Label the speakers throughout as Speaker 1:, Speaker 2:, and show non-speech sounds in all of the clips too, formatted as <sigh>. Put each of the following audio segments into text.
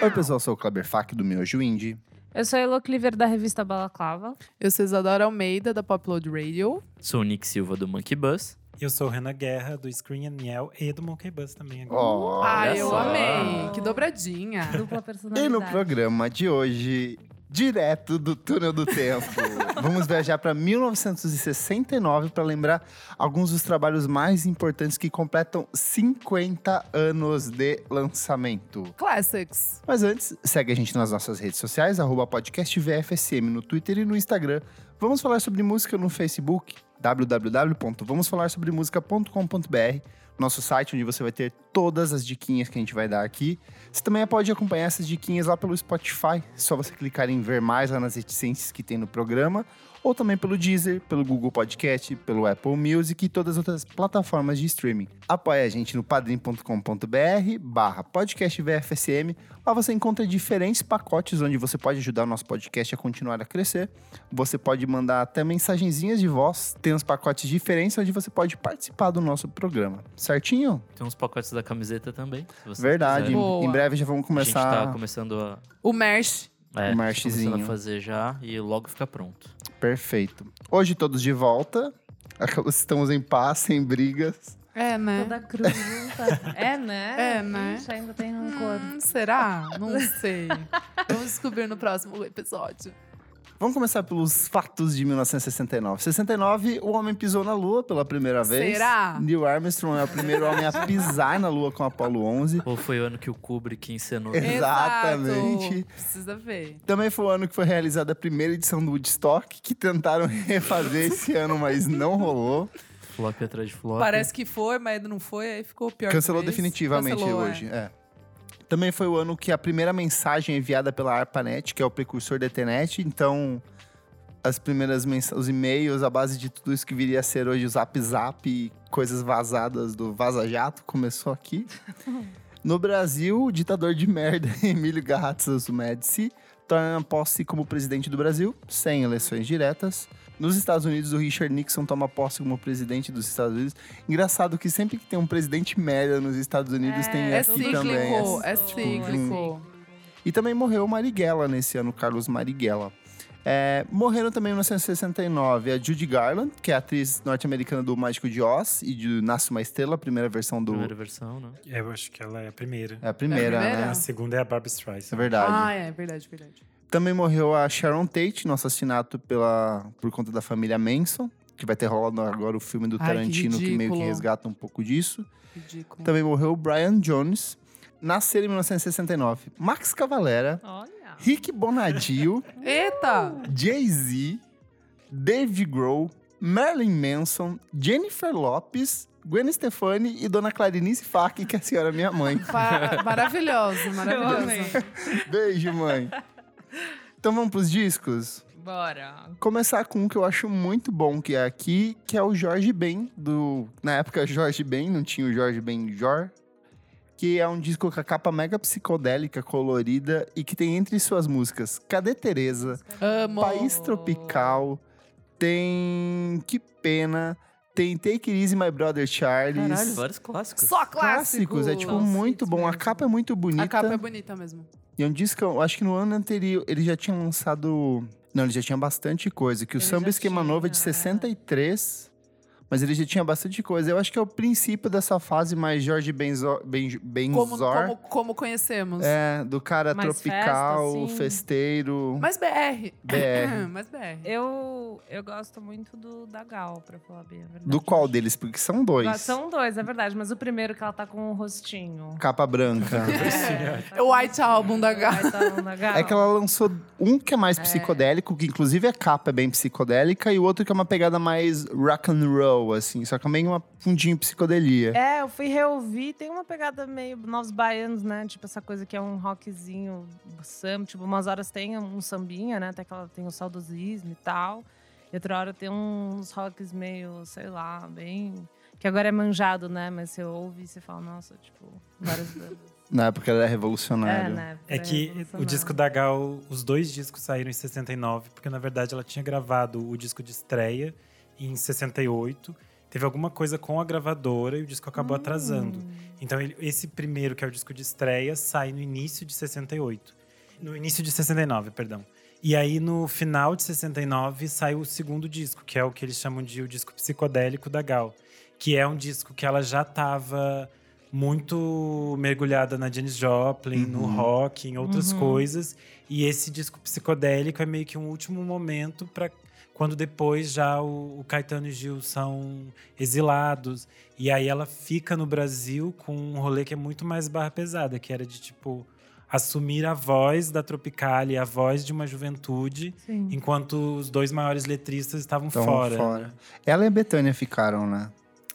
Speaker 1: Oi, pessoal, sou o Kleber Fak do Miojo Indie.
Speaker 2: Eu sou a Elo Cleaver da revista Balaclava.
Speaker 3: Eu sou Isadora Almeida, da Popload Radio.
Speaker 4: Sou o Nick Silva do Monkey Bus.
Speaker 5: Eu sou o Renan Guerra, do Screen and Yell e do Monkey Bus também. agora.
Speaker 1: Ó,
Speaker 3: Ai,
Speaker 4: olha
Speaker 3: eu
Speaker 4: só.
Speaker 3: amei. Que dobradinha.
Speaker 1: <laughs>
Speaker 2: Dupla
Speaker 1: E
Speaker 2: personalidade.
Speaker 1: no programa de hoje, direto do túnel do
Speaker 4: <laughs>
Speaker 1: tempo, vamos viajar para 1969 para lembrar alguns dos trabalhos mais importantes que completam 50 anos de lançamento.
Speaker 3: Classics.
Speaker 1: Mas antes, segue a gente nas nossas redes sociais, arroba podcast VFSM no Twitter e no Instagram. Vamos falar sobre música no Facebook, www.vamosfalarsobremusica.com.br, nosso site onde você vai ter todas as diquinhas que a gente vai dar aqui. Você também pode acompanhar essas diquinhas lá pelo Spotify, é só você clicar em ver mais lá nas reticências que tem no programa, ou também pelo Deezer, pelo Google Podcast, pelo Apple Music e todas as outras plataformas de streaming. Apoie a gente no padrim.com.br barra podcast VFSM Lá você encontra diferentes pacotes onde você pode ajudar o nosso podcast a continuar a crescer. Você pode mandar até mensagenzinhas de voz. Tem uns pacotes diferentes onde você pode participar do nosso programa. Certinho?
Speaker 4: Tem uns pacotes da camiseta também. se vocês
Speaker 1: Verdade. Em,
Speaker 4: quiserem.
Speaker 3: Boa.
Speaker 1: em breve já vamos
Speaker 4: A gente tá
Speaker 1: começando.
Speaker 4: começando a.
Speaker 3: O Merch.
Speaker 4: É,
Speaker 1: Um
Speaker 4: a gente tá começando
Speaker 1: marchezinho.
Speaker 4: a fazer já e logo fica pronto.
Speaker 1: Perfeito. Hoje todos de volta. <laughs> Estamos em paz, sem brigas.
Speaker 3: É, né?
Speaker 2: Toda cruz junta. É, né?
Speaker 3: É, né?
Speaker 2: Ixi, ainda tem rancor.
Speaker 3: Hum, será? Não sei. Vamos descobrir no próximo episódio.
Speaker 1: Vamos começar pelos fatos de 1969. 69, o homem pisou na Lua pela primeira vez.
Speaker 3: Será?
Speaker 1: Neil Armstrong é o primeiro homem a pisar na Lua com a Apollo 11.
Speaker 4: Ou foi o ano que o Kubrick encenou.
Speaker 1: É. Exatamente.
Speaker 3: Exato. Precisa ver.
Speaker 1: Também foi o ano que foi realizada a primeira edição do Woodstock, que tentaram <laughs> refazer esse ano, mas não
Speaker 3: <laughs>
Speaker 1: rolou.
Speaker 4: flop atrás de flop.
Speaker 3: Parece que foi, mas não foi, aí ficou pior. que
Speaker 1: Cancelou
Speaker 3: fez.
Speaker 1: definitivamente
Speaker 3: Cancelou, é.
Speaker 1: hoje. é. Também foi o ano que a primeira mensagem enviada pela ARPANET, que é o precursor da internet, então as primeiras mens- os e-mails, a base de tudo isso que viria a ser hoje o Zap Zap e coisas vazadas do Vaza Jato começou aqui. No Brasil, o ditador de merda <laughs> Emílio Garratzos Médici torna a posse como presidente do Brasil, sem eleições diretas. Nos Estados Unidos, o Richard Nixon toma posse como presidente dos Estados Unidos. Engraçado que sempre que tem um presidente merda nos Estados Unidos,
Speaker 2: É,
Speaker 1: tem
Speaker 3: É
Speaker 1: aqui
Speaker 3: cíclico,
Speaker 1: também.
Speaker 2: assim,
Speaker 3: é
Speaker 2: tipo,
Speaker 3: cíclico.
Speaker 1: E também morreu o Marighella nesse ano, Carlos Marighella. É, morreram também em 1969 a Judy Garland, que é a atriz norte-americana do Mágico de Oz e de Nasce Uma Estrela, a primeira versão do...
Speaker 4: Primeira versão, né?
Speaker 5: Eu acho que ela é a primeira.
Speaker 1: É a primeira,
Speaker 3: É a primeira?
Speaker 1: né?
Speaker 5: A segunda é a Barbra
Speaker 1: É
Speaker 5: Streisand.
Speaker 1: verdade.
Speaker 3: Ah, é verdade, verdade.
Speaker 1: Também morreu a Sharon Tate no assassinato pela, por conta da família Manson, que vai ter rolado agora o filme do
Speaker 3: Ai, que
Speaker 1: Tarantino, que, meio que
Speaker 3: ridículo. É.
Speaker 1: resgata um pouco disso.
Speaker 3: Ridículo.
Speaker 1: Também morreu o Brian Jones, nasceu em 1969. Max Cavalera,
Speaker 2: Olha.
Speaker 1: Rick
Speaker 3: <laughs>
Speaker 1: Bonadio,
Speaker 3: Eita!
Speaker 1: Jay-Z, Dave Grohl, Marilyn Manson, Jennifer Lopes, Gwen Stefani e Dona Clarinice Fark, que é a senhora minha
Speaker 3: <laughs>
Speaker 1: mãe.
Speaker 3: Fa- maravilhoso, maravilhoso.
Speaker 1: Beijo, mãe. Então vamos pros discos?
Speaker 2: Bora.
Speaker 1: começar com um que eu acho muito bom que é aqui, que é o Jorge Ben, do. Na época, Jorge Ben, não tinha o Jorge Ben Jor. Que é um disco com a capa mega psicodélica, colorida e que tem entre suas músicas Cadê Tereza,
Speaker 3: Amo.
Speaker 1: País Tropical, tem Que Pena, tem Take It Easy My Brother Charlie.
Speaker 4: Caralho, vários clássicos.
Speaker 3: Só
Speaker 1: Clássicos, é tipo
Speaker 2: Clássicos
Speaker 1: muito bom. A
Speaker 2: mesmo.
Speaker 1: capa é muito bonita.
Speaker 3: A capa é bonita mesmo.
Speaker 1: E é um disco, eu acho que no ano anterior, ele já tinha lançado. Não, ele já tinha bastante coisa. Que o
Speaker 2: Ele
Speaker 1: Samba
Speaker 2: já
Speaker 1: Esquema
Speaker 2: tinha,
Speaker 1: Novo é de
Speaker 2: é.
Speaker 1: 63, mas ele já tinha bastante coisa. Eu acho que é o princípio dessa fase mais Jorge Benzo, ben, Benzor.
Speaker 3: Como, como, como conhecemos.
Speaker 1: Um É, do cara
Speaker 2: Mais
Speaker 1: tropical,
Speaker 2: festa, assim.
Speaker 1: festeiro.
Speaker 3: Mas BR.
Speaker 1: BR.
Speaker 3: <laughs> Mas BR.
Speaker 2: Eu, eu gosto muito do da Gal, pra falar bem a verdade.
Speaker 1: Do qual deles? Porque são dois.
Speaker 2: São dois, é verdade. Mas o primeiro que ela tá com o rostinho. tá
Speaker 1: Capa
Speaker 2: <laughs>
Speaker 1: branca.
Speaker 3: É o White Album da Gal.
Speaker 2: um White Album da Gal.
Speaker 1: É que ela lançou um que é mais psicodélico, que inclusive a capa é bem psicodélica, e o outro que é uma pegada mais rock and roll, assim, só que é meio uma fundinho psicodelia.
Speaker 2: <laughs> É, eu fui reouvir, tem uma pegada meio Novos Baianos, né? Tipo essa coisa que é um rockzinho, samba, tipo, umas horas tem um sambinha, né? Até que ela tem o saudosismo e tal. E outra hora tem uns rocks meio, sei lá, bem. Que agora é manjado, né? Mas você ouve e você fala, nossa, tipo, várias
Speaker 5: <laughs>
Speaker 2: bandas.
Speaker 1: Na época ele era revolucionário.
Speaker 2: né?
Speaker 5: É que o disco da Gal, os dois discos saíram em 69, porque na verdade ela tinha gravado o disco de estreia em 68 Teve alguma coisa com a gravadora e o disco acabou atrasando. Então, ele- esse primeiro, que é o disco de estreia, sai no início de 68. No início de 69, perdão. E aí, no final de 69, sai o segundo disco, que é o que eles chamam de o disco psicodélico da Gal. Que é um disco que ela já estava muito mergulhada na Janis Joplin, no
Speaker 1: Uhum.
Speaker 5: rock, em outras
Speaker 2: Uhum.
Speaker 5: coisas. E esse disco psicodélico é meio que um último momento para quando depois já o, o Caetano e Gil são exilados. E aí ela fica no Brasil com um rolê que é muito mais barra pesada, que era de tipo assumir a voz da Tropicália, a voz de uma juventude,
Speaker 2: Sim.
Speaker 5: enquanto os dois maiores letristas estavam
Speaker 1: Estavam
Speaker 5: fora.
Speaker 1: Então, fora. Ela e a Betânia ficaram, né?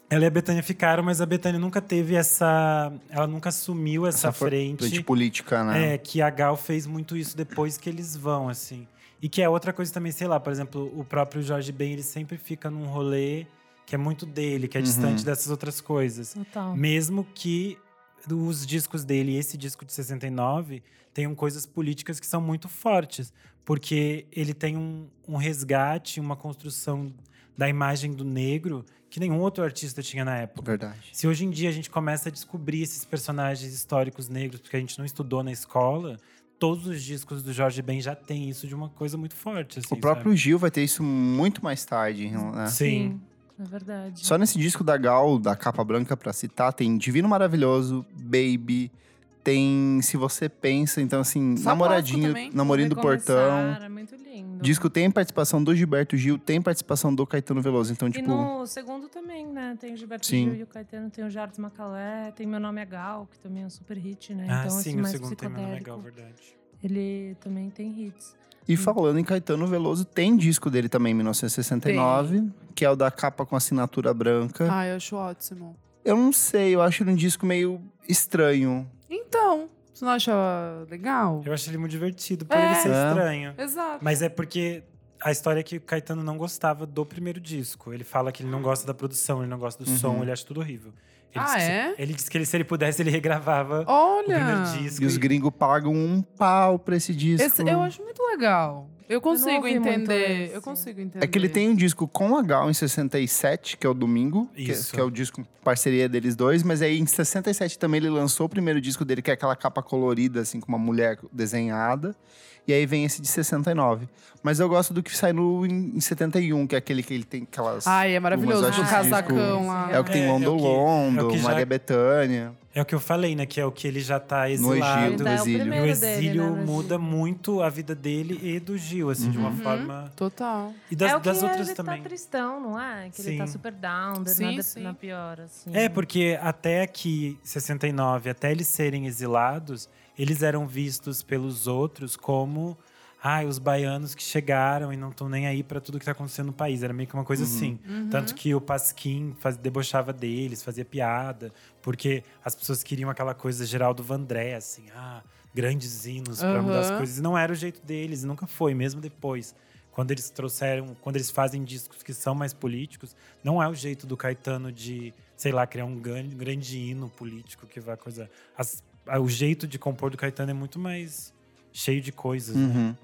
Speaker 5: Ela e a Betânia ficaram, mas a Betânia nunca teve essa, ela nunca assumiu essa,
Speaker 1: for-
Speaker 5: frente.
Speaker 1: De política, né?
Speaker 5: É, que a Gal fez muito isso depois que eles vão, assim. E que é outra coisa também, sei lá, por exemplo, o próprio Jorge Ben, ele sempre fica num rolê que é muito dele, que é
Speaker 1: Uhum.
Speaker 5: distante dessas outras coisas.
Speaker 2: Total.
Speaker 5: Mesmo que os discos dele, e esse disco de 69, tenham coisas políticas que são muito fortes. Porque ele tem um, um resgate, uma construção da imagem do negro que nenhum outro artista tinha na época.
Speaker 1: Verdade.
Speaker 5: Se hoje em dia a gente começa a descobrir esses personagens históricos negros porque a gente não estudou na escola, todos os discos do Jorge Ben já tem isso de uma coisa muito forte. Assim,
Speaker 1: O próprio Gil vai ter isso muito mais tarde, né?
Speaker 5: sabe? Sim.
Speaker 2: É verdade.
Speaker 1: Só nesse disco da Gal, da capa branca pra citar, tem Divino Maravilhoso, Baby, tem Se Você Pensa, então assim,
Speaker 3: Só Bosco
Speaker 1: Namoradinho,
Speaker 3: também.
Speaker 1: Namorinho do Portão.
Speaker 2: É muito lindo.
Speaker 1: Disco tem participação do Gilberto Gil, tem participação do Caetano Veloso, então
Speaker 2: E
Speaker 1: tipo,
Speaker 2: no segundo também, né? Tem o Gilberto
Speaker 1: Sim.
Speaker 2: Gil e o Caetano, tem o Jardim Macalé, tem Meu Nome é Gal, que também é um super hit, né?
Speaker 5: Ah,
Speaker 2: então, esse
Speaker 5: sim, o
Speaker 2: mais
Speaker 5: segundo tema é
Speaker 2: psicodélico,
Speaker 5: legal, verdade.
Speaker 2: Ele também tem hits.
Speaker 3: Hum.
Speaker 1: e falando em Caetano Veloso, tem disco dele também em 1969, que é o da capa com assinatura branca.
Speaker 3: Ah, eu acho ótimo.
Speaker 1: Eu não sei, eu acho ele um disco meio estranho.
Speaker 3: Então, você não acha legal?
Speaker 5: Eu acho ele muito divertido, por
Speaker 3: É.
Speaker 5: ele ser
Speaker 1: É.
Speaker 5: estranho.
Speaker 3: Exato.
Speaker 5: Mas é porque a história é que o Caetano não gostava do primeiro disco. Ele fala que ele não gosta da produção, ele não gosta do
Speaker 1: Uhum.
Speaker 5: som, ele acha tudo horrível. Ele
Speaker 3: Ah,
Speaker 5: disse que se-
Speaker 3: é?
Speaker 5: ele disse que ele, se ele pudesse, ele regravava
Speaker 3: Olha!
Speaker 5: o primeiro disco.
Speaker 1: E os gringos pagam um pau pra esse disco.
Speaker 3: Esse eu acho muito legal. Eu consigo
Speaker 2: ouvi muito
Speaker 3: entender.
Speaker 2: esse.
Speaker 3: Eu consigo entender.
Speaker 1: É que ele tem um disco com a Gal em 67, que é o Domingo, que,
Speaker 5: Isso.
Speaker 1: que é o disco parceria deles dois, mas aí em 67 também ele lançou o primeiro disco dele, que é aquela capa colorida, assim, com uma mulher desenhada. E aí vem esse de 69. Mas eu gosto do que sai no, em, em 71, que é aquele que ele tem aquelas.
Speaker 3: Ai, é maravilhoso.
Speaker 1: Eu
Speaker 3: O
Speaker 1: acho esse
Speaker 3: casacão
Speaker 2: disco-
Speaker 3: lá.
Speaker 1: é o que tem
Speaker 5: é, é o
Speaker 1: Londo
Speaker 5: que- é o
Speaker 1: Londo,
Speaker 5: que já-
Speaker 1: Maria Bethânia.
Speaker 5: É o que eu falei, né? Que é o que ele já tá
Speaker 1: No
Speaker 5: exilado.
Speaker 1: Egito.
Speaker 2: Ele é o
Speaker 1: exílio.
Speaker 5: E o
Speaker 2: primeiro dele,
Speaker 5: exílio
Speaker 2: né, no
Speaker 5: muda
Speaker 2: exílio.
Speaker 5: muito a vida dele e do Gil, assim, de uma
Speaker 1: Uhum.
Speaker 5: forma.
Speaker 3: Total.
Speaker 5: E das,
Speaker 2: é o que
Speaker 5: das outras
Speaker 2: ele
Speaker 5: também.
Speaker 2: tá tristão, não é? Que ele tá
Speaker 5: Sim.
Speaker 2: super down,
Speaker 3: Sim,
Speaker 2: sim, na,
Speaker 3: sim.
Speaker 2: na pior, assim.
Speaker 5: É, porque até aqui, 69, até eles serem exilados, eles eram vistos pelos outros como. Ai, os baianos que chegaram e não estão nem aí pra tudo que tá acontecendo no país. Era meio que uma coisa
Speaker 1: Uhum.
Speaker 5: assim.
Speaker 3: Uhum.
Speaker 5: Tanto que o Pasquim faz, debochava deles, fazia piada, porque as pessoas queriam aquela coisa Geraldo Vandré, assim, ah, grandes hinos pra mudar as
Speaker 3: Aham.
Speaker 5: coisas. E não era o jeito deles, e nunca foi, mesmo depois. Quando eles trouxeram, quando eles fazem discos que são mais políticos, não é o jeito do Caetano de, sei lá, criar um gran- grande hino político que vai coisa. as- a- o jeito de compor do Caetano é muito mais cheio de coisas. né?
Speaker 1: Uhum.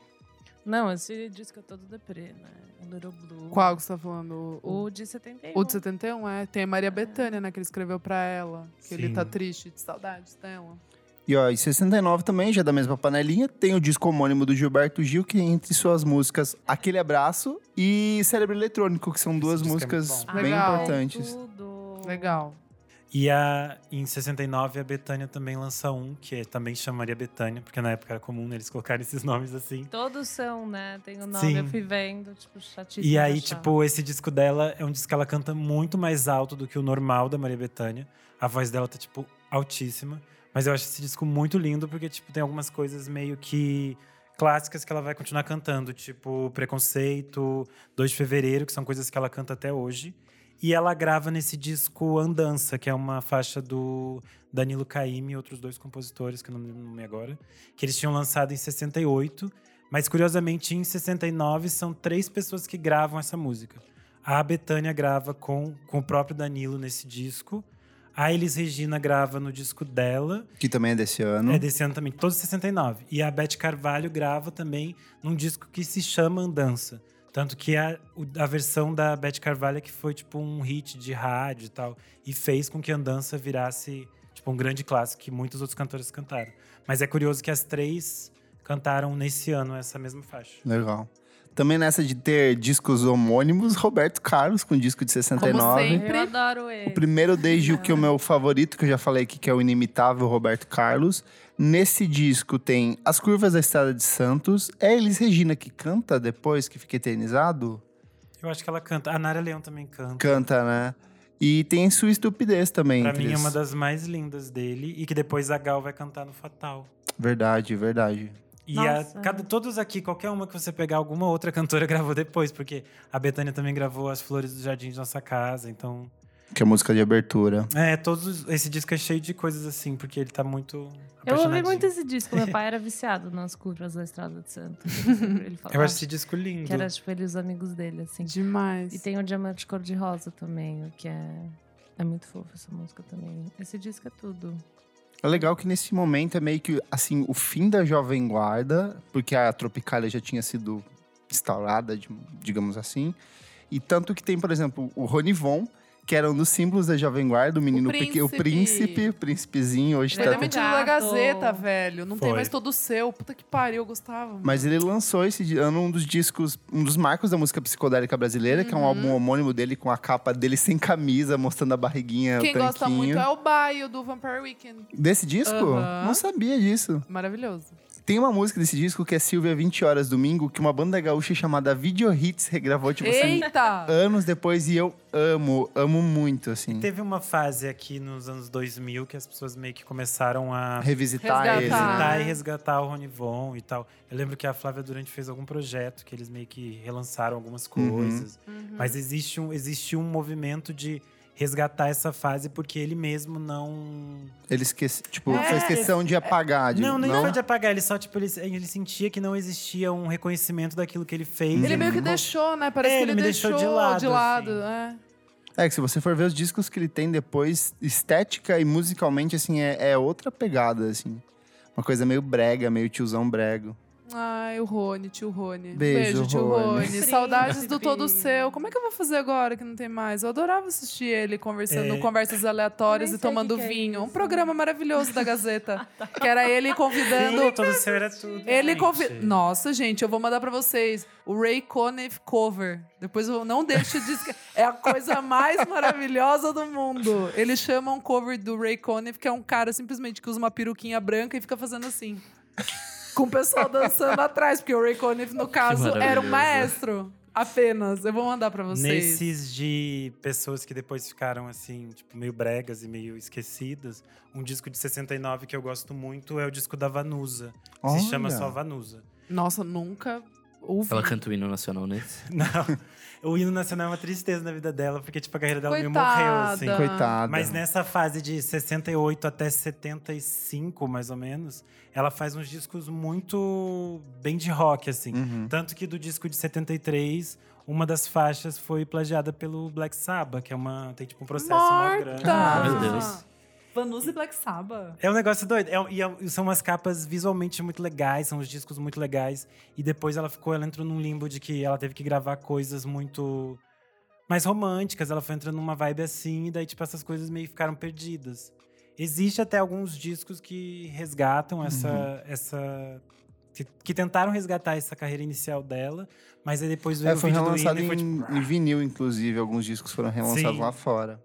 Speaker 2: Não, esse disco é todo deprê, né? O Little Blue.
Speaker 3: Qual que você tá falando? O,
Speaker 2: O de 71.
Speaker 3: o de 71, é. Tem a Maria Bethânia, né? Que ele escreveu pra ela. Que ele
Speaker 5: Sim.
Speaker 3: tá triste, de saudades dela.
Speaker 1: E ó, em 69 também, já da mesma panelinha, tem o disco homônimo do Gilberto Gil, que entre suas músicas Aquele Abraço e Cérebro Eletrônico, que são
Speaker 5: Esse
Speaker 1: duas
Speaker 5: disco é
Speaker 1: músicas
Speaker 5: muito
Speaker 2: Ah,
Speaker 1: bem
Speaker 3: um. Legal.
Speaker 1: importantes.
Speaker 2: Uhum. tudo.
Speaker 3: Legal.
Speaker 5: E a, em 69, a Betânia também lança um, que é- também chamaria Betânia, porque na época era comum né, eles colocarem esses <laughs> nomes assim.
Speaker 2: Todos são, né? Tem o nome,
Speaker 5: Sim.
Speaker 2: eu fui vendo, tipo, chatíssimo.
Speaker 5: E
Speaker 2: de
Speaker 5: aí,
Speaker 2: achar.
Speaker 5: tipo, esse disco dela é um disco que ela canta muito mais alto do que o normal da Maria Bethânia. A voz dela tá, tipo, altíssima. Mas eu acho esse disco muito lindo, porque, tipo, tem algumas coisas meio que clássicas que ela vai continuar cantando, tipo Preconceito, 2 de Fevereiro, que são coisas que ela canta até hoje. E ela grava nesse disco Andança, que é uma faixa do Danilo Caymmi e outros dois compositores, que eu não lembro o nome agora, que eles tinham lançado em 68. Mas curiosamente, em 69, são três pessoas que gravam essa música. A Betânia grava com, com o próprio Danilo nesse disco. A Elis Regina grava no disco dela.
Speaker 1: Que também é desse ano.
Speaker 5: É desse ano também, todos 69. E a Beth Carvalho grava também num disco que se chama Andança. Tanto que a, o- a versão da Beth Carvalho é que foi tipo um hit de rádio e tal. E fez com que Andança virasse tipo um grande clássico que muitos outros cantores cantaram. Mas é curioso que as três cantaram nesse ano essa mesma faixa.
Speaker 1: Legal. Também nessa de ter discos homônimos, Roberto Carlos com disco de 69.
Speaker 3: sempre.
Speaker 6: Eu adoro
Speaker 2: É.
Speaker 6: ele.
Speaker 1: O primeiro desde o que o meu favorito, que eu já falei aqui, que é o inimitável Roberto Carlos. Nesse disco tem As Curvas da Estrada de Santos. É Elis Regina que canta depois que fica eternizado?
Speaker 5: Eu acho que ela canta. A Nara Leão também canta.
Speaker 1: Canta, né? E tem Sua Estupidez também.
Speaker 5: Pra
Speaker 1: entre
Speaker 5: mim é
Speaker 1: os-
Speaker 5: uma das mais lindas dele e que depois a Gal vai cantar no Fatal.
Speaker 1: Verdade, verdade.
Speaker 5: E a-
Speaker 2: Nossa.
Speaker 5: cada, todos aqui, qualquer uma que você pegar, alguma outra <laughs> cantora gravou depois, porque a Bethânia também gravou As Flores do Jardim de Nossa Casa, então.
Speaker 1: Que é a música de abertura.
Speaker 5: É, todos. os- Esse disco é cheio de coisas assim, porque ele tá muito.
Speaker 2: Eu ouvi
Speaker 5: apaixonadinho.
Speaker 2: muito esse disco. Meu pai
Speaker 3: <laughs>
Speaker 2: era viciado nas curvas da Estrada de Santos. Ele
Speaker 5: Eu
Speaker 2: falava
Speaker 5: acho esse disco lindo.
Speaker 2: que era tipo ele e os amigos dele, assim.
Speaker 3: Demais.
Speaker 2: E tem o Diamante Cor-de-Rosa também, o que é. É muito fofo essa música também. Esse disco é tudo.
Speaker 1: É legal que nesse momento é meio que assim o fim da Jovem Guarda, porque a Tropicália já tinha sido instaurada, de- digamos assim. E tanto que tem, por exemplo, o Ronivon, que era um dos símbolos da Jovem Guarda, o menino pequeno, o
Speaker 3: príncipe.
Speaker 1: príncipe, o príncipezinho, hoje
Speaker 3: Foi
Speaker 1: tá.
Speaker 3: demitido da
Speaker 6: Gato.
Speaker 3: Gazeta, velho. Não tem
Speaker 5: É. Foi.
Speaker 3: mais todo seu. Puta que pariu, Gustavo.
Speaker 1: Mas ele lançou esse di- ano um dos discos, um dos marcos da música psicodélica brasileira,
Speaker 3: Uhum.
Speaker 1: que é um álbum homônimo dele com a capa dele sem camisa, mostrando a barriguinha,
Speaker 3: Quem
Speaker 1: o tanquinho.
Speaker 3: gosta muito é o Baio do Vampire Weekend.
Speaker 1: Desse disco?
Speaker 3: Aham.
Speaker 1: Não sabia disso.
Speaker 3: Maravilhoso.
Speaker 1: Tem uma música desse disco que é Silvia 20 Horas Domingo, que uma banda gaúcha chamada Video Hits regravou, tipo assim,
Speaker 3: Eita!
Speaker 1: anos depois. E eu amo, amo muito, assim.
Speaker 5: Teve uma fase aqui nos anos 2000 que as pessoas meio que começaram a
Speaker 1: Revisitar
Speaker 3: Resgatar.
Speaker 1: ele, né?
Speaker 5: tentar
Speaker 3: Ah.
Speaker 5: É, e resgatar o Ronivon e tal. Eu lembro que a Flávia Durante fez algum projeto que eles meio que relançaram algumas
Speaker 1: Uhum.
Speaker 5: coisas. Mas existe um, existe um movimento de resgatar essa fase porque ele mesmo não.
Speaker 1: Ele esquece, tipo,
Speaker 5: É.
Speaker 1: fez questão de
Speaker 3: Ah,
Speaker 1: apagar. de-
Speaker 5: não, nem
Speaker 1: não?
Speaker 5: foi de apagar, ele só, tipo, ele, ele sentia que não existia um reconhecimento daquilo que ele fez.
Speaker 3: Ele meio que
Speaker 5: Não-
Speaker 3: deixou, né? Parece
Speaker 5: É,
Speaker 3: que
Speaker 5: ele
Speaker 3: ele
Speaker 5: me
Speaker 3: deixou,
Speaker 5: deixou de lado,
Speaker 3: de lado,
Speaker 5: assim.
Speaker 3: né?
Speaker 1: É que se você for ver os discos que ele tem depois, estética e musicalmente, assim, é, é outra pegada, assim. Uma coisa meio brega, meio tiozão brego.
Speaker 3: Ai, o Rony, tio Rony.
Speaker 1: Beijo,
Speaker 3: tio
Speaker 1: Rony.
Speaker 3: Rony. Saudades do
Speaker 6: Príncipe.
Speaker 3: Todo Seu. Como é que eu vou fazer agora que não tem mais? Eu adorava assistir ele conversando,
Speaker 5: É.
Speaker 3: conversas aleatórias
Speaker 6: Nem
Speaker 3: e
Speaker 6: sei o
Speaker 3: tomando
Speaker 6: que que é
Speaker 3: vinho. um
Speaker 6: isso.
Speaker 3: programa maravilhoso
Speaker 6: <laughs>
Speaker 3: da Gazeta. que era ele convidando
Speaker 5: Sim, todo seu era tudo.
Speaker 3: Ele
Speaker 5: gente.
Speaker 3: convi... Nossa, gente, eu vou mandar pra vocês o Ray Conniff cover. Depois eu não deixo de esque- <laughs> É a coisa mais maravilhosa do mundo. Eles chamam um cover do Ray Conniff, que é um cara simplesmente que usa uma peruquinha branca e fica fazendo assim. Com o pessoal dançando <laughs> atrás, porque o Ray Conniff, no caso, era um
Speaker 4: maravilhoso.
Speaker 3: maestro. Apenas. Eu vou mandar pra vocês.
Speaker 5: Nesses de pessoas que depois ficaram assim, tipo, meio bregas e meio esquecidas, um disco de 69 que eu gosto muito é o disco da Vanusa. que Se chama
Speaker 1: Olha.
Speaker 5: só Vanusa. <laughs>
Speaker 3: Nossa, nunca ouvi.
Speaker 4: Ela canta o hino nacional nesse.
Speaker 5: Não, o hino nacional é uma tristeza na vida dela, porque tipo, a carreira dela meio morreu, assim.
Speaker 3: Coitada.
Speaker 1: Coitada.
Speaker 5: Mas nessa fase de 68 até 75, mais ou menos, ela faz uns discos muito bem de rock, assim.
Speaker 1: Uhum.
Speaker 5: Tanto que do disco de 73, uma das faixas foi plagiada pelo Black Sabbath, que é uma. Tem tipo um processo mó grande.
Speaker 3: Morta!
Speaker 4: Meu Deus.
Speaker 6: Vanusa e Black Saba.
Speaker 5: É um negócio doido. É um- e é- são umas capas visualmente muito legais, são os discos muito legais. E depois ela ficou, ela entrou num limbo de que ela teve que gravar coisas muito mais românticas. Ela foi entrando numa vibe assim, e daí, tipo, essas coisas meio que ficaram perdidas. Existe até alguns discos que resgatam essa.
Speaker 1: Uhum.
Speaker 5: essa que, que tentaram resgatar essa carreira inicial dela, mas aí depois veio
Speaker 1: É,
Speaker 5: o
Speaker 1: foi
Speaker 5: vídeo do hino
Speaker 1: relançado
Speaker 5: e
Speaker 1: em,
Speaker 5: foi tipo.
Speaker 1: em vinil, inclusive. Alguns discos foram relançados
Speaker 5: Sim.
Speaker 1: lá fora.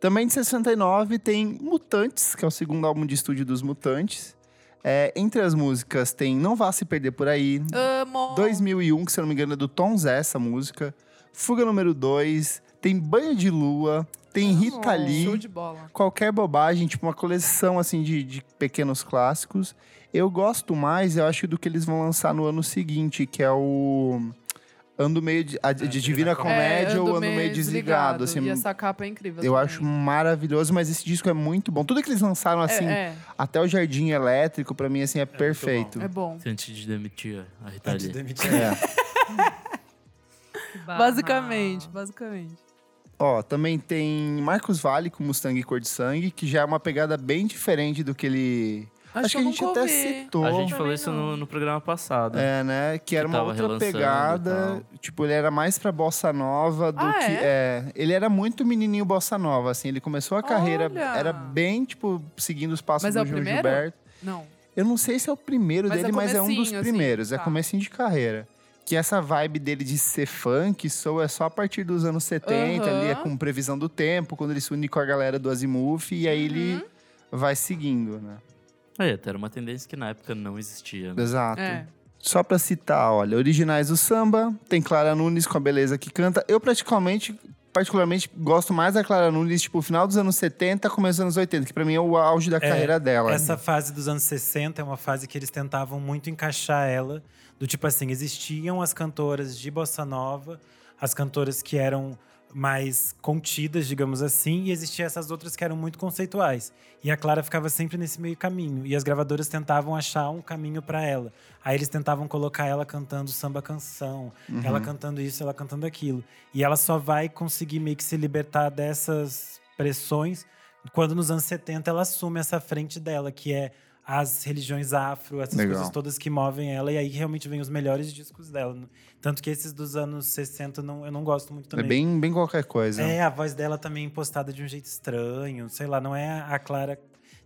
Speaker 1: Também de 69 tem Mutantes, que é o segundo álbum de estúdio dos Mutantes. É, entre as músicas tem Não Vá Se Perder Por Aí,
Speaker 3: Amo.
Speaker 1: 2001, que se eu não me engano é do Tom Zé essa música, Fuga Número 2, tem Banho de Lua, tem Rita Lee
Speaker 3: Show de bola.
Speaker 1: qualquer bobagem, tipo uma coleção assim de, de pequenos clássicos. Eu gosto mais, eu acho, do que eles vão lançar no ano seguinte, que é o Ando meio de, a- de Divina
Speaker 5: Divina
Speaker 3: É,
Speaker 1: Comédia ou Ando meio desligado.
Speaker 3: e
Speaker 1: assim,
Speaker 3: essa capa é incrível.
Speaker 1: eu
Speaker 3: também.
Speaker 1: acho maravilhoso, mas esse disco é muito bom. Tudo que eles lançaram assim,
Speaker 3: É,
Speaker 1: até o Jardim Elétrico, pra mim assim é, perfeito.
Speaker 3: é, é bom.
Speaker 4: Antes de demitir a Rita
Speaker 5: Antes
Speaker 4: Lee.
Speaker 5: <laughs> de demitir.
Speaker 1: É.
Speaker 2: Que barra.
Speaker 3: Basicamente, basicamente.
Speaker 1: Ó, também tem Marcos Vale com Mustang e Cor de Sangue, que já é uma pegada bem diferente do que ele Acho, que a
Speaker 3: eu
Speaker 1: gente
Speaker 3: nunca
Speaker 1: até
Speaker 3: ouvi.
Speaker 1: citou.
Speaker 4: A gente
Speaker 6: Também
Speaker 4: falou isso no, no programa passado.
Speaker 1: É, né? Que era uma
Speaker 4: tava
Speaker 1: outra
Speaker 4: relançando e
Speaker 1: pegada. Tipo, ele era mais pra bossa nova do
Speaker 3: Ah,
Speaker 1: que.
Speaker 3: é?
Speaker 1: é, ele era muito menininho bossa nova, assim. Ele começou a carreira,
Speaker 3: Olha!
Speaker 1: era bem, tipo, seguindo os passos
Speaker 3: Mas
Speaker 1: do
Speaker 3: é o
Speaker 1: João
Speaker 3: primeiro?
Speaker 1: Gilberto.
Speaker 3: Não.
Speaker 1: Eu não sei se é o primeiro
Speaker 3: Mas é
Speaker 1: dele, mas é um dos
Speaker 3: comecinho, assim,
Speaker 1: primeiros. É
Speaker 3: tá.
Speaker 1: comecinho de carreira. Que essa vibe dele de ser funk soa só a partir dos anos 70, ali é
Speaker 3: Aham.
Speaker 1: com previsão do tempo, quando ele se une com a galera do Azimuth, e aí ele
Speaker 3: Uhum.
Speaker 1: vai seguindo, né?
Speaker 4: É, até era uma tendência que na época não existia. Né?
Speaker 1: Exato.
Speaker 3: É.
Speaker 1: Só pra citar, olha, originais do samba, tem Clara Nunes com a beleza que canta. Eu praticamente, particularmente, gosto mais da Clara Nunes, tipo, final dos anos 70, começo dos anos 80, que pra mim é o auge da carreira dela.
Speaker 5: Essa fase dos anos 60 é uma fase que eles tentavam muito encaixar ela. Do tipo assim, existiam as cantoras de bossa nova, as cantoras que eram mais contidas, digamos assim, e existiam essas outras que eram muito conceituais. E a Clara ficava sempre nesse meio caminho. E as gravadoras tentavam achar um caminho pra ela. Aí eles tentavam colocar ela cantando samba canção,
Speaker 1: Uhum.
Speaker 5: ela cantando isso, ela cantando aquilo. E ela só vai conseguir meio que se libertar dessas pressões quando nos anos 70 ela assume essa frente dela, que é as religiões afro, essas
Speaker 1: Legal.
Speaker 5: coisas todas que movem ela, e aí realmente vem os melhores discos dela. né? Tanto que esses dos anos 60 não, eu não gosto muito
Speaker 1: É
Speaker 5: também.
Speaker 1: bem, bem qualquer coisa.
Speaker 5: É, a voz dela também postada de um jeito estranho, sei lá, não é a Clara,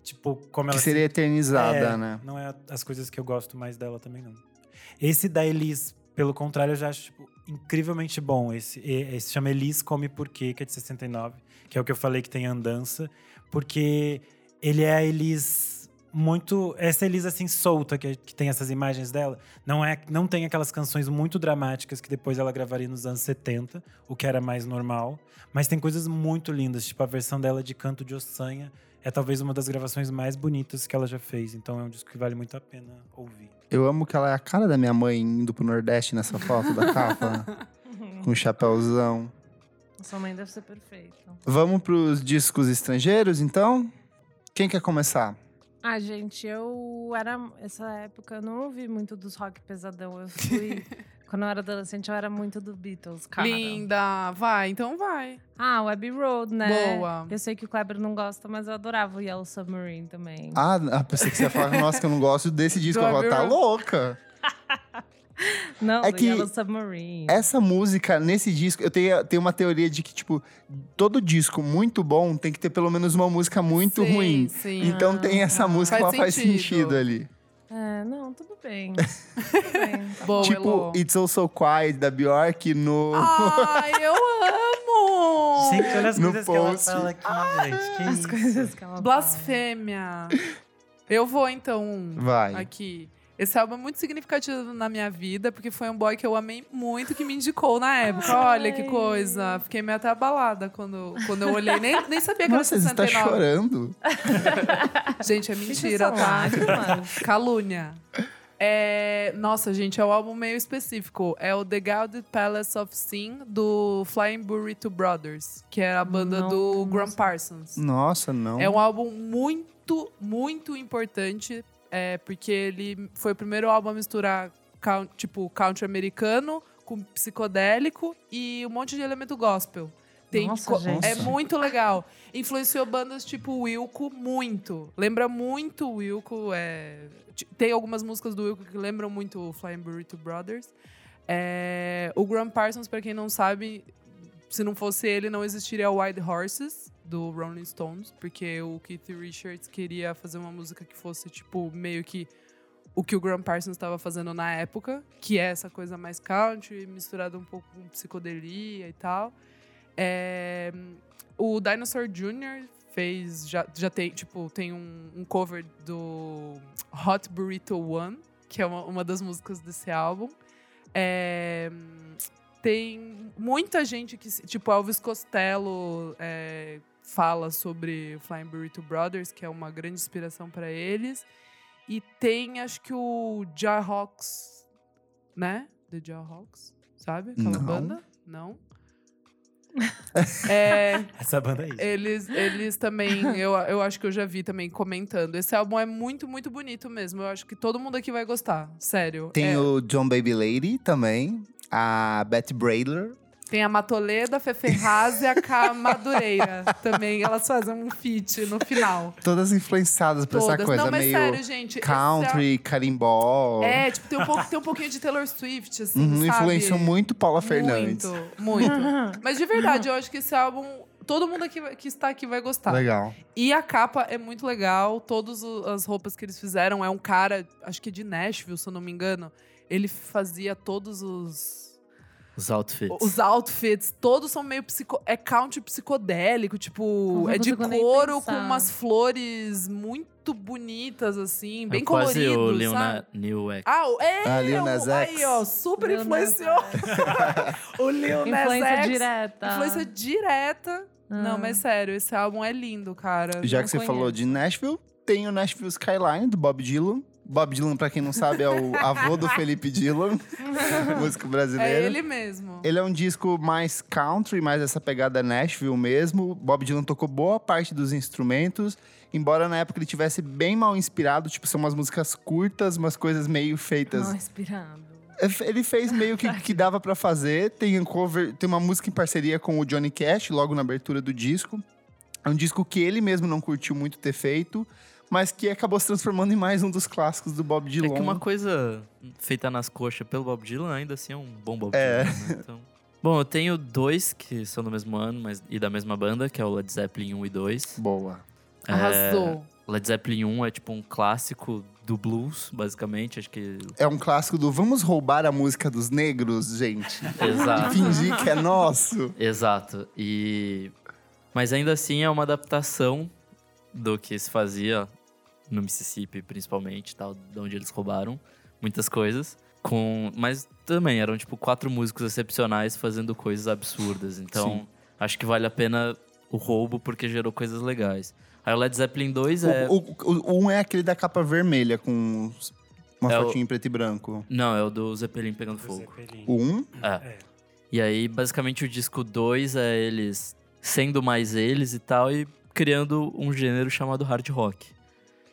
Speaker 5: tipo, como ela
Speaker 1: que
Speaker 5: se-
Speaker 1: seria eternizada,
Speaker 5: é,
Speaker 1: né?
Speaker 5: Não é as coisas que eu gosto mais dela também, não. Esse da Elis, pelo contrário, eu já acho tipo, incrivelmente bom. Esse, e- esse chama Elis Come Porquê, que é de 69, que é o que eu falei que tem andança, porque ele é a Elis muito. Essa Elis assim solta, que, que tem essas imagens dela, não, é, não tem aquelas canções muito dramáticas que depois ela gravaria nos anos 70, o que era mais normal. Mas tem coisas muito lindas, tipo a versão dela de Canto de Ossanha é talvez uma das gravações mais bonitas que ela já fez. Então é um disco que vale muito a pena ouvir.
Speaker 1: Eu amo que ela é a cara da minha mãe indo pro Nordeste nessa foto da
Speaker 5: <laughs>
Speaker 1: capa, com o chapéuzão.
Speaker 2: Sua mãe deve ser perfeita.
Speaker 1: Vamos pros discos estrangeiros, então? Quem quer começar?
Speaker 2: Ah, gente, eu era. Essa época eu não ouvi muito dos rock pesadão. Eu
Speaker 3: <laughs>
Speaker 2: fui. quando eu era adolescente, eu era muito do Beatles, cara.
Speaker 3: Linda. Vai, então vai.
Speaker 2: Ah, o Abbey Road, né?
Speaker 3: Boa.
Speaker 2: Eu sei que o Kleber não gosta, mas eu adorava o Yellow Submarine também.
Speaker 1: Ah, ah, pensei que você ia falar, nossa, que eu não gosto desse disco.
Speaker 3: Do
Speaker 1: Eu falo,
Speaker 3: Abbey
Speaker 1: tá
Speaker 3: Road.
Speaker 1: louca!
Speaker 2: Não,
Speaker 1: É
Speaker 2: do
Speaker 1: que
Speaker 2: Yellow Submarine.
Speaker 1: Essa música, nesse disco, eu tenho, tenho uma teoria de que, tipo, todo disco muito bom tem que ter pelo menos uma música muito
Speaker 3: Sim,
Speaker 1: ruim.
Speaker 3: Sim.
Speaker 1: Então tem essa música,
Speaker 3: Faz
Speaker 1: ela faz
Speaker 3: sentido.
Speaker 1: sentido ali.
Speaker 2: É, não, tudo
Speaker 1: <laughs>
Speaker 2: bem. Tudo bem.
Speaker 3: Ah, Boa,
Speaker 1: tipo,
Speaker 3: Elô. Ah,
Speaker 1: It's All So Quiet, da Bjork, no...
Speaker 3: Ai, eu amo!
Speaker 5: Gente, olha as
Speaker 1: No
Speaker 5: coisas que ela
Speaker 1: post.
Speaker 5: fala aqui, gente.
Speaker 2: <laughs>
Speaker 5: Que
Speaker 2: As
Speaker 5: isso.
Speaker 2: coisas que ela
Speaker 3: Blasfêmia. Eu vou, então,
Speaker 1: Vai.
Speaker 3: aqui. Esse álbum é muito significativo na minha vida, porque foi um boy que eu amei muito, que me indicou na época. Olha que
Speaker 2: Ai.
Speaker 3: coisa. Fiquei meio até abalada quando, quando eu olhei. Nem, nem sabia que
Speaker 1: Nossa,
Speaker 3: era
Speaker 1: você tá
Speaker 3: 69.
Speaker 1: chorando?
Speaker 3: Gente, é
Speaker 2: Vocês
Speaker 3: mentira,
Speaker 2: são
Speaker 3: tá?
Speaker 2: lágrimas.
Speaker 3: <laughs> Calúnia. É, nossa, gente, é um álbum meio específico. É o The Gilded Palace of Sin, do Flying Burrito Brothers, que é a banda
Speaker 2: Não,
Speaker 3: do
Speaker 2: não
Speaker 3: Graham
Speaker 2: sei.
Speaker 3: Parsons.
Speaker 1: Nossa, não.
Speaker 3: É um álbum muito, muito importante, é, porque ele foi o primeiro álbum a misturar, coun- tipo, country americano com psicodélico e um monte de elemento gospel. Tem
Speaker 2: Nossa,
Speaker 3: co-
Speaker 2: gente.
Speaker 3: É muito legal. Influenciou bandas tipo Wilco muito. Lembra muito o Wilco. é, ti- tem algumas músicas do Wilco que lembram muito o Flying Burrito Brothers. É, o Graham Parsons, pra quem não sabe, se não fosse ele, não existiria o Wild Horses, do Rolling Stones, porque o Keith Richards queria fazer uma música que fosse, tipo, meio que o que o Graham Parsons estava fazendo na época, que é essa coisa mais country, misturada um pouco com psicodelia e tal. É, o Dinosaur Jr. fez, já, já tem, tipo, tem um, um cover do Hot Burrito One, que é uma, uma das músicas desse álbum. É, tem muita gente que, se- tipo, Elvis Costello é, fala sobre o Flying Burrito Brothers, que é uma grande inspiração para eles. E tem, acho que o Jawhawks, né? The Jawhawks, sabe? Aquela
Speaker 1: Não.
Speaker 3: banda? Não. É,
Speaker 5: Essa banda aí.
Speaker 3: eles, eles também,
Speaker 1: <laughs>
Speaker 3: eu, eu acho que eu já vi também comentando. Esse álbum é muito, muito bonito mesmo. Eu acho que todo mundo aqui vai gostar, sério.
Speaker 1: Tem
Speaker 3: É,
Speaker 1: o John Baby Lady também, a Betty Brailer.
Speaker 3: Tem a Matoleda, a Fê Ferraz e a Cá
Speaker 1: <laughs>
Speaker 3: Madureira também. Elas fazem um feat no final.
Speaker 1: Todas influenciadas por essa
Speaker 3: Todas.
Speaker 1: coisa
Speaker 3: Não, mas
Speaker 1: meio
Speaker 3: sério, gente. esse é-
Speaker 1: country, carimbó.
Speaker 3: É, tipo, tem um, pouco, tem um pouquinho de Taylor Swift, assim,
Speaker 1: Uhum,
Speaker 3: sabe?
Speaker 1: influenciou muito Paula Fernandes. <laughs>
Speaker 3: Muito, muito. Mas de verdade, eu acho que esse álbum... Todo mundo aqui, que está aqui vai gostar.
Speaker 1: Legal.
Speaker 3: E a capa é muito legal. Todas o- as roupas que eles fizeram é um cara, acho que de Nashville, se eu não me engano. Ele fazia todos os
Speaker 4: Os outfits.
Speaker 3: os outfits, todos são meio psico, é country psicodélico, tipo,
Speaker 2: Não
Speaker 3: é de
Speaker 2: consigo nem
Speaker 3: couro com
Speaker 2: pensar.
Speaker 3: umas flores muito bonitas assim, bem
Speaker 4: é quase
Speaker 3: coloridos,
Speaker 4: o
Speaker 3: sabe?
Speaker 4: Leona Newek.
Speaker 3: Ah, o- é,
Speaker 1: Ah, Lil
Speaker 3: o-
Speaker 1: Nas X.
Speaker 3: aí, ó, super
Speaker 2: Lil Nas
Speaker 3: influenciou. <laughs> o Lil Nas
Speaker 2: Influência
Speaker 3: X.
Speaker 2: direta.
Speaker 3: Influência direta. Não,
Speaker 2: Ah.
Speaker 3: mas sério, esse álbum é lindo, cara.
Speaker 1: Já
Speaker 2: não
Speaker 1: que você
Speaker 2: conheço.
Speaker 1: falou de Nashville, tem o Nashville Skyline, do Bob Dylan. Bob Dylan, pra quem não sabe, é
Speaker 3: <laughs>
Speaker 1: o avô do Felipe Dylan, <laughs> músico
Speaker 3: É
Speaker 1: brasileiro.
Speaker 3: ele mesmo.
Speaker 1: Ele é um disco mais country, mais essa pegada Nashville mesmo. Bob Dylan tocou boa parte dos instrumentos, embora na época ele tivesse bem mal inspirado, tipo, são umas músicas curtas, umas coisas meio feitas.
Speaker 2: Não, inspirando.
Speaker 1: É Ele fez meio que que dava pra fazer. Tem um cover, tem uma música em parceria com o Johnny Cash logo na abertura do disco. É um disco que ele mesmo não curtiu muito ter feito, mas que acabou se transformando em mais um dos clássicos do Bob
Speaker 4: É
Speaker 1: Dylan.
Speaker 4: que uma coisa feita nas coxas pelo Bob Dylan ainda assim é um bom Bob
Speaker 1: É.
Speaker 4: Dylan. Né? Então... Bom, eu tenho dois que são do mesmo ano mas, e da mesma banda, que é o Led Zeppelin 1 e 2.
Speaker 1: boa.
Speaker 3: Arrasou.
Speaker 4: Led Zeppelin 1 é tipo um clássico do blues, basicamente. Acho que.
Speaker 1: É um clássico do vamos roubar a música dos negros, gente. E
Speaker 4: <laughs> Exato.
Speaker 1: fingir que é nosso.
Speaker 4: Exato. E. Mas ainda assim é uma adaptação do que se fazia no Mississippi, principalmente, tal, de onde eles roubaram muitas coisas. Com... Mas também eram, tipo, quatro músicos excepcionais fazendo coisas absurdas. Então,
Speaker 1: Sim.
Speaker 4: acho que vale a pena o roubo porque gerou coisas legais. Aí o Led Zeppelin 2 é.
Speaker 1: O, o- o- um é aquele da capa vermelha com os- uma
Speaker 4: É o-
Speaker 1: fotinha em preto e branco.
Speaker 4: Não, é o do Zeppelin pegando
Speaker 5: Do
Speaker 4: fogo.
Speaker 5: Zeppelin.
Speaker 1: O um,
Speaker 5: É.
Speaker 4: E aí, basicamente, o disco 2 é eles sendo mais eles e tal, e criando um gênero chamado hard rock.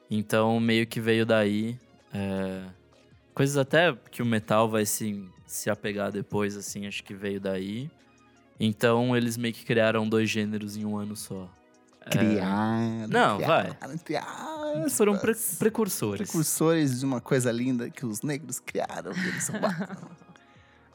Speaker 4: Então, meio que veio daí. é, Coisas até que o metal vai se, se apegar depois, assim, acho que veio daí. Então, eles meio que criaram dois gêneros em um ano só.
Speaker 1: criar.
Speaker 4: É. Não, vai.
Speaker 1: criar.
Speaker 4: Foram pre- precursores.
Speaker 1: precursores de uma coisa linda que os negros criaram. e Eles roubaram.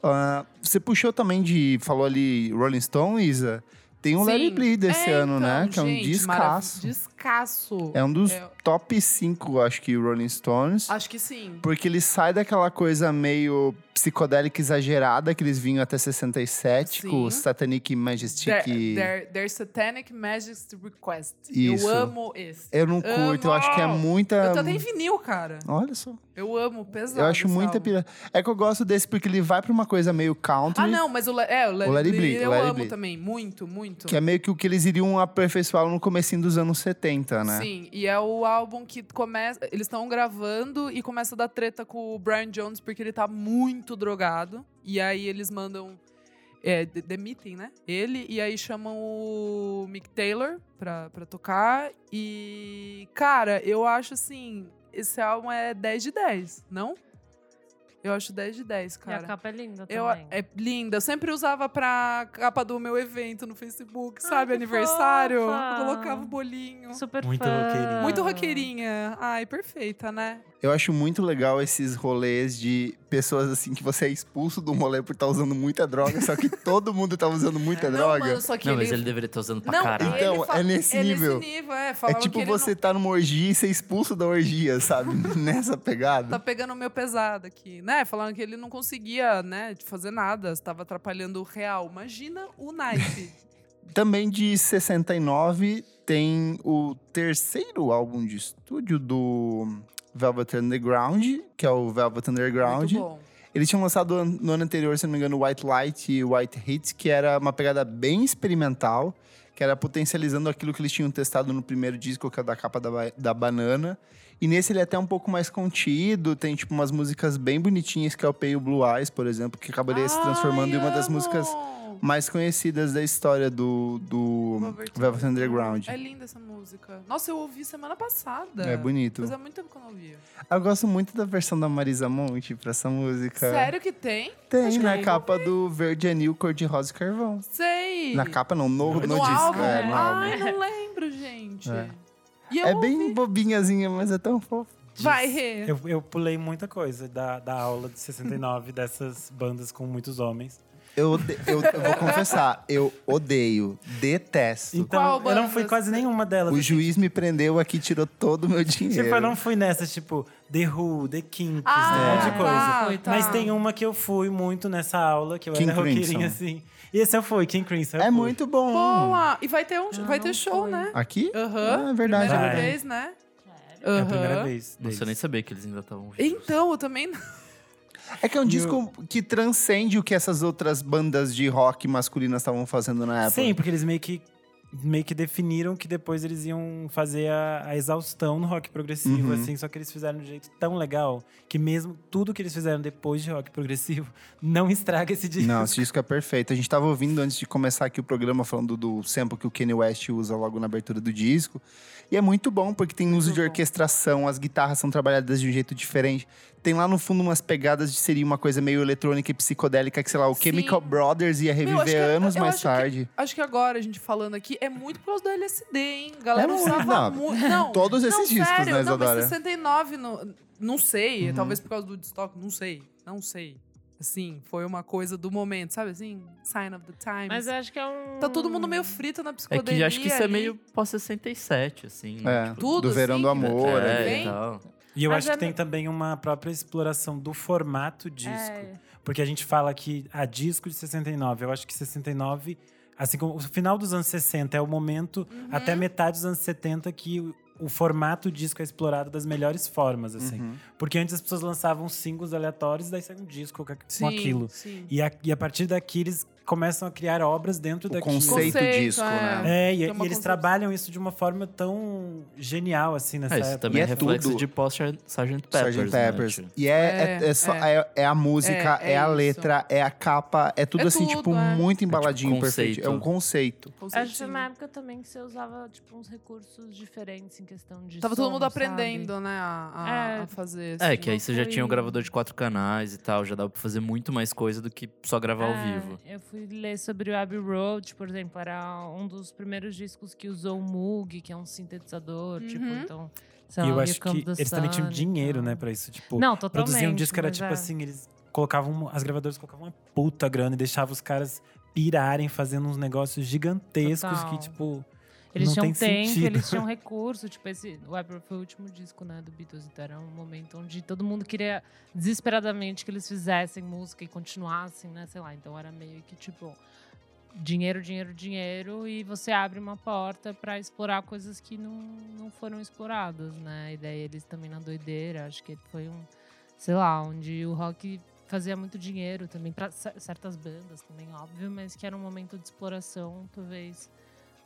Speaker 1: Ah, você puxou também de. falou ali Rolling Stone, Isa. Tem um Larry
Speaker 3: Sim.
Speaker 1: Bleed desse
Speaker 3: É,
Speaker 1: ano,
Speaker 3: então,
Speaker 1: né? Que é um
Speaker 3: gente,
Speaker 1: descasso.
Speaker 3: marav- Descasso.
Speaker 1: É um dos
Speaker 3: É.
Speaker 1: top 5, acho que, Rolling Stones.
Speaker 3: Acho que sim.
Speaker 1: Porque ele sai daquela coisa meio psicodélica exagerada que eles vinham até 67, com o
Speaker 3: Sim.
Speaker 1: Satanic Majestic.
Speaker 3: Their, their, their Satanic Majesty Request.
Speaker 1: Isso.
Speaker 3: Eu amo esse.
Speaker 1: Eu não curto, eu acho que é
Speaker 3: Amo!
Speaker 1: muita.
Speaker 3: Eu tô até em vinil, cara.
Speaker 1: Olha só.
Speaker 3: Eu amo, pesado.
Speaker 1: Eu acho
Speaker 3: esse
Speaker 1: muita
Speaker 3: álbum.
Speaker 1: pira. É que eu gosto desse porque ele vai pra uma coisa meio country,
Speaker 3: Ah, não, mas o, Le- é, o Let,
Speaker 1: O Let
Speaker 3: It
Speaker 1: It
Speaker 3: Bleed
Speaker 1: Bleed, o
Speaker 3: eu
Speaker 1: Let It
Speaker 3: amo
Speaker 1: Bleed.
Speaker 3: também. Muito, muito.
Speaker 1: que é meio que o que eles iriam aperfeiçoar no comecinho dos anos 70, né?
Speaker 3: Sim, e é o álbum que começa. Eles estão gravando e começa a dar treta com o Brian Jones porque ele tá muito drogado. E aí eles mandam. É, de- demitem, né? Ele, e aí chamam o Mick Taylor pra, pra tocar. E, cara, eu acho assim: esse álbum é 10 de 10, não? Eu acho 10 de 10,
Speaker 2: E
Speaker 3: cara.
Speaker 2: a capa é linda
Speaker 3: Eu,
Speaker 2: também.
Speaker 3: é linda. Eu sempre usava pra capa do meu evento no Facebook,
Speaker 2: Ai,
Speaker 3: sabe?
Speaker 2: que
Speaker 3: Aniversário.
Speaker 2: fofa.
Speaker 3: Eu colocava o bolinho.
Speaker 2: Super
Speaker 5: Muito
Speaker 2: fã.
Speaker 5: roqueirinha.
Speaker 3: Muito roqueirinha. Ai, perfeita, né?
Speaker 1: Eu acho muito legal esses rolês de pessoas assim que você é expulso de um rolê por estar usando muita droga, só
Speaker 3: <laughs>
Speaker 1: que todo mundo tá usando muita droga.
Speaker 3: Não, mano, só que
Speaker 4: Não,
Speaker 3: ele...
Speaker 4: mas ele deveria estar usando pra
Speaker 3: Não,
Speaker 4: caralho.
Speaker 1: Então,
Speaker 3: fa-
Speaker 1: é nesse
Speaker 3: é
Speaker 1: nível.
Speaker 3: Nesse nível, é.
Speaker 1: é
Speaker 3: Falavam que
Speaker 1: tipo
Speaker 3: ele
Speaker 1: você tá numa orgia e ser expulso da orgia,
Speaker 3: <laughs>
Speaker 1: sabe? Nessa
Speaker 3: não- Tá
Speaker 1: pegada.
Speaker 3: pegando o meu pesado aqui, né? Falando que ele não conseguia, né, de fazer nada, estava atrapalhando o real. Imagina
Speaker 1: <laughs>
Speaker 3: o Nike.
Speaker 1: Também de 69 tem o terceiro álbum de estúdio do Velvet Underground, que é o Velvet Underground.
Speaker 3: Muito bom.
Speaker 1: Eles tinham lançado an- no ano anterior, se não me engano, White Light e White Hits, que era uma pegada bem experimental, que era potencializando aquilo que eles tinham testado no primeiro disco, que é da capa da, ba- da banana. E nesse ele é até um pouco mais contido, tem tipo umas músicas bem bonitinhas, que é o Pay o Blue Eyes, por exemplo, que acabaria se transformando
Speaker 3: Ai,
Speaker 1: em uma das
Speaker 3: amo!
Speaker 1: músicas
Speaker 3: Uau!
Speaker 1: mais conhecidas da história do, do
Speaker 3: Robert
Speaker 1: Velvet Underground.
Speaker 3: É linda essa música. Nossa, eu ouvi semana passada.
Speaker 1: É bonito.
Speaker 3: Fazia muito tempo que eu não ouvia.
Speaker 1: Eu gosto muito da versão da Marisa Monte pra essa música.
Speaker 3: Sério que tem?
Speaker 1: Tem
Speaker 3: Acho que
Speaker 1: na
Speaker 3: eu
Speaker 1: capa do Verde Anil, Cor de Rosa e Carvão.
Speaker 3: Sei!
Speaker 1: Na capa não, no, no,
Speaker 5: No
Speaker 1: disco.
Speaker 3: álbum? né?
Speaker 1: É, no álbum.
Speaker 3: Ai, não lembro, gente.
Speaker 1: É.
Speaker 3: E eu
Speaker 1: É
Speaker 3: ouvi.
Speaker 1: bem bobinhazinha, mas é tão fofo.
Speaker 3: Vai, Rê.
Speaker 5: Eu, eu pulei muita coisa da, da aula de 69 dessas bandas com muitos homens.
Speaker 1: Eu, ode- eu, eu vou confessar, eu odeio, detesto.
Speaker 5: Então,
Speaker 3: Qual
Speaker 5: eu não fui
Speaker 3: bandas?
Speaker 5: quase nenhuma delas.
Speaker 1: O juiz me prendeu aqui, tirou todo o meu dinheiro.
Speaker 5: Tipo, eu
Speaker 3: um
Speaker 5: não fui nessas, tipo, The Who, The Kinks, né, um
Speaker 3: Ah,
Speaker 5: monte de coisa.
Speaker 3: tá, tá.
Speaker 5: Mas tem uma que eu fui muito nessa aula, que eu
Speaker 1: King
Speaker 5: era roqueirinha,
Speaker 1: Crimson.
Speaker 5: assim. E esse eu fui, King Crimson. eu
Speaker 1: É
Speaker 5: fui.
Speaker 1: muito bom.
Speaker 3: Boa! E vai ter, um, vai ter
Speaker 6: não
Speaker 3: show,
Speaker 6: foi.
Speaker 3: né?
Speaker 1: Aqui?
Speaker 3: Aham.
Speaker 1: Ah, é verdade.
Speaker 3: Primeira
Speaker 5: Vai.
Speaker 3: vez, né?
Speaker 6: Sério?
Speaker 5: É
Speaker 3: Aham.
Speaker 5: a primeira vez.
Speaker 4: Nossa, eu nem
Speaker 5: deles.
Speaker 4: sabia que eles ainda estavam vivos.
Speaker 3: Então, eu também não.
Speaker 1: É que é um
Speaker 5: E
Speaker 1: disco que transcende o que essas outras bandas de rock masculinas estavam fazendo na época.
Speaker 5: Sim, porque eles meio que, meio que definiram que depois eles iam fazer a, a exaustão no rock progressivo,
Speaker 1: Uhum.
Speaker 5: assim. Só que eles fizeram de um jeito tão legal que mesmo tudo que eles fizeram depois de rock progressivo <laughs> não estraga esse disco.
Speaker 1: Não, esse disco é perfeito. A gente tava ouvindo antes de começar aqui o programa falando do sample que o Kanye West usa logo na abertura do disco. E é muito bom, porque tem uso de orquestração, as guitarras são trabalhadas de um jeito diferente. Tem lá no fundo umas pegadas de seria uma coisa meio eletrônica e psicodélica, que sei lá, o
Speaker 3: Sim.
Speaker 1: Chemical Brothers ia
Speaker 3: Meu, acho
Speaker 1: reviver
Speaker 3: que-
Speaker 1: anos
Speaker 3: eu
Speaker 1: mais
Speaker 3: acho que-
Speaker 1: tarde.
Speaker 3: Acho que agora a gente falando aqui é muito por causa do LSD, hein? Galera
Speaker 1: É muito,
Speaker 3: usava
Speaker 1: não.
Speaker 3: muito. Não,
Speaker 1: Todos esses
Speaker 3: não,
Speaker 1: discos,
Speaker 3: sério,
Speaker 1: né,
Speaker 3: não, mas
Speaker 1: Isadora?
Speaker 3: 69, no, não sei,
Speaker 1: Uhum.
Speaker 3: talvez por causa do estoque, não sei, não sei. Assim, foi uma coisa do momento, sabe assim? Sign of the times.
Speaker 2: Mas eu acho que é um.
Speaker 3: Tá todo mundo meio frito na
Speaker 4: É
Speaker 3: psicodelia.
Speaker 4: que eu acho que isso é
Speaker 3: ali.
Speaker 4: meio pós-67, assim.
Speaker 1: É,
Speaker 4: né? Tipo,
Speaker 3: Tudo,
Speaker 1: do Verão
Speaker 3: assim,
Speaker 1: do
Speaker 3: que-
Speaker 1: Amor.
Speaker 4: é,
Speaker 1: ali.
Speaker 3: bem-
Speaker 4: e tal.
Speaker 5: E eu
Speaker 2: Mas
Speaker 5: acho
Speaker 2: é
Speaker 5: que tem
Speaker 2: me-
Speaker 5: também uma própria exploração do formato disco.
Speaker 2: É.
Speaker 5: Porque a gente fala que a disco de 69, eu acho que 69, assim como o final dos anos 60 é o momento até
Speaker 2: Uhum.
Speaker 5: metade dos anos 70 que o, o formato disco é explorado das melhores formas, assim.
Speaker 1: Uhum.
Speaker 5: Porque antes as pessoas lançavam singles aleatórios, daí saiu um disco com, a- com
Speaker 3: Sim,
Speaker 5: aquilo.
Speaker 3: Sim.
Speaker 5: E a, e a partir daqui eles começam a criar obras dentro
Speaker 1: O
Speaker 5: daquilo.
Speaker 1: conceito,
Speaker 3: Conceito,
Speaker 1: disco, né?
Speaker 3: é.
Speaker 5: É, e,
Speaker 3: Tem
Speaker 5: e
Speaker 3: uma
Speaker 5: eles
Speaker 3: concepção.
Speaker 5: trabalham isso de uma forma tão genial, assim, nessa
Speaker 4: É, isso
Speaker 5: época.
Speaker 4: também
Speaker 1: E
Speaker 4: é,
Speaker 1: é
Speaker 4: reflexo
Speaker 1: tudo.
Speaker 4: de
Speaker 1: Sgt.
Speaker 4: pós-Sgt. Peppers. né,
Speaker 1: Peppers.
Speaker 4: tipo?
Speaker 1: E é, é,
Speaker 3: É,
Speaker 1: é só- é- é a música,
Speaker 3: É,
Speaker 1: é,
Speaker 3: é
Speaker 1: a
Speaker 3: isso.
Speaker 1: letra, é a capa, é tudo
Speaker 3: É
Speaker 1: assim,
Speaker 3: tudo,
Speaker 1: tipo,
Speaker 3: é.
Speaker 1: muito embaladinho,
Speaker 4: conceito.
Speaker 1: perfeito. É um conceito.
Speaker 2: Acho que é foi
Speaker 3: Conceitinho.
Speaker 2: uma época também que você usava, tipo, uns recursos diferentes em questão de.
Speaker 3: Tava
Speaker 2: som,
Speaker 3: todo mundo
Speaker 2: sabe?
Speaker 3: aprendendo, né, a, a-
Speaker 2: É.
Speaker 3: a fazer.
Speaker 4: É,
Speaker 3: assim.
Speaker 4: que aí você já tinha o
Speaker 2: foi-
Speaker 4: gravador de quatro canais e tal, já dava pra fazer muito mais coisa do que só gravar ao
Speaker 2: É,
Speaker 4: vivo.
Speaker 2: Eu fui ler sobre o Abbey Road, por exemplo, era um dos primeiros discos que usou o Moog, que é um sintetizador, tipo,
Speaker 3: Uhum.
Speaker 2: então. sei
Speaker 5: E eu
Speaker 2: lá,
Speaker 5: acho
Speaker 2: You Come
Speaker 5: que
Speaker 2: the
Speaker 5: eles também tinham
Speaker 2: Sun e
Speaker 5: dinheiro,
Speaker 2: tal.
Speaker 5: né, pra isso. Tipo,
Speaker 2: Não, totalmente.
Speaker 5: produziam um disco, era
Speaker 2: mas
Speaker 5: tipo
Speaker 2: é.
Speaker 5: assim, eles colocavam. As gravadoras colocavam uma puta grana e deixavam os caras pirarem fazendo uns negócios gigantescos
Speaker 2: Total.
Speaker 5: que, tipo.
Speaker 2: Eles
Speaker 5: não
Speaker 2: tinham
Speaker 5: tem
Speaker 2: tempo,
Speaker 5: sentido.
Speaker 2: eles
Speaker 5: <laughs>
Speaker 2: tinham recurso. Tipo, esse, o Abbey Road foi o último disco né, do Beatles, então era um momento onde todo mundo queria desesperadamente que eles fizessem música e continuassem, né? Sei lá. Então era meio que tipo. Dinheiro, dinheiro, dinheiro, e você abre uma porta pra explorar coisas que não, não foram exploradas, né? E daí eles também na doideira, acho que foi um, sei lá, onde o rock fazia muito dinheiro também, pra cer- certas bandas também, óbvio, mas que era um momento de exploração, talvez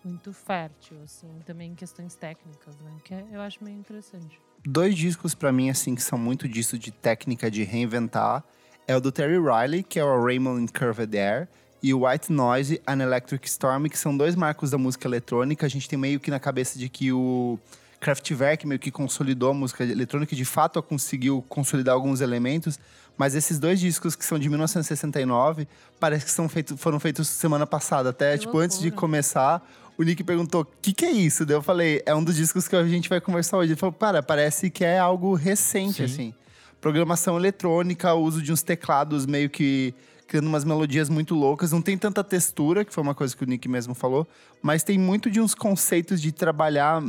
Speaker 2: muito fértil, assim, também em questões técnicas, né? O que é- eu acho meio interessante.
Speaker 1: Dois discos pra mim, assim, que são muito disso de técnica de reinventar, é o do Terry Riley, que é o Raymond in Curved Air, e o White Noise, An Electric Storm, que são dois marcos da música eletrônica. A gente tem meio que na cabeça de que o Kraftwerk meio que consolidou a música eletrônica, e de fato conseguiu consolidar alguns elementos, mas esses dois discos que são de 1969, parece que são feito, foram feitos semana passada, até,
Speaker 2: Que
Speaker 1: tipo, antes de
Speaker 2: loucura.
Speaker 1: começar, o Nick perguntou: o que, que é isso? Daí eu falei: é um dos discos que a gente vai conversar hoje. Ele falou: cara, parece que é algo recente,
Speaker 4: Sim.
Speaker 1: assim. Programação eletrônica, o uso de uns teclados meio que criando umas melodias muito loucas. Não tem tanta textura, que foi uma coisa que o Nick mesmo falou, mas tem muito de uns conceitos de trabalhar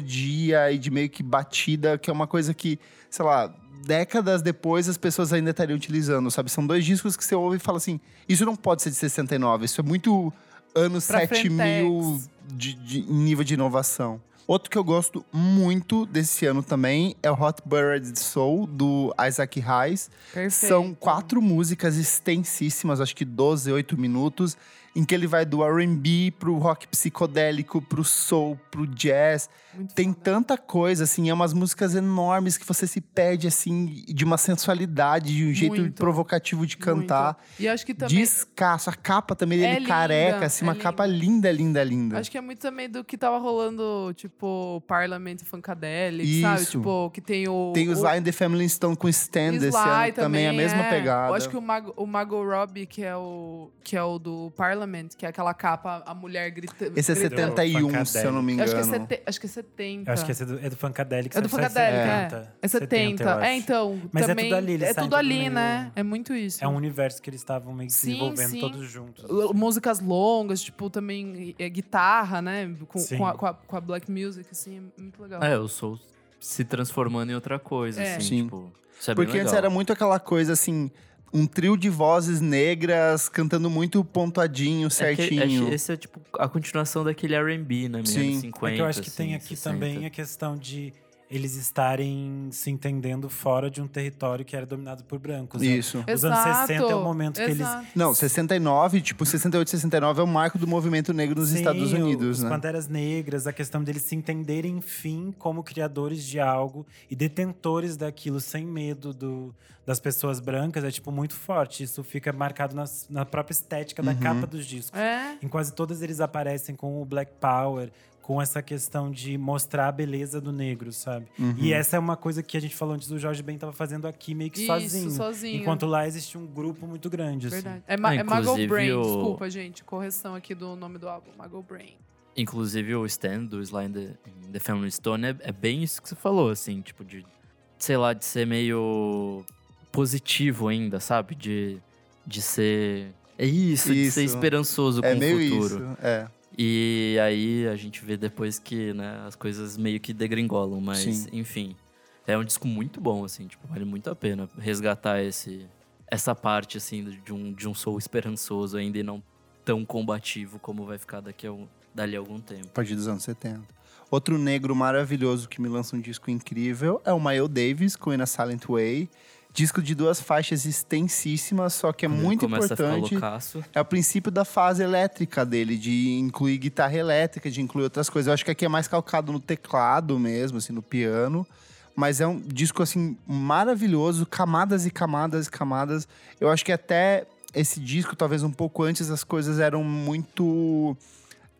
Speaker 1: melodia e de meio que batida, que é uma coisa que, sei lá. Décadas depois as pessoas ainda estariam utilizando, sabe? São dois discos que você ouve e fala assim: isso não pode ser de 69, isso é muito anos
Speaker 3: Pra
Speaker 1: 7000
Speaker 3: Frentex.
Speaker 1: de, de nível de inovação. Outro que eu gosto muito desse ano também é o Hot Buried Soul, do Isaac Hayes.
Speaker 3: Perfeito.
Speaker 1: São quatro músicas extensíssimas, acho que 12, 8 minutos, em que ele vai do R&B pro rock psicodélico, pro soul, pro jazz.
Speaker 3: Muito
Speaker 1: Tem
Speaker 3: foda.
Speaker 1: tanta coisa, assim, é umas músicas enormes que você se perde, assim, de uma sensualidade, de um jeito
Speaker 3: Muito.
Speaker 1: provocativo de cantar.
Speaker 3: E acho que também.
Speaker 1: Descasso. A capa também
Speaker 3: É
Speaker 1: dele
Speaker 3: linda,
Speaker 1: careca, assim,
Speaker 3: é
Speaker 1: uma capa linda, linda, linda.
Speaker 3: Acho que é muito também do que tava rolando, tipo, Parlamento Funkadelic,
Speaker 1: Isso.
Speaker 3: sabe? Tipo, que tem o.
Speaker 1: Tem
Speaker 3: o-
Speaker 1: os Lion The Family Stone com Stand
Speaker 3: Sly
Speaker 1: esse ano também, a mesma
Speaker 3: é.
Speaker 1: pegada.
Speaker 3: Eu acho que o Mago, o Mago Robbie, que é o, que é o do Parliament, que é aquela capa, a mulher gritando.
Speaker 1: Esse é
Speaker 5: Entendeu?
Speaker 1: 71, se eu
Speaker 5: Funkadelic.
Speaker 1: não me engano.
Speaker 3: Acho que é, sete, acho que é 70.
Speaker 5: Eu acho que esse é do, é do Funkadelic.
Speaker 3: É do
Speaker 5: sabe? Sai
Speaker 3: Funkadelic, é.
Speaker 5: 70,
Speaker 3: É 70.
Speaker 5: eu
Speaker 3: é,
Speaker 5: acho.
Speaker 3: então.
Speaker 5: Mas é
Speaker 3: também,
Speaker 5: tudo ali, eles
Speaker 3: É
Speaker 5: saem
Speaker 3: tudo
Speaker 5: tudo
Speaker 3: ali,
Speaker 5: meio-
Speaker 3: né? É muito isso.
Speaker 5: É um universo que eles estavam meio que se
Speaker 3: Sim,
Speaker 5: desenvolvendo
Speaker 3: sim.
Speaker 5: todos juntos.
Speaker 3: L- Músicas longas, tipo, também é, guitarra, né? Com,
Speaker 5: Sim.
Speaker 3: com, a, com, a, com a black music, assim, é muito
Speaker 5: então.
Speaker 3: legal.
Speaker 4: É, eu sou se transformando em outra coisa,
Speaker 3: É.
Speaker 4: assim,
Speaker 1: Sim.
Speaker 4: tipo. Isso é
Speaker 1: Porque
Speaker 4: bem
Speaker 1: antes
Speaker 4: legal.
Speaker 1: era muito aquela coisa, assim, um trio de vozes negras cantando muito pontuadinho,
Speaker 4: É que- é que
Speaker 1: certinho.
Speaker 4: esse é tipo a continuação daquele R&B, né?
Speaker 1: Sim.
Speaker 4: Sim.
Speaker 1: É que
Speaker 4: 50,
Speaker 5: é que eu acho que
Speaker 4: assim,
Speaker 5: tem aqui
Speaker 4: 60.
Speaker 5: também a questão de eles estarem se entendendo fora de um território que era dominado por brancos. né?
Speaker 1: Isso.
Speaker 5: Os anos 60 é o momento que eles-
Speaker 3: exato.
Speaker 1: Não, 69, tipo, 68, 69 é o marco do movimento negro nos
Speaker 5: Sim,
Speaker 1: Estados
Speaker 5: o-
Speaker 1: Unidos,
Speaker 5: os
Speaker 1: né?
Speaker 5: Panteras Negras, a questão deles se entenderem, enfim, como criadores de algo e detentores daquilo sem medo do, das pessoas brancas é, tipo, muito forte. Isso fica marcado nas- na própria estética da
Speaker 1: Uhum.
Speaker 5: capa dos discos.
Speaker 3: É.
Speaker 5: Em quase todas eles aparecem com o Black Power, com essa questão de mostrar a beleza do negro, sabe?
Speaker 1: Uhum.
Speaker 5: E essa é uma coisa que a gente falou antes, o Jorge Ben tava fazendo aqui meio que
Speaker 3: Isso,
Speaker 5: sozinho.
Speaker 3: sozinho.
Speaker 5: Enquanto lá existia um grupo muito grande, assim.
Speaker 3: Verdade. É, ma
Speaker 4: Ah,
Speaker 3: é Mago
Speaker 4: inclusive
Speaker 3: Brain,
Speaker 4: o-
Speaker 3: desculpa, gente. Correção aqui do nome do álbum, Mago Brain.
Speaker 4: Inclusive o stand do Sly and the, in the Family Stone é, é bem isso que você falou, assim, tipo, de, sei lá, de ser meio positivo ainda, sabe? De, de ser. É isso, de ser
Speaker 1: Isso.
Speaker 4: esperançoso
Speaker 1: É
Speaker 4: com
Speaker 1: meio
Speaker 4: o futuro.
Speaker 1: isso. É.
Speaker 4: E aí a gente vê depois que né, as coisas meio que degringolam, mas
Speaker 1: Sim.
Speaker 4: enfim. É um disco muito bom, assim, tipo, vale muito a pena resgatar esse, essa parte, assim, de um, de um soul esperançoso ainda e não tão combativo como vai ficar daqui a, um- dali a algum tempo.
Speaker 1: a partir dos anos 70. Outro negro maravilhoso que me lança um disco incrível é o Miles Davis com In a Silent Way. Disco de duas faixas extensíssimas, só que é
Speaker 4: Quando ele
Speaker 1: muito
Speaker 4: começa a
Speaker 1: importante.
Speaker 4: ficar loucaço.
Speaker 1: É o princípio da fase elétrica dele, de incluir guitarra elétrica, de incluir outras coisas. Eu acho que aqui é mais calcado no teclado mesmo, assim, no piano. Mas é um disco, assim, maravilhoso, camadas e camadas e camadas. Eu acho que até esse disco, talvez um pouco antes, as coisas eram muito.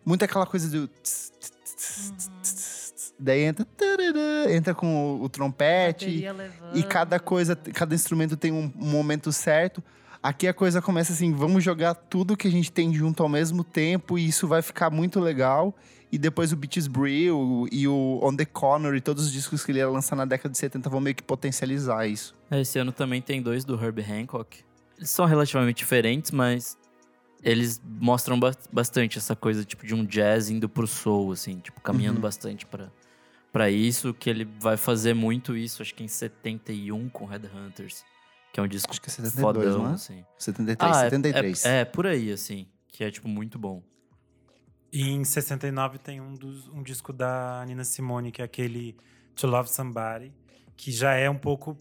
Speaker 1: Muito aquela coisa do. tss, tss, tss, tss, tss, tss. Daí entra. tarará, Entra com o, o trompete.
Speaker 2: Bateria levando.
Speaker 1: É,
Speaker 4: Ah.
Speaker 1: E cada coisa, cada instrumento tem um um momento certo. Aqui a coisa começa assim, vamos jogar tudo que a gente tem junto ao mesmo tempo e isso vai ficar muito legal. E depois o Beats Brew e o On The Corner e todos os discos que ele ia lançar na década de 70 vão meio que potencializar isso.
Speaker 4: É, Esse ano também tem dois do Herb Hancock. Eles são relativamente diferentes, mas eles mostram ba- bastante essa coisa tipo de um jazz indo pro soul, assim, tipo caminhando
Speaker 1: Uhum.
Speaker 4: bastante pra para isso, que ele vai fazer muito isso, acho que em 71 com Headhunters, que é um disco
Speaker 1: Acho que é 72,
Speaker 4: fodão,
Speaker 1: não é?
Speaker 4: assim.
Speaker 1: 73,
Speaker 4: Ah, é-
Speaker 1: 73.
Speaker 4: É, é, por aí, assim, que é tipo muito bom.
Speaker 5: E em 69 tem um, dos, um disco da Nina Simone, que é aquele To Love Somebody, que já é um pouco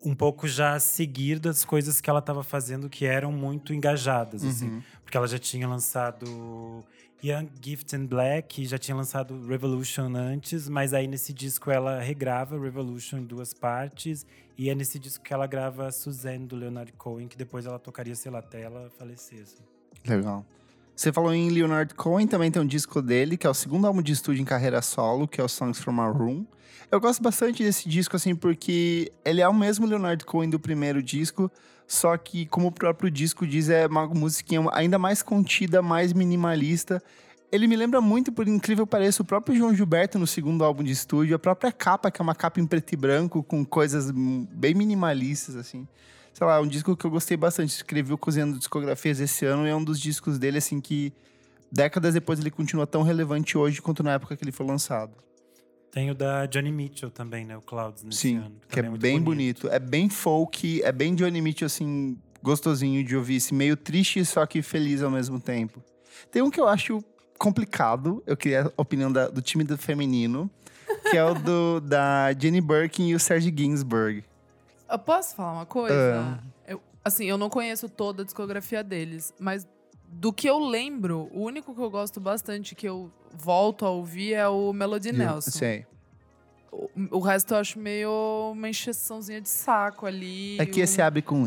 Speaker 5: um pouco já a seguir das coisas que ela estava fazendo que eram muito engajadas, assim.
Speaker 1: Uhum.
Speaker 5: Porque ela já tinha lançado Young, Gift and Black, e já tinha lançado Revolution antes, mas aí nesse disco ela regrava Revolution em duas partes, e é nesse disco que ela grava Suzanne, do Leonard Cohen, que depois ela tocaria, sei lá, até ela falecer, assim.
Speaker 1: Legal. Você falou em Leonard Cohen, também tem um disco dele, que é o segundo álbum de estúdio em carreira solo, que é o Songs from a Room. Eu gosto bastante desse disco, assim, porque ele é o mesmo Leonard Cohen do primeiro disco, só que, como o próprio disco diz, é uma musiquinha ainda mais contida, mais minimalista. Ele me lembra muito, por incrível que pareça, o próprio João Gilberto no segundo álbum de estúdio, a própria capa, que é uma capa em preto e branco, com coisas hum, bem minimalistas, assim sei lá, um disco que eu gostei bastante. Escrevi o Cozinhando Discografias esse ano e é um dos discos dele, assim, que décadas depois ele continua tão relevante hoje quanto na época que ele foi lançado.
Speaker 5: Tem o da Johnny Mitchell também, né? O Clouds nesse
Speaker 1: Sim,
Speaker 5: ano.
Speaker 1: que é,
Speaker 5: também muito
Speaker 1: bem bonito. É bem folk, é bem Johnny Mitchell, assim, gostosinho de ouvir. Esse meio triste, só que feliz ao mesmo tempo. Tem um que eu acho complicado. Eu queria a opinião da- do time do feminino, que é o do, da Jenny Birkin e o Serge Ginsberg.
Speaker 3: Eu posso falar uma coisa? Eu- assim, eu não conheço toda a discografia deles, mas do que eu lembro, o único que eu gosto bastante, que eu volto a ouvir, é o Melody Nelson.
Speaker 1: Sei.
Speaker 3: O, o resto eu acho meio uma encheçãozinha de saco ali.
Speaker 1: É que esse
Speaker 3: um...
Speaker 1: abre com um...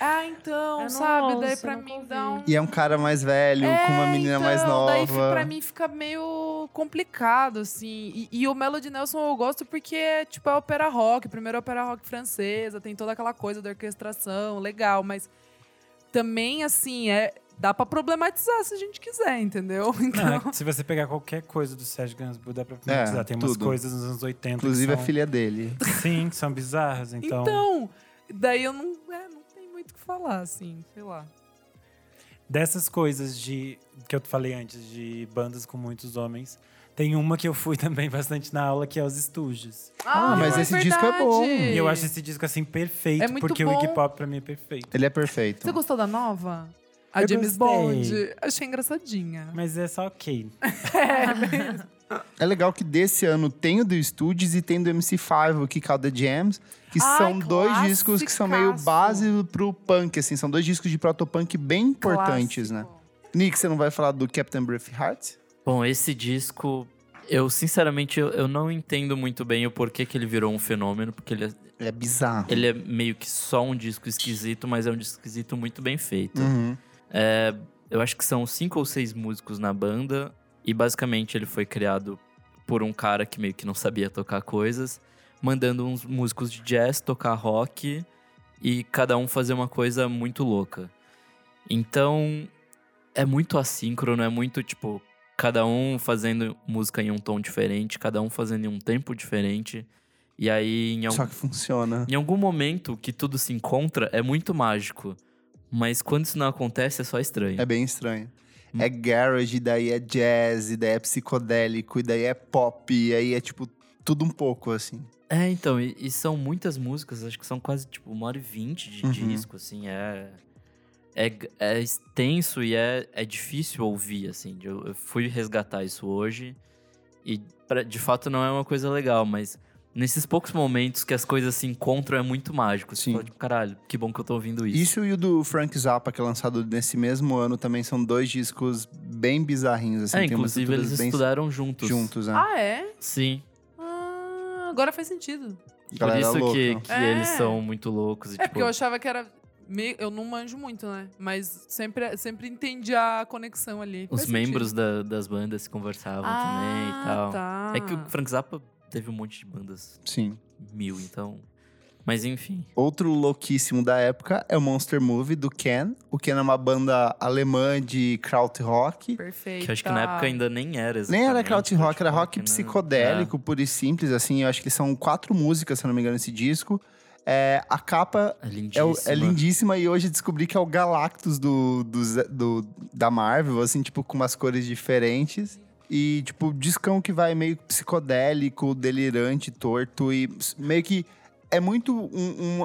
Speaker 3: Ah, então,
Speaker 2: Eu não
Speaker 3: sabe? Daí
Speaker 2: ouço,
Speaker 3: pra
Speaker 2: nunca
Speaker 3: mim
Speaker 2: ouvi.
Speaker 3: dá um.
Speaker 1: E é um cara mais velho, com uma menina
Speaker 3: então,
Speaker 1: mais nova.
Speaker 3: Daí fi- pra mim fica meio complicado, assim. E, e o Melody Nelson eu gosto porque é tipo é ópera rock, primeiro é ópera rock francesa, tem toda aquela coisa da orquestração, legal, mas também, assim, é. Dá pra problematizar se a gente quiser, entendeu? <laughs> Então,
Speaker 5: Não, é que se você pegar qualquer coisa do Sérgio Gainsbourg, dá pra problematizar. tem umas
Speaker 1: É, tudo.
Speaker 5: coisas nos anos 80 que
Speaker 1: Inclusive é a
Speaker 5: são-
Speaker 1: filha dele.
Speaker 5: <laughs> Sim, que são bizarras, então...
Speaker 3: então, daí eu não, é, não tem muito o que falar, assim, sei lá.
Speaker 5: Dessas coisas de que eu falei antes, de bandas com muitos homens, tem uma que eu fui <laughs> também bastante na aula, que é os Estúdios.
Speaker 1: Ah,
Speaker 5: mas
Speaker 1: esse disco é bom.
Speaker 5: E eu acho esse disco, assim, perfeito,
Speaker 3: É muito
Speaker 5: porque
Speaker 3: bom.
Speaker 5: o Iggy Pop pra mim é perfeito.
Speaker 1: Ele é perfeito.
Speaker 3: Você gostou da nova? A
Speaker 5: Eu
Speaker 3: James
Speaker 5: gostei.
Speaker 3: Bond? Achei engraçadinha.
Speaker 5: Mas é só ok.
Speaker 1: É legal que desse ano tem o do Studios e tem do MC5, é o Kick Out The Jams, que
Speaker 3: Ai,
Speaker 1: são dois discos que são meio
Speaker 3: classicaço.
Speaker 1: base pro punk, assim. São dois discos de protopunk bem importantes, né?
Speaker 3: Clássico.
Speaker 1: Nick, você não vai falar do Captain Brief Heart?
Speaker 4: Bom, esse disco, eu sinceramente eu, eu não entendo muito bem o porquê que ele virou um fenômeno, porque ele é,
Speaker 1: Ele é bizarro.
Speaker 4: ele é meio que só um disco esquisito, mas é um disco esquisito muito bem feito.
Speaker 1: Uhum.
Speaker 4: É, eu acho que são cinco ou seis músicos na banda, e basicamente ele foi criado por um cara que meio que não sabia tocar coisas, mandando uns músicos de jazz tocar rock e cada um fazer uma coisa muito louca. Então é muito assíncrono, é muito tipo cada um fazendo música em um tom diferente, cada um fazendo em um tempo diferente. E aí em algum
Speaker 1: Só que funciona.
Speaker 4: em algum momento que tudo se encontra é muito mágico. Mas quando isso não acontece é só estranho.
Speaker 1: É bem estranho.
Speaker 4: Hum.
Speaker 1: É garage, e daí é jazz, e daí é psicodélico, e daí é pop, e aí é tipo tudo um pouco, assim.
Speaker 4: É, então, e, e são muitas músicas, acho que são quase tipo uma hora e vinte de
Speaker 1: Uhum.
Speaker 4: disco, assim, é. É, g- é extenso e é, é difícil ouvir, assim. de- Eu, eu fui resgatar isso hoje e, pra- de fato, não é uma coisa legal, mas nesses poucos momentos que as coisas se encontram é muito mágico. Você
Speaker 1: Sim.
Speaker 4: fala, tipo, caralho, que bom que eu tô ouvindo isso.
Speaker 1: Isso e o do Frank Zappa, que é lançado nesse mesmo ano, também são dois discos bem bizarrinhos, assim.
Speaker 4: é,
Speaker 1: tem umas
Speaker 4: inclusive, eles
Speaker 1: estruturas bem
Speaker 4: estudaram juntos.
Speaker 1: juntos, né?
Speaker 3: Ah, é?
Speaker 4: Sim.
Speaker 3: Ah, agora faz sentido.
Speaker 4: Por
Speaker 1: Galera
Speaker 4: isso
Speaker 1: louca.
Speaker 4: que, que
Speaker 3: É.
Speaker 4: eles são muito loucos. E,
Speaker 3: É
Speaker 4: tipo,
Speaker 3: porque eu achava que era. meio- Eu não manjo muito, né? Mas sempre, sempre entendi a conexão ali.
Speaker 4: os
Speaker 3: Faz
Speaker 4: membros
Speaker 3: sentido.
Speaker 4: da- das bandas se conversavam também
Speaker 3: ah,
Speaker 4: e tal.
Speaker 3: Tá.
Speaker 4: É que o Frank Zappa teve um monte de bandas,
Speaker 1: Sim.
Speaker 4: mil, então. Mas enfim.
Speaker 1: Outro louquíssimo da época é o Monster Movie, do Ken. O Ken é uma banda alemã de krautrock.
Speaker 3: Perfeito.
Speaker 4: Que eu acho que na época ainda nem era
Speaker 1: Nem era
Speaker 4: exatamente
Speaker 1: krautrock, era rock
Speaker 4: né?
Speaker 1: psicodélico, puro e simples, assim. Eu acho que são quatro músicas, se eu não me engano, esse disco. É, a capa
Speaker 4: É, é
Speaker 1: É, o-
Speaker 4: lindíssimo.
Speaker 1: é lindíssima e hoje descobri que é o Galactus do, do Zé- do- da Marvel, assim, tipo, com umas cores diferentes. E, tipo, discão que vai meio psicodélico, delirante, torto e s- meio que. É muito um,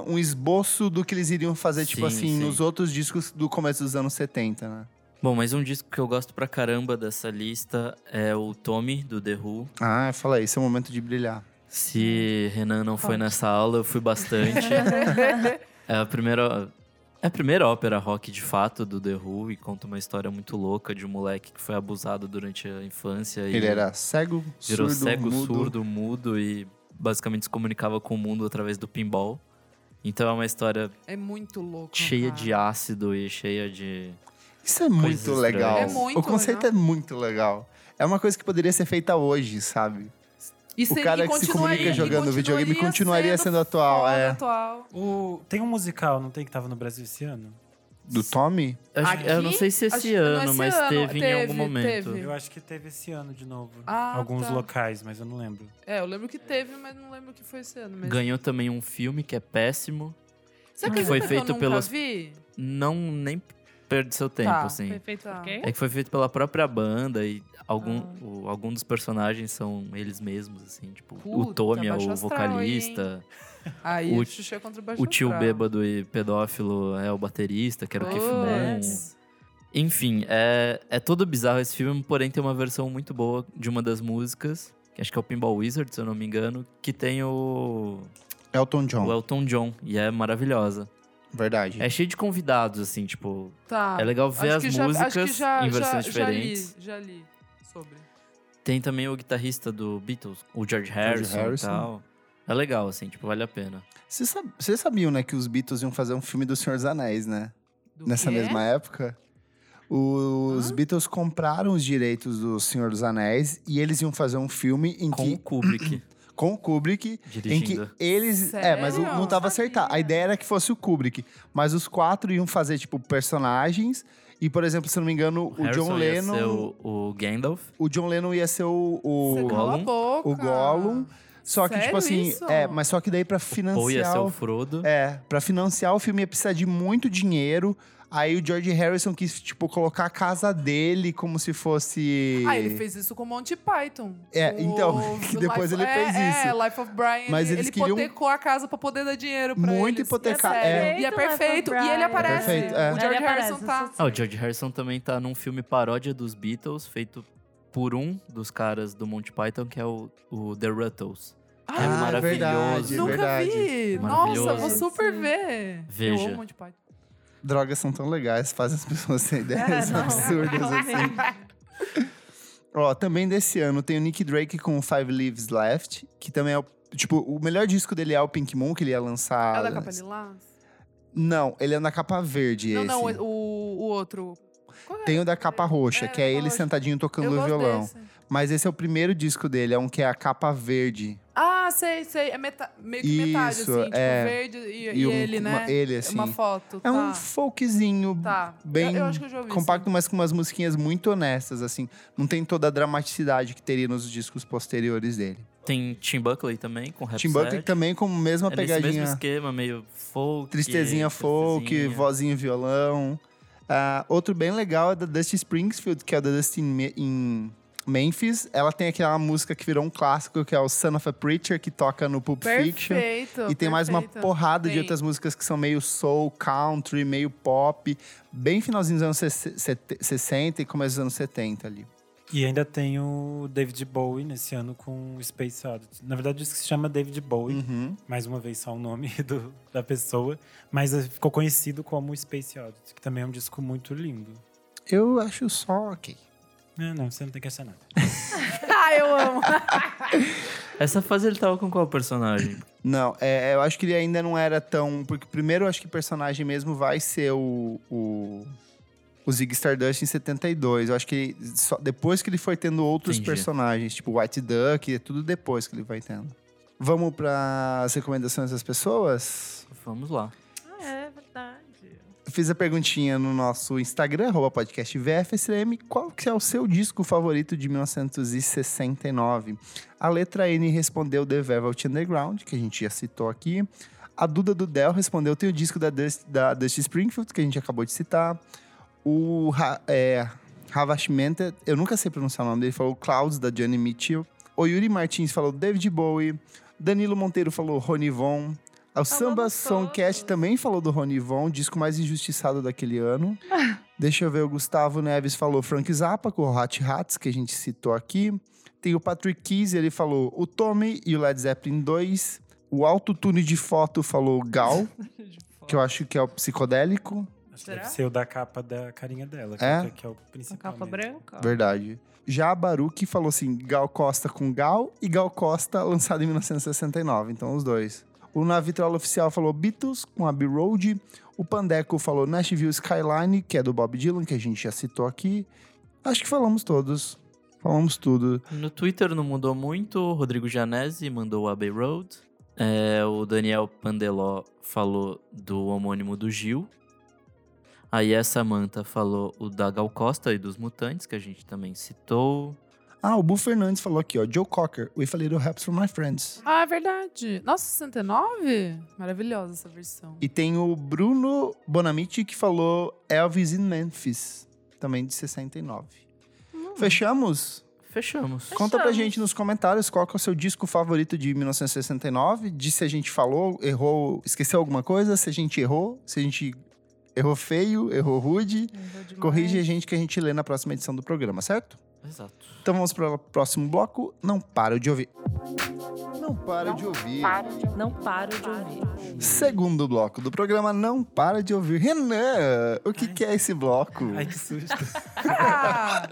Speaker 1: um- um esboço do que eles iriam fazer, tipo
Speaker 4: Sim,
Speaker 1: assim,
Speaker 4: sim.
Speaker 1: nos outros discos do começo dos anos 70, né?
Speaker 4: Bom, mas um disco que eu gosto pra caramba dessa lista é o Tommy, do The Who.
Speaker 1: Ah, fala aí, esse é o momento de brilhar.
Speaker 4: Se Renan não foi
Speaker 6: Forte.
Speaker 4: nessa aula, eu
Speaker 3: <laughs>
Speaker 4: fui bastante. É a primeira. É a primeira ópera rock de fato do The Who e conta uma história muito louca de um moleque que foi abusado durante a infância. e
Speaker 1: Ele era cego,
Speaker 4: virou
Speaker 1: surdo,
Speaker 4: cego,
Speaker 1: mudo.
Speaker 4: surdo, mudo e basicamente se comunicava com o mundo através do pinball. Então é uma história
Speaker 3: É muito louco.
Speaker 4: cheia
Speaker 3: cara.
Speaker 4: de ácido e cheia de.
Speaker 1: Isso é muito
Speaker 4: estranhas.
Speaker 1: legal.
Speaker 4: É
Speaker 3: muito
Speaker 1: o conceito é muito legal. É uma coisa que poderia ser feita hoje, sabe?
Speaker 3: E
Speaker 1: O
Speaker 3: seria-
Speaker 1: cara
Speaker 3: e
Speaker 1: que se
Speaker 3: continuaria-
Speaker 1: comunica jogando
Speaker 3: e
Speaker 1: videogame continuaria sendo, atual,
Speaker 3: foda,
Speaker 1: é.
Speaker 3: atual.
Speaker 5: O... Tem um musical, não tem, que tava no Brasil esse ano?
Speaker 1: Do Tommy?
Speaker 4: Eu acho-
Speaker 3: Aqui?
Speaker 4: eu não sei se
Speaker 3: Acho
Speaker 4: esse
Speaker 3: que não é
Speaker 4: ano,
Speaker 3: esse
Speaker 4: mas
Speaker 3: ano,
Speaker 4: teve, em
Speaker 3: teve,
Speaker 4: algum momento.
Speaker 3: teve.
Speaker 5: Eu acho que teve esse ano de novo.
Speaker 3: Ah,
Speaker 5: Alguns
Speaker 3: tá.
Speaker 5: locais, mas eu não lembro.
Speaker 3: É, eu lembro que teve, mas não lembro que foi esse ano mesmo.
Speaker 4: Ganhou também um filme que é péssimo.
Speaker 3: Você
Speaker 4: que foi
Speaker 3: acredita
Speaker 4: feito
Speaker 3: eu nunca
Speaker 4: pelas-
Speaker 3: vi?
Speaker 4: Não nem perde seu tempo,
Speaker 3: Tá,
Speaker 4: assim.
Speaker 2: Foi feito
Speaker 3: Tá.
Speaker 2: por quem?
Speaker 4: É que foi feito pela própria banda e algum,
Speaker 2: Ah.
Speaker 4: o- algum dos personagens são eles mesmos, assim. Tipo,
Speaker 3: Puta,
Speaker 4: o Tommy é
Speaker 3: baixo
Speaker 4: o
Speaker 3: astral,
Speaker 4: vocalista,
Speaker 3: Aí
Speaker 4: O-
Speaker 3: o Xuxa é contra o Baixo
Speaker 4: o tio
Speaker 3: Astral.
Speaker 4: bêbado e pedófilo é o baterista, que era o Keith Moon.
Speaker 3: Puts.
Speaker 4: Enfim, é, é todo bizarro esse filme, porém tem uma versão muito boa de uma das músicas, que acho que é o Pinball Wizard, se eu não me engano, que tem o,
Speaker 1: Elton John,
Speaker 4: o Elton John, e é maravilhosa.
Speaker 1: verdade.
Speaker 4: É cheio de convidados, assim, tipo,
Speaker 3: Tá.
Speaker 4: é legal ver
Speaker 3: Acho
Speaker 4: as
Speaker 3: que já- acho que
Speaker 4: músicas
Speaker 3: já-
Speaker 4: em versões
Speaker 3: já-
Speaker 4: diferentes.
Speaker 3: Já li, já li sobre.
Speaker 4: Tem também o guitarrista do Beatles, o George Harrison,
Speaker 1: Harrison.
Speaker 4: e tal. É legal, assim, tipo, vale a pena.
Speaker 1: Vocês sab... vocês sabiam, né, que os Beatles iam fazer um filme do Senhor dos Anéis, né?
Speaker 3: Do
Speaker 1: Nessa
Speaker 3: quê?
Speaker 1: mesma época. Os Beatles compraram os direitos do Senhor dos Anéis e eles iam fazer um filme <clears throat> em
Speaker 4: Com o
Speaker 1: que,
Speaker 4: Kubrick
Speaker 1: com o Kubrick, em que
Speaker 4: dirigindo.
Speaker 1: eles. É, mas o-
Speaker 3: Sério?
Speaker 1: não tava acertado. A
Speaker 6: Sabia.
Speaker 1: ideia era que fosse o Kubrick. Mas os quatro iam fazer, tipo, personagens. E, por exemplo, se eu não me engano, o,
Speaker 4: Harrison
Speaker 1: John
Speaker 4: ia
Speaker 1: Lennon.
Speaker 4: ser o, o Gandalf.
Speaker 1: O John Lennon ia ser o. o-
Speaker 3: Você cala a
Speaker 4: Gollum.
Speaker 3: boca.
Speaker 1: o Gollum. Só que,
Speaker 3: Sério
Speaker 1: tipo assim,
Speaker 3: isso?
Speaker 1: é, mas só que daí pra
Speaker 4: Ou ia ser
Speaker 1: financiar.
Speaker 4: o
Speaker 1: o-
Speaker 4: Frodo.
Speaker 1: É, pra financiar o filme ia precisar de muito dinheiro. Aí o George Harrison quis, tipo, colocar a casa dele como se fosse.
Speaker 3: Ah, ele fez isso com o Monty Python.
Speaker 1: É,
Speaker 3: O-
Speaker 1: então, <laughs> que
Speaker 3: o
Speaker 1: depois ele
Speaker 3: é,
Speaker 1: fez isso.
Speaker 3: É, Life of Brian,
Speaker 1: Mas
Speaker 3: ele,
Speaker 1: eles
Speaker 3: ele
Speaker 1: queriam-
Speaker 3: hipotecou a casa pra poder dar dinheiro pra
Speaker 1: Muito
Speaker 3: eles.
Speaker 1: hipoteca-
Speaker 3: E
Speaker 1: é.
Speaker 3: sério, E
Speaker 6: Perfeito, Life
Speaker 3: é
Speaker 6: of
Speaker 3: perfeito. E ele
Speaker 6: Brian.
Speaker 3: aparece.
Speaker 1: Perfeito, é.
Speaker 3: O
Speaker 6: Ele
Speaker 3: George
Speaker 6: aparece,
Speaker 3: Harrison tá...
Speaker 6: eu sou-
Speaker 4: Ah, o George Harrison também tá num filme paródia dos Beatles, feito por um dos caras do Monty Python, que é o, o The Ruttles.
Speaker 3: Ah,
Speaker 4: é maravilhoso.
Speaker 1: verdade,
Speaker 3: Nunca
Speaker 1: verdade. É
Speaker 3: vi.
Speaker 4: Maravilhoso.
Speaker 3: Nossa, vou super
Speaker 6: Sim.
Speaker 3: ver.
Speaker 4: Veja.
Speaker 3: Eu amo Monty <laughs> Python.
Speaker 1: Drogas são tão legais, fazem as pessoas terem
Speaker 3: É,
Speaker 1: ideias
Speaker 2: não.
Speaker 1: absurdas assim. Ó, também desse ano tem o Nick Drake com o Five Leaves Left, que também é o. Tipo, o melhor disco dele é o Pink Moon, que ele ia lançar.
Speaker 3: Ela é capa lilás?
Speaker 1: Não, ele é na capa verde.
Speaker 3: Não,
Speaker 1: esse.
Speaker 3: não, o, o outro. Qual é?
Speaker 1: Tem o da capa roxa,
Speaker 3: É,
Speaker 1: que é
Speaker 3: da
Speaker 1: ele
Speaker 3: roxa.
Speaker 1: sentadinho tocando
Speaker 3: Eu
Speaker 1: o
Speaker 3: gosto
Speaker 1: violão.
Speaker 3: desse.
Speaker 1: Mas esse é o primeiro disco dele, é um que é a capa verde.
Speaker 3: Ah, sei, sei. É meta... meio que metade,
Speaker 1: Isso,
Speaker 3: assim. Tipo,
Speaker 1: é.
Speaker 3: verde e,
Speaker 1: E
Speaker 3: e
Speaker 1: um-
Speaker 3: ele, né?
Speaker 1: uma- ele, assim.
Speaker 3: Uma foto, tá.
Speaker 1: É um folkzinho
Speaker 3: Tá.
Speaker 1: bem
Speaker 3: eu, eu acho que eu já ouvi
Speaker 1: compacto, mas com umas musiquinhas muito honestas, assim. Não tem toda a dramaticidade que teria nos discos posteriores dele.
Speaker 4: Tem Tim Buckley também, com rap
Speaker 1: Tim Buckley
Speaker 4: set.
Speaker 1: também com a mesma
Speaker 4: é Nesse
Speaker 1: pegadinha.
Speaker 4: mesmo esquema, meio folk.
Speaker 1: tristezinha folk,
Speaker 4: tristezinha.
Speaker 1: vozinho e violão. Ah, outro bem legal é da Dusty Springsfield, que é o da Dusty em, Me- em Memphis. Ela tem aquela música que virou um clássico, que é o Son of a Preacher, que toca no Pulp Fiction.
Speaker 3: Perfeito.
Speaker 1: E tem mais uma
Speaker 3: perfeito.
Speaker 1: porrada de
Speaker 3: Tem.
Speaker 1: outras músicas que são meio soul, country, meio pop. Bem finalzinho dos anos 60 e começo dos anos 70 ali.
Speaker 5: E ainda tem o David Bowie nesse ano com Space Oddity. Na verdade, isso que se chama David Bowie.
Speaker 1: Uhum.
Speaker 5: Mais uma vez, só o nome <laughs> do- da pessoa. Mas eh, ficou conhecido como Space Oddity, que também é um disco muito lindo.
Speaker 1: Eu acho só ok.
Speaker 5: É, não, você não tem que achar nada.
Speaker 3: <laughs> Ah, eu amo.
Speaker 4: Essa fase ele tava com qual personagem?
Speaker 1: Não, é, eu acho que ele ainda não era tão. Porque primeiro eu acho que o personagem mesmo vai ser o. o... O Zig Stardust em 72. Eu acho que só depois que ele foi tendo outros
Speaker 4: Entendi.
Speaker 1: personagens, tipo White Duck, é tudo depois que ele vai tendo. Vamos para as recomendações das pessoas?
Speaker 4: Vamos lá.
Speaker 2: Ah, é verdade.
Speaker 1: fiz a perguntinha no nosso Instagram, arroba podcast VFSM, qual que é o seu disco favorito de 1969? A letra N respondeu The Velvet Underground, que a gente já citou aqui. A Duda do Del respondeu, tem o disco da Dust, da Dusty Springfield, que a gente acabou de citar. O Ra- é, Ravash Mehta, eu nunca sei pronunciar o nome dele, falou Clouds, da Johnny Mitchell. O Yuri Martins falou David Bowie. Danilo Monteiro falou Rony Von. O Samba
Speaker 2: todos.
Speaker 1: Songcast também falou do Rony Von, disco mais injustiçado daquele ano. Deixa eu ver, o Gustavo Neves falou Frank Zappa com o Hot Hats, que a gente citou aqui. Tem o Patrick Keys, ele falou o Tommy e o Led Zeppelin 2. O autotune de foto falou Gal, que eu acho que é o psicodélico.
Speaker 5: Acho que
Speaker 3: Será?
Speaker 5: Deve ser o da capa da carinha dela, que
Speaker 1: É?
Speaker 5: é, que é o principal.
Speaker 2: A <laughs> capa
Speaker 5: mesmo.
Speaker 3: Tá.
Speaker 2: branca.
Speaker 1: Verdade. Já a Baruque falou assim, Gal Costa com Gal e Gal Costa lançado em 1969, então os dois. O Na Vitrola Oficial falou Beatles com Abbey Road. O Pandeco falou Nashville Skyline, que é do Bob Dylan, que a gente já citou aqui. Acho que falamos todos. Falamos tudo.
Speaker 4: No Twitter não mudou muito. O Rodrigo Janese mandou o Abbey Road. É, o Daniel Pandeló falou do homônimo do Gil. Aí a Samantha falou o da Gal Costa e dos Mutantes, que a gente também citou.
Speaker 1: Ah, o Bu Fernandes falou aqui, ó. Joe Cocker, We Falei do Raps for My Friends.
Speaker 3: Ah, é verdade. Nossa, 69? Maravilhosa essa versão.
Speaker 1: E tem o Bruno Bonamici que falou Elvis in Memphis, também de 69. Fechamos?
Speaker 4: Fechamos.
Speaker 1: Conta pra gente nos comentários qual que é o seu disco favorito de 1969, de se a gente falou, errou, esqueceu alguma coisa, se a gente errou, se a gente Errou feio, errou rude.
Speaker 2: Errou demais.
Speaker 1: Corrige a gente que a gente lê na próxima edição do programa, certo?
Speaker 4: Exato.
Speaker 1: Então vamos para o próximo bloco. Não paro de ouvir. Não paro de ouvir.
Speaker 6: Não paro de ouvir.
Speaker 1: Segundo bloco do programa Não Para de Ouvir. Renan, o que, que é esse bloco?
Speaker 5: Ai, que susto.
Speaker 3: Ah,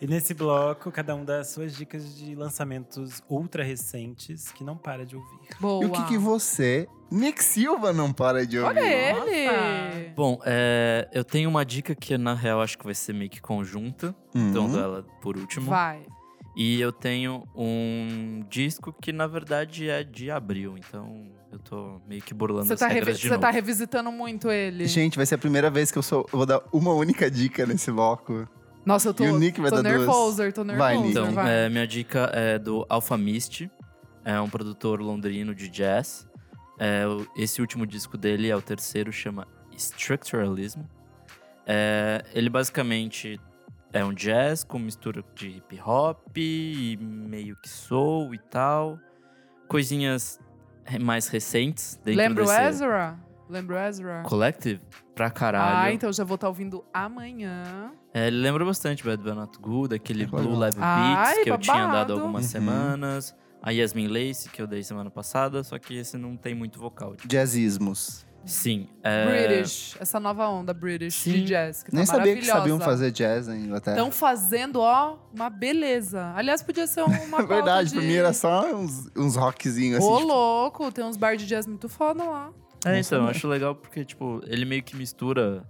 Speaker 5: E nesse bloco, cada um dá as suas dicas de lançamentos ultra recentes que não para de ouvir.
Speaker 1: <laughs>
Speaker 3: boa.
Speaker 1: E o que, que você, Nick Silva, não para de ouvir?
Speaker 3: Olha ele!
Speaker 2: Nossa.
Speaker 4: Bom, é, eu tenho uma dica que na real acho que vai ser meio que conjunta.
Speaker 1: Uhum.
Speaker 4: Então eu dou ela por último.
Speaker 3: Vai.
Speaker 4: E eu tenho um disco que na verdade é de abril. Então eu tô meio que burlando
Speaker 3: Você
Speaker 4: as
Speaker 3: tá, revi-
Speaker 4: regras de
Speaker 3: você
Speaker 4: novo.
Speaker 3: tá revisitando muito ele.
Speaker 1: Gente, vai ser a primeira vez que eu, sou, eu vou dar uma única dica nesse bloco.
Speaker 3: Nossa, eu tô,
Speaker 1: E o Nick vai
Speaker 3: tô
Speaker 1: dar duas.
Speaker 3: nervoso, tô nervoso.
Speaker 1: Vai, Nick.
Speaker 4: Então,
Speaker 3: vai.
Speaker 4: é, minha dica é do Alpha Mist, é um produtor londrino de jazz. É, o- esse último disco dele é o terceiro, chama Structuralism. É, ele basicamente é um jazz com mistura de hip hop e meio que soul e tal. Coisinhas re- mais recentes dentro
Speaker 3: Lembra o
Speaker 4: desse
Speaker 3: Ezra? Lembra o Ezra?
Speaker 4: collective pra caralho.
Speaker 3: Ah, então eu já vou estar ouvindo amanhã.
Speaker 4: É, ele lembra bastante Bad But Not Good, aquele
Speaker 1: É
Speaker 4: Blue
Speaker 1: legal.
Speaker 4: Live Beats
Speaker 3: Ai,
Speaker 4: que eu tinha
Speaker 3: babado.
Speaker 4: dado algumas
Speaker 1: Uhum.
Speaker 4: semanas. A Yasmin Lace, que eu dei semana passada, só que esse não tem muito vocal. tipo.
Speaker 1: Jazzismos.
Speaker 4: Sim. é,
Speaker 3: British, essa nova onda British de
Speaker 4: Sim.
Speaker 3: jazz, que tá
Speaker 1: Nem sabia que
Speaker 3: maravilhosa.
Speaker 1: sabiam fazer jazz na Inglaterra.
Speaker 3: Estão fazendo, ó, uma beleza. Aliás, podia ser uma
Speaker 1: <laughs> É verdade,
Speaker 3: de...
Speaker 1: pra mim era só uns, uns rockzinhos assim.
Speaker 3: Ô,
Speaker 1: tipo,
Speaker 3: louco, tem uns bar de jazz muito foda lá.
Speaker 4: É, então, eu acho legal porque, tipo, ele meio que mistura.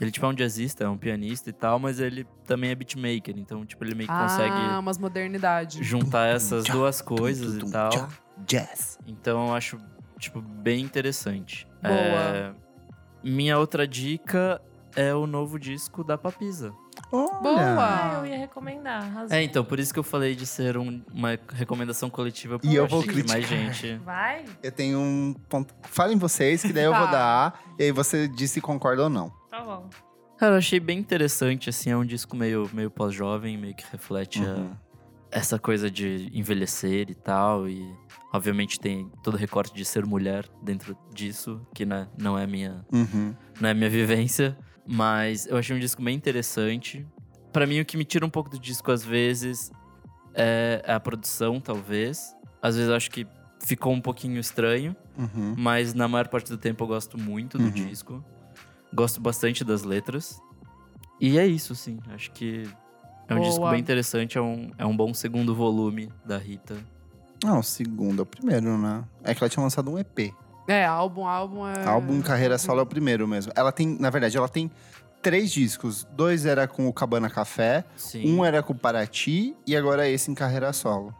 Speaker 4: Ele, tipo, é um jazzista, é um pianista e tal, mas ele também é beatmaker, então, tipo, ele meio que
Speaker 3: Ah,
Speaker 4: consegue
Speaker 3: umas modernidades.
Speaker 4: juntar essas
Speaker 1: tchá,
Speaker 4: duas coisas
Speaker 1: tipo, tum, tum,
Speaker 4: e tal.
Speaker 1: tchá, Jazz.
Speaker 4: Então eu acho, tipo, bem interessante.
Speaker 3: Boa.
Speaker 4: É, Minha outra dica é o novo disco da Papisa.
Speaker 1: Olha.
Speaker 3: Boa.
Speaker 2: Ah, eu ia recomendar. arrasou.
Speaker 4: É, então, por isso que eu falei de ser um- uma recomendação coletiva pra
Speaker 1: E eu vou
Speaker 4: mais
Speaker 1: criticar.
Speaker 4: gente.
Speaker 2: Vai?
Speaker 1: Eu tenho um ponto. Falem vocês, que daí eu vou
Speaker 3: Tá.
Speaker 1: dar A, e aí você diz se concorda ou não.
Speaker 2: Tá bom.
Speaker 4: Cara, eu achei bem interessante, assim, é um disco meio, meio pós-jovem, meio que reflete a-
Speaker 1: Uhum.
Speaker 4: essa coisa de envelhecer e tal. E obviamente tem todo o recorte de ser mulher dentro disso, que né, não é a minha
Speaker 1: Uhum.
Speaker 4: não é a minha vivência, mas eu achei um disco bem interessante. Pra mim, o que me tira um pouco do disco às vezes é a produção, talvez. Às vezes eu acho que ficou um pouquinho estranho,
Speaker 1: Uhum.
Speaker 4: mas na maior parte do tempo eu gosto muito do
Speaker 1: Uhum.
Speaker 4: disco. Gosto bastante das letras. E é isso, sim. Acho que é um disco
Speaker 3: Boa.
Speaker 4: bem interessante, é um, é um bom segundo volume da Rita.
Speaker 1: Não, o segundo é o primeiro, né? É que ela tinha lançado um EP.
Speaker 3: É, álbum, álbum é...
Speaker 1: Álbum Carreira Solo é o primeiro mesmo. Ela tem, na verdade, ela tem três discos. Dois era com o Cabana Café,
Speaker 4: Sim.
Speaker 1: um era com o Paraty e agora é esse em Carreira Solo.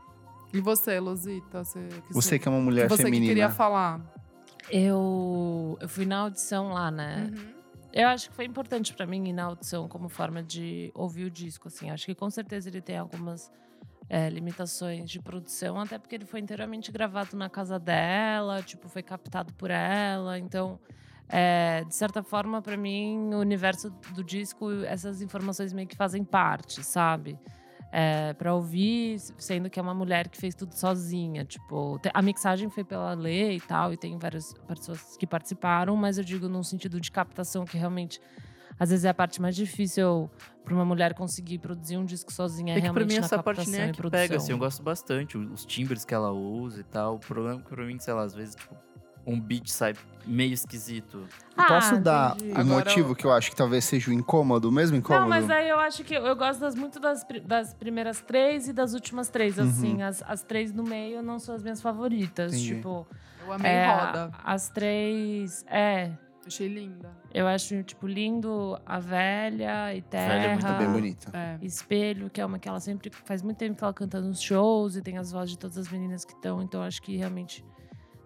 Speaker 3: E você, Losita? Você, que
Speaker 1: Você que é uma
Speaker 3: que
Speaker 1: mulher
Speaker 3: você que
Speaker 1: feminina.
Speaker 3: queria falar.
Speaker 2: Eu, eu fui na audição lá, né?
Speaker 3: Uhum.
Speaker 2: Eu acho que foi importante pra mim ir na audição como forma de ouvir o disco, assim. Acho que com certeza ele tem algumas é, limitações de produção, até porque ele foi inteiramente gravado na casa dela, tipo, foi captado por ela. Então, é, de certa forma, pra mim, o universo do disco, essas informações meio que fazem parte, sabe? É, para ouvir, sendo que é uma mulher que fez tudo sozinha. Tipo, te- a mixagem foi pela lei e tal, e tem várias pessoas que participaram, mas eu digo num sentido de captação que realmente. Às vezes é a parte mais difícil para uma mulher conseguir produzir um disco sozinha.
Speaker 4: É que pra
Speaker 2: realmente
Speaker 4: mim
Speaker 2: na
Speaker 4: essa parte
Speaker 2: captação
Speaker 4: nem é
Speaker 2: e
Speaker 4: que
Speaker 2: produção.
Speaker 4: pega, assim, eu gosto bastante, o- os timbres que ela usa e tal. O problema é que pra mim, sei lá, às vezes, tipo, um beat sai meio esquisito.
Speaker 1: Eu Posso
Speaker 2: Ah,
Speaker 1: dar
Speaker 2: entendi.
Speaker 1: um
Speaker 3: Agora
Speaker 1: motivo
Speaker 3: eu-
Speaker 1: que eu acho que talvez seja o incômodo, o mesmo incômodo?
Speaker 2: Não, mas é- aí eu acho que eu, eu gosto das, muito das, pri- das primeiras três e das últimas três.
Speaker 1: Uhum.
Speaker 2: Assim, as, as três no meio não são as minhas favoritas.
Speaker 1: Entendi.
Speaker 2: Tipo,
Speaker 3: Eu amei
Speaker 2: é,
Speaker 3: roda.
Speaker 2: as três. É,
Speaker 3: Achei linda.
Speaker 2: eu acho, tipo, lindo a velha e terra.
Speaker 4: Velha é muito
Speaker 1: Tá
Speaker 2: Ah,
Speaker 1: bem bonito.
Speaker 3: É.
Speaker 2: Espelho, que é uma que ela sempre. Faz muito tempo que ela canta nos shows e tem as vozes de todas as meninas que estão, então acho que realmente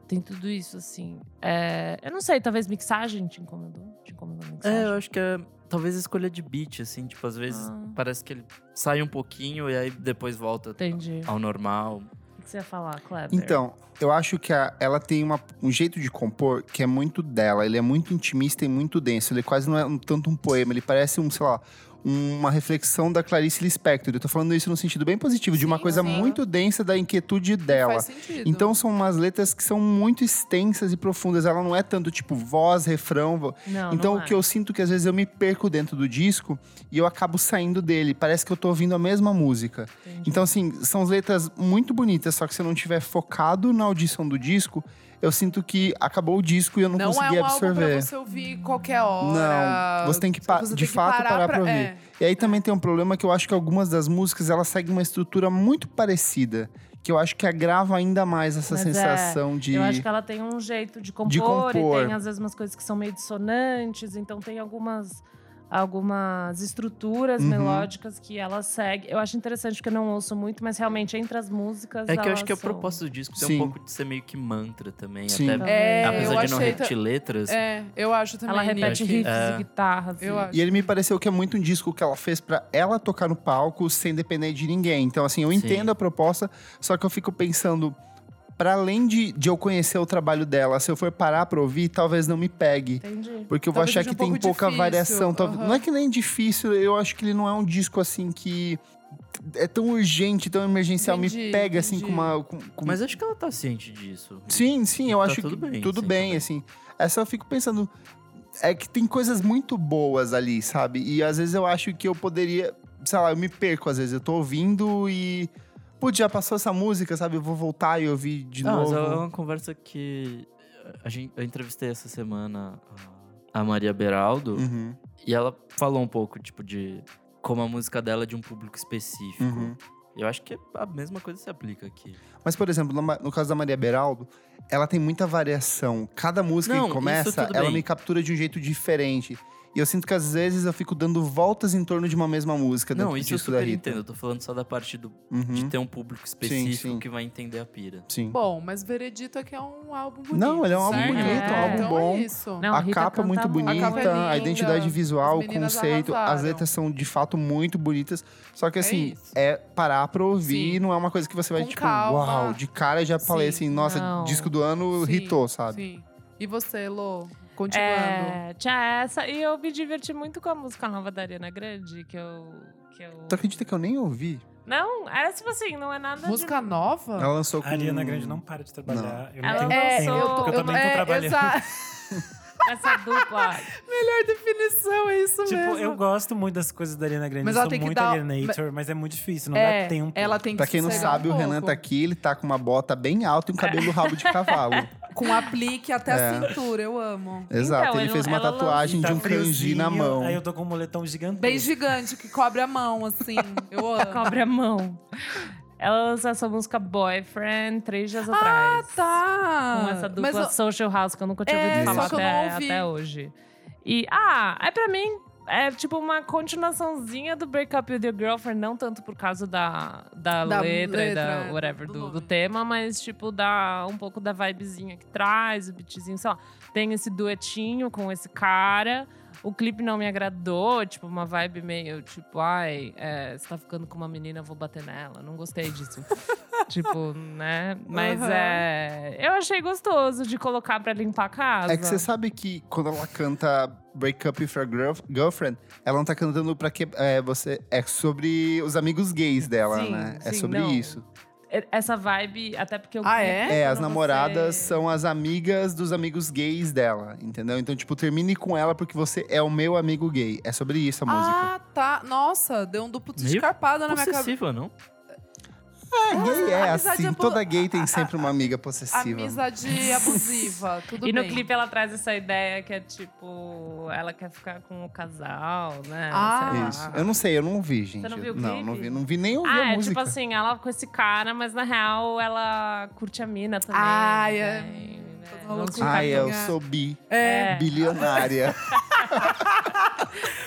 Speaker 2: tem tudo isso, assim. É, eu não sei, talvez mixagem te incomodou? Te incomodou a mixagem?
Speaker 4: É, eu acho que é talvez escolha de beat, assim, tipo, às vezes
Speaker 2: Ah.
Speaker 4: parece que ele sai um pouquinho e aí depois volta
Speaker 2: Entendi.
Speaker 4: ao normal.
Speaker 2: O que você ia falar, Kleber?
Speaker 1: Então, eu acho que a- ela tem uma- um jeito de compor que é muito dela. Ele é muito intimista e muito denso. Ele quase não é um, tanto um poema. Ele parece um, sei lá, uma reflexão da Clarice Lispector. Eu tô falando isso no sentido bem positivo, de uma
Speaker 2: Sim,
Speaker 1: coisa
Speaker 2: sim.
Speaker 1: muito densa da inquietude dela.
Speaker 3: Faz sentido.
Speaker 1: Então são umas letras que são muito extensas e profundas. Ela não é tanto tipo voz, refrão. vo-
Speaker 2: Não,
Speaker 1: então
Speaker 2: não
Speaker 1: o
Speaker 2: é.
Speaker 1: que eu sinto é que às vezes eu me perco dentro do disco e eu acabo saindo dele. Parece que eu tô ouvindo a mesma música.
Speaker 2: Entendi.
Speaker 1: Então assim, são letras muito bonitas, só que se eu não tiver focado na audição do disco, eu sinto que acabou o disco e eu não,
Speaker 3: não é
Speaker 1: consegui
Speaker 3: um álbum pra
Speaker 1: absorver.
Speaker 3: você ouvir qualquer hora.
Speaker 1: Não, você tem que pa-
Speaker 3: Você
Speaker 1: de
Speaker 3: tem que
Speaker 1: fato parar pra ouvir.
Speaker 3: é.
Speaker 1: E aí também tem um problema que eu acho que algumas das músicas elas seguem uma estrutura muito parecida, que eu acho que agrava ainda mais essa
Speaker 2: Mas é,
Speaker 1: sensação de
Speaker 2: Eu acho que ela tem um jeito de compor,
Speaker 1: compor.
Speaker 2: e tem às vezes umas coisas que são meio dissonantes, então tem algumas algumas estruturas
Speaker 1: Uhum.
Speaker 2: melódicas que ela segue. Eu acho interessante porque eu não ouço muito, mas realmente entre as músicas
Speaker 4: É que eu
Speaker 2: elas
Speaker 4: acho que a
Speaker 2: são-
Speaker 4: proposta do disco
Speaker 1: Sim.
Speaker 4: tem um pouco de ser meio que mantra também.
Speaker 1: Sim.
Speaker 4: Até,
Speaker 3: É, eu
Speaker 4: apesar de não
Speaker 3: achei ta-
Speaker 4: repetir letras,
Speaker 3: É, eu acho também.
Speaker 2: ela
Speaker 3: Nick.
Speaker 2: repete
Speaker 4: acho que-
Speaker 2: riffs
Speaker 4: é.
Speaker 2: e guitarras.
Speaker 3: Eu
Speaker 2: e-
Speaker 3: acho.
Speaker 1: E ele me pareceu que é muito um disco que ela fez pra ela tocar no palco sem depender de ninguém. Então, assim, eu
Speaker 4: Sim.
Speaker 1: entendo a proposta, só que eu fico pensando, pra além de, de eu conhecer o trabalho dela, se eu for parar pra ouvir, talvez não me pegue.
Speaker 2: Entendi.
Speaker 1: Porque eu
Speaker 3: Talvez
Speaker 1: vou achar
Speaker 3: seja
Speaker 1: que
Speaker 3: um
Speaker 1: tem
Speaker 3: pouco
Speaker 1: pouca
Speaker 3: difícil,
Speaker 1: variação. Talvez-
Speaker 3: aham.
Speaker 1: Não é que nem difícil, eu acho que ele não é um disco assim que é tão urgente, tão emergencial. me
Speaker 3: Entendi,
Speaker 1: pega assim com
Speaker 3: entendi.
Speaker 1: uma. com- com-
Speaker 4: mas acho que ela tá ciente disso.
Speaker 1: Sim, sim, eu
Speaker 4: Tá
Speaker 1: acho
Speaker 4: tudo
Speaker 1: que
Speaker 4: bem,
Speaker 1: tudo
Speaker 4: sim,
Speaker 1: bem,
Speaker 4: também.
Speaker 1: assim. É só eu fico pensando. É que tem coisas muito boas ali, sabe? E às vezes eu acho que eu poderia. Sei lá, eu me perco às vezes. Eu tô ouvindo e. Putz, já passou essa música, sabe? Eu vou voltar e ouvir de
Speaker 4: Não, mas
Speaker 1: novo.
Speaker 4: é uma conversa que a gente, eu entrevistei essa semana a a Maria Beraldo
Speaker 1: Uhum,
Speaker 4: e ela falou um pouco, tipo, de como a música dela é de um público específico.
Speaker 1: uhum.
Speaker 4: Eu acho que é a mesma coisa se aplica aqui.
Speaker 1: Mas, por exemplo, no, ma- no caso da Maria Beraldo, ela tem muita variação. Cada música
Speaker 4: Não,
Speaker 1: que
Speaker 4: isso
Speaker 1: começa,
Speaker 4: tudo
Speaker 1: ela
Speaker 4: bem.
Speaker 1: me captura de um jeito diferente. E eu sinto que às vezes eu fico dando voltas em torno de uma mesma música.
Speaker 4: Não,
Speaker 1: dentro
Speaker 4: isso
Speaker 1: do
Speaker 4: eu
Speaker 1: disco da
Speaker 4: super
Speaker 1: Rita.
Speaker 4: entendo. Eu tô falando só da parte do- de
Speaker 1: Uhum,
Speaker 4: ter um público específico
Speaker 1: sim.
Speaker 4: que vai entender a pira.
Speaker 1: Sim.
Speaker 3: é Bom, mas Veredito é que é um álbum bonito.
Speaker 1: Não, ele é um álbum
Speaker 3: certo?
Speaker 2: bonito, um álbum
Speaker 3: então
Speaker 1: bom.
Speaker 3: É isso.
Speaker 2: Não,
Speaker 1: a
Speaker 2: Rita
Speaker 1: capa é
Speaker 2: canta
Speaker 1: muito
Speaker 2: muito.
Speaker 1: bonita,
Speaker 3: A
Speaker 1: a,
Speaker 3: capa é linda,
Speaker 1: identidade visual,
Speaker 3: as
Speaker 1: o
Speaker 3: meninas
Speaker 1: conceito, as
Speaker 3: arrasaram.
Speaker 1: letras são de fato muito bonitas. Só que
Speaker 3: É
Speaker 1: assim,
Speaker 3: isso.
Speaker 1: é, parar pra ouvir,
Speaker 3: Sim.
Speaker 1: não é uma coisa que você vai
Speaker 3: Com
Speaker 1: tipo,
Speaker 3: calma.
Speaker 1: uau, de cara eu já falei
Speaker 3: Sim,
Speaker 1: assim, nossa,
Speaker 2: não.
Speaker 1: disco do ano
Speaker 3: Sim,
Speaker 1: Tipo, hitou, sabe?
Speaker 3: Sim. E você, Lô? Continuando.
Speaker 2: É, tinha essa e eu me diverti muito com a música nova da Ariana Grande, que eu que eu
Speaker 1: Tu acredita que eu nem ouvi?
Speaker 2: Não, era tipo assim, não é nada
Speaker 3: Música
Speaker 2: de...
Speaker 3: nova?
Speaker 1: Ela lançou com
Speaker 5: A Ariana Grande não para de trabalhar. Eu
Speaker 2: Ela
Speaker 5: não tenho
Speaker 2: lançou-
Speaker 5: tempo, porque eu
Speaker 2: eu-
Speaker 5: também tô
Speaker 3: é, <laughs>
Speaker 5: trabalhando.
Speaker 3: Essa
Speaker 2: essa dupla.
Speaker 3: melhor definição, é isso
Speaker 5: Tipo,
Speaker 3: mesmo.
Speaker 5: eu gosto muito das coisas da Ariana Grande.
Speaker 3: Mas
Speaker 5: eu
Speaker 3: ela
Speaker 5: sou
Speaker 3: tem que
Speaker 5: muito
Speaker 3: dar-
Speaker 5: alienator, mas é muito difícil, não
Speaker 3: é,
Speaker 5: dá tempo. Tá
Speaker 3: Ela tem que
Speaker 1: Pra quem não
Speaker 3: sossegar
Speaker 1: sabe,
Speaker 3: um
Speaker 1: o Renan
Speaker 3: pouco.
Speaker 1: tá aqui, ele tá com uma bota bem alta e um cabelo rabo de cavalo.
Speaker 3: Com aplique até a
Speaker 1: tá- É.
Speaker 3: cintura, eu amo.
Speaker 1: Exato,
Speaker 2: Então,
Speaker 1: ele
Speaker 2: ela-
Speaker 1: fez uma
Speaker 2: ela
Speaker 1: tatuagem
Speaker 5: Tá
Speaker 1: de um kanji
Speaker 5: friozinho,
Speaker 1: na mão.
Speaker 5: Aí eu tô com um moletom gigantesco.
Speaker 3: Bem gigante, que cobre a mão, assim.
Speaker 2: <laughs>
Speaker 3: Eu amo.
Speaker 2: Cobre a mão. Ela lançou essa música Boyfriend três dias atrás.
Speaker 3: tá.
Speaker 2: Com essa dupla assim.
Speaker 3: Mas eu-
Speaker 2: Social House, que eu nunca tinha
Speaker 3: É,
Speaker 2: ouvido falar
Speaker 1: só
Speaker 3: que eu não
Speaker 2: até,
Speaker 3: ouvi.
Speaker 2: até hoje. E, ah, é pra mim, é tipo uma continuaçãozinha do Break Up With Your Girlfriend, não tanto por causa da, da,
Speaker 3: Da
Speaker 2: letra, e
Speaker 3: letra,
Speaker 2: da
Speaker 3: é,
Speaker 2: whatever,
Speaker 3: do
Speaker 2: do, do
Speaker 3: nome.
Speaker 2: tema, mas tipo, dá um pouco da vibezinha que traz, o beatzinho, sei lá. Tem esse duetinho com esse cara. O clipe não me agradou, tipo, uma vibe meio tipo, ai, é, você tá ficando com uma menina, eu vou bater nela. Não gostei
Speaker 3: <laughs>
Speaker 2: disso. tipo, né? Mas
Speaker 3: Aham.
Speaker 2: é. Eu achei gostoso de colocar pra limpar a casa.
Speaker 1: É que você sabe que quando ela canta Break Up With Your Girl- Girlfriend, ela não tá cantando pra que é, você. É sobre os amigos gays dela,
Speaker 2: Sim,
Speaker 1: né? É
Speaker 2: sim,
Speaker 1: sobre
Speaker 2: não.
Speaker 1: isso.
Speaker 2: E- Essa vibe, até porque eu.
Speaker 3: Ah, é?
Speaker 1: É, as
Speaker 2: <laughs>
Speaker 1: namoradas são as amigas dos amigos gays dela, entendeu? Então, tipo, termine com ela porque você é o meu amigo gay. É sobre isso a música.
Speaker 3: Ah, tá. Nossa, deu um duplo
Speaker 4: Meio
Speaker 3: descarpado na minha cabeça.
Speaker 4: Possessiva, não?
Speaker 1: É, gay é
Speaker 3: amizade
Speaker 1: assim.
Speaker 3: é bo-
Speaker 1: Toda gay
Speaker 3: a- a-
Speaker 1: tem sempre uma amiga possessiva.
Speaker 3: Amizade abusiva, tudo
Speaker 2: E
Speaker 3: bem.
Speaker 2: no clipe ela traz essa ideia que é tipo, ela quer ficar com o casal, né?
Speaker 3: Ah.
Speaker 2: Sei lá.
Speaker 1: Isso. Eu não sei, eu não ouvi, gente.
Speaker 2: não viu o
Speaker 1: não,
Speaker 2: clipe?
Speaker 1: não vi, não vi nem ouvi
Speaker 2: Ah,
Speaker 1: a
Speaker 2: é
Speaker 1: música.
Speaker 2: tipo assim, ela com esse cara, mas na real ela curte a mina também.
Speaker 3: Ai, é.
Speaker 2: tem, né?
Speaker 3: Toda
Speaker 2: Não se
Speaker 3: loucura.
Speaker 1: Ai,
Speaker 2: ficar
Speaker 1: eu
Speaker 3: Catunga.
Speaker 1: sou bi,
Speaker 2: É. <laughs>
Speaker 1: bilionária.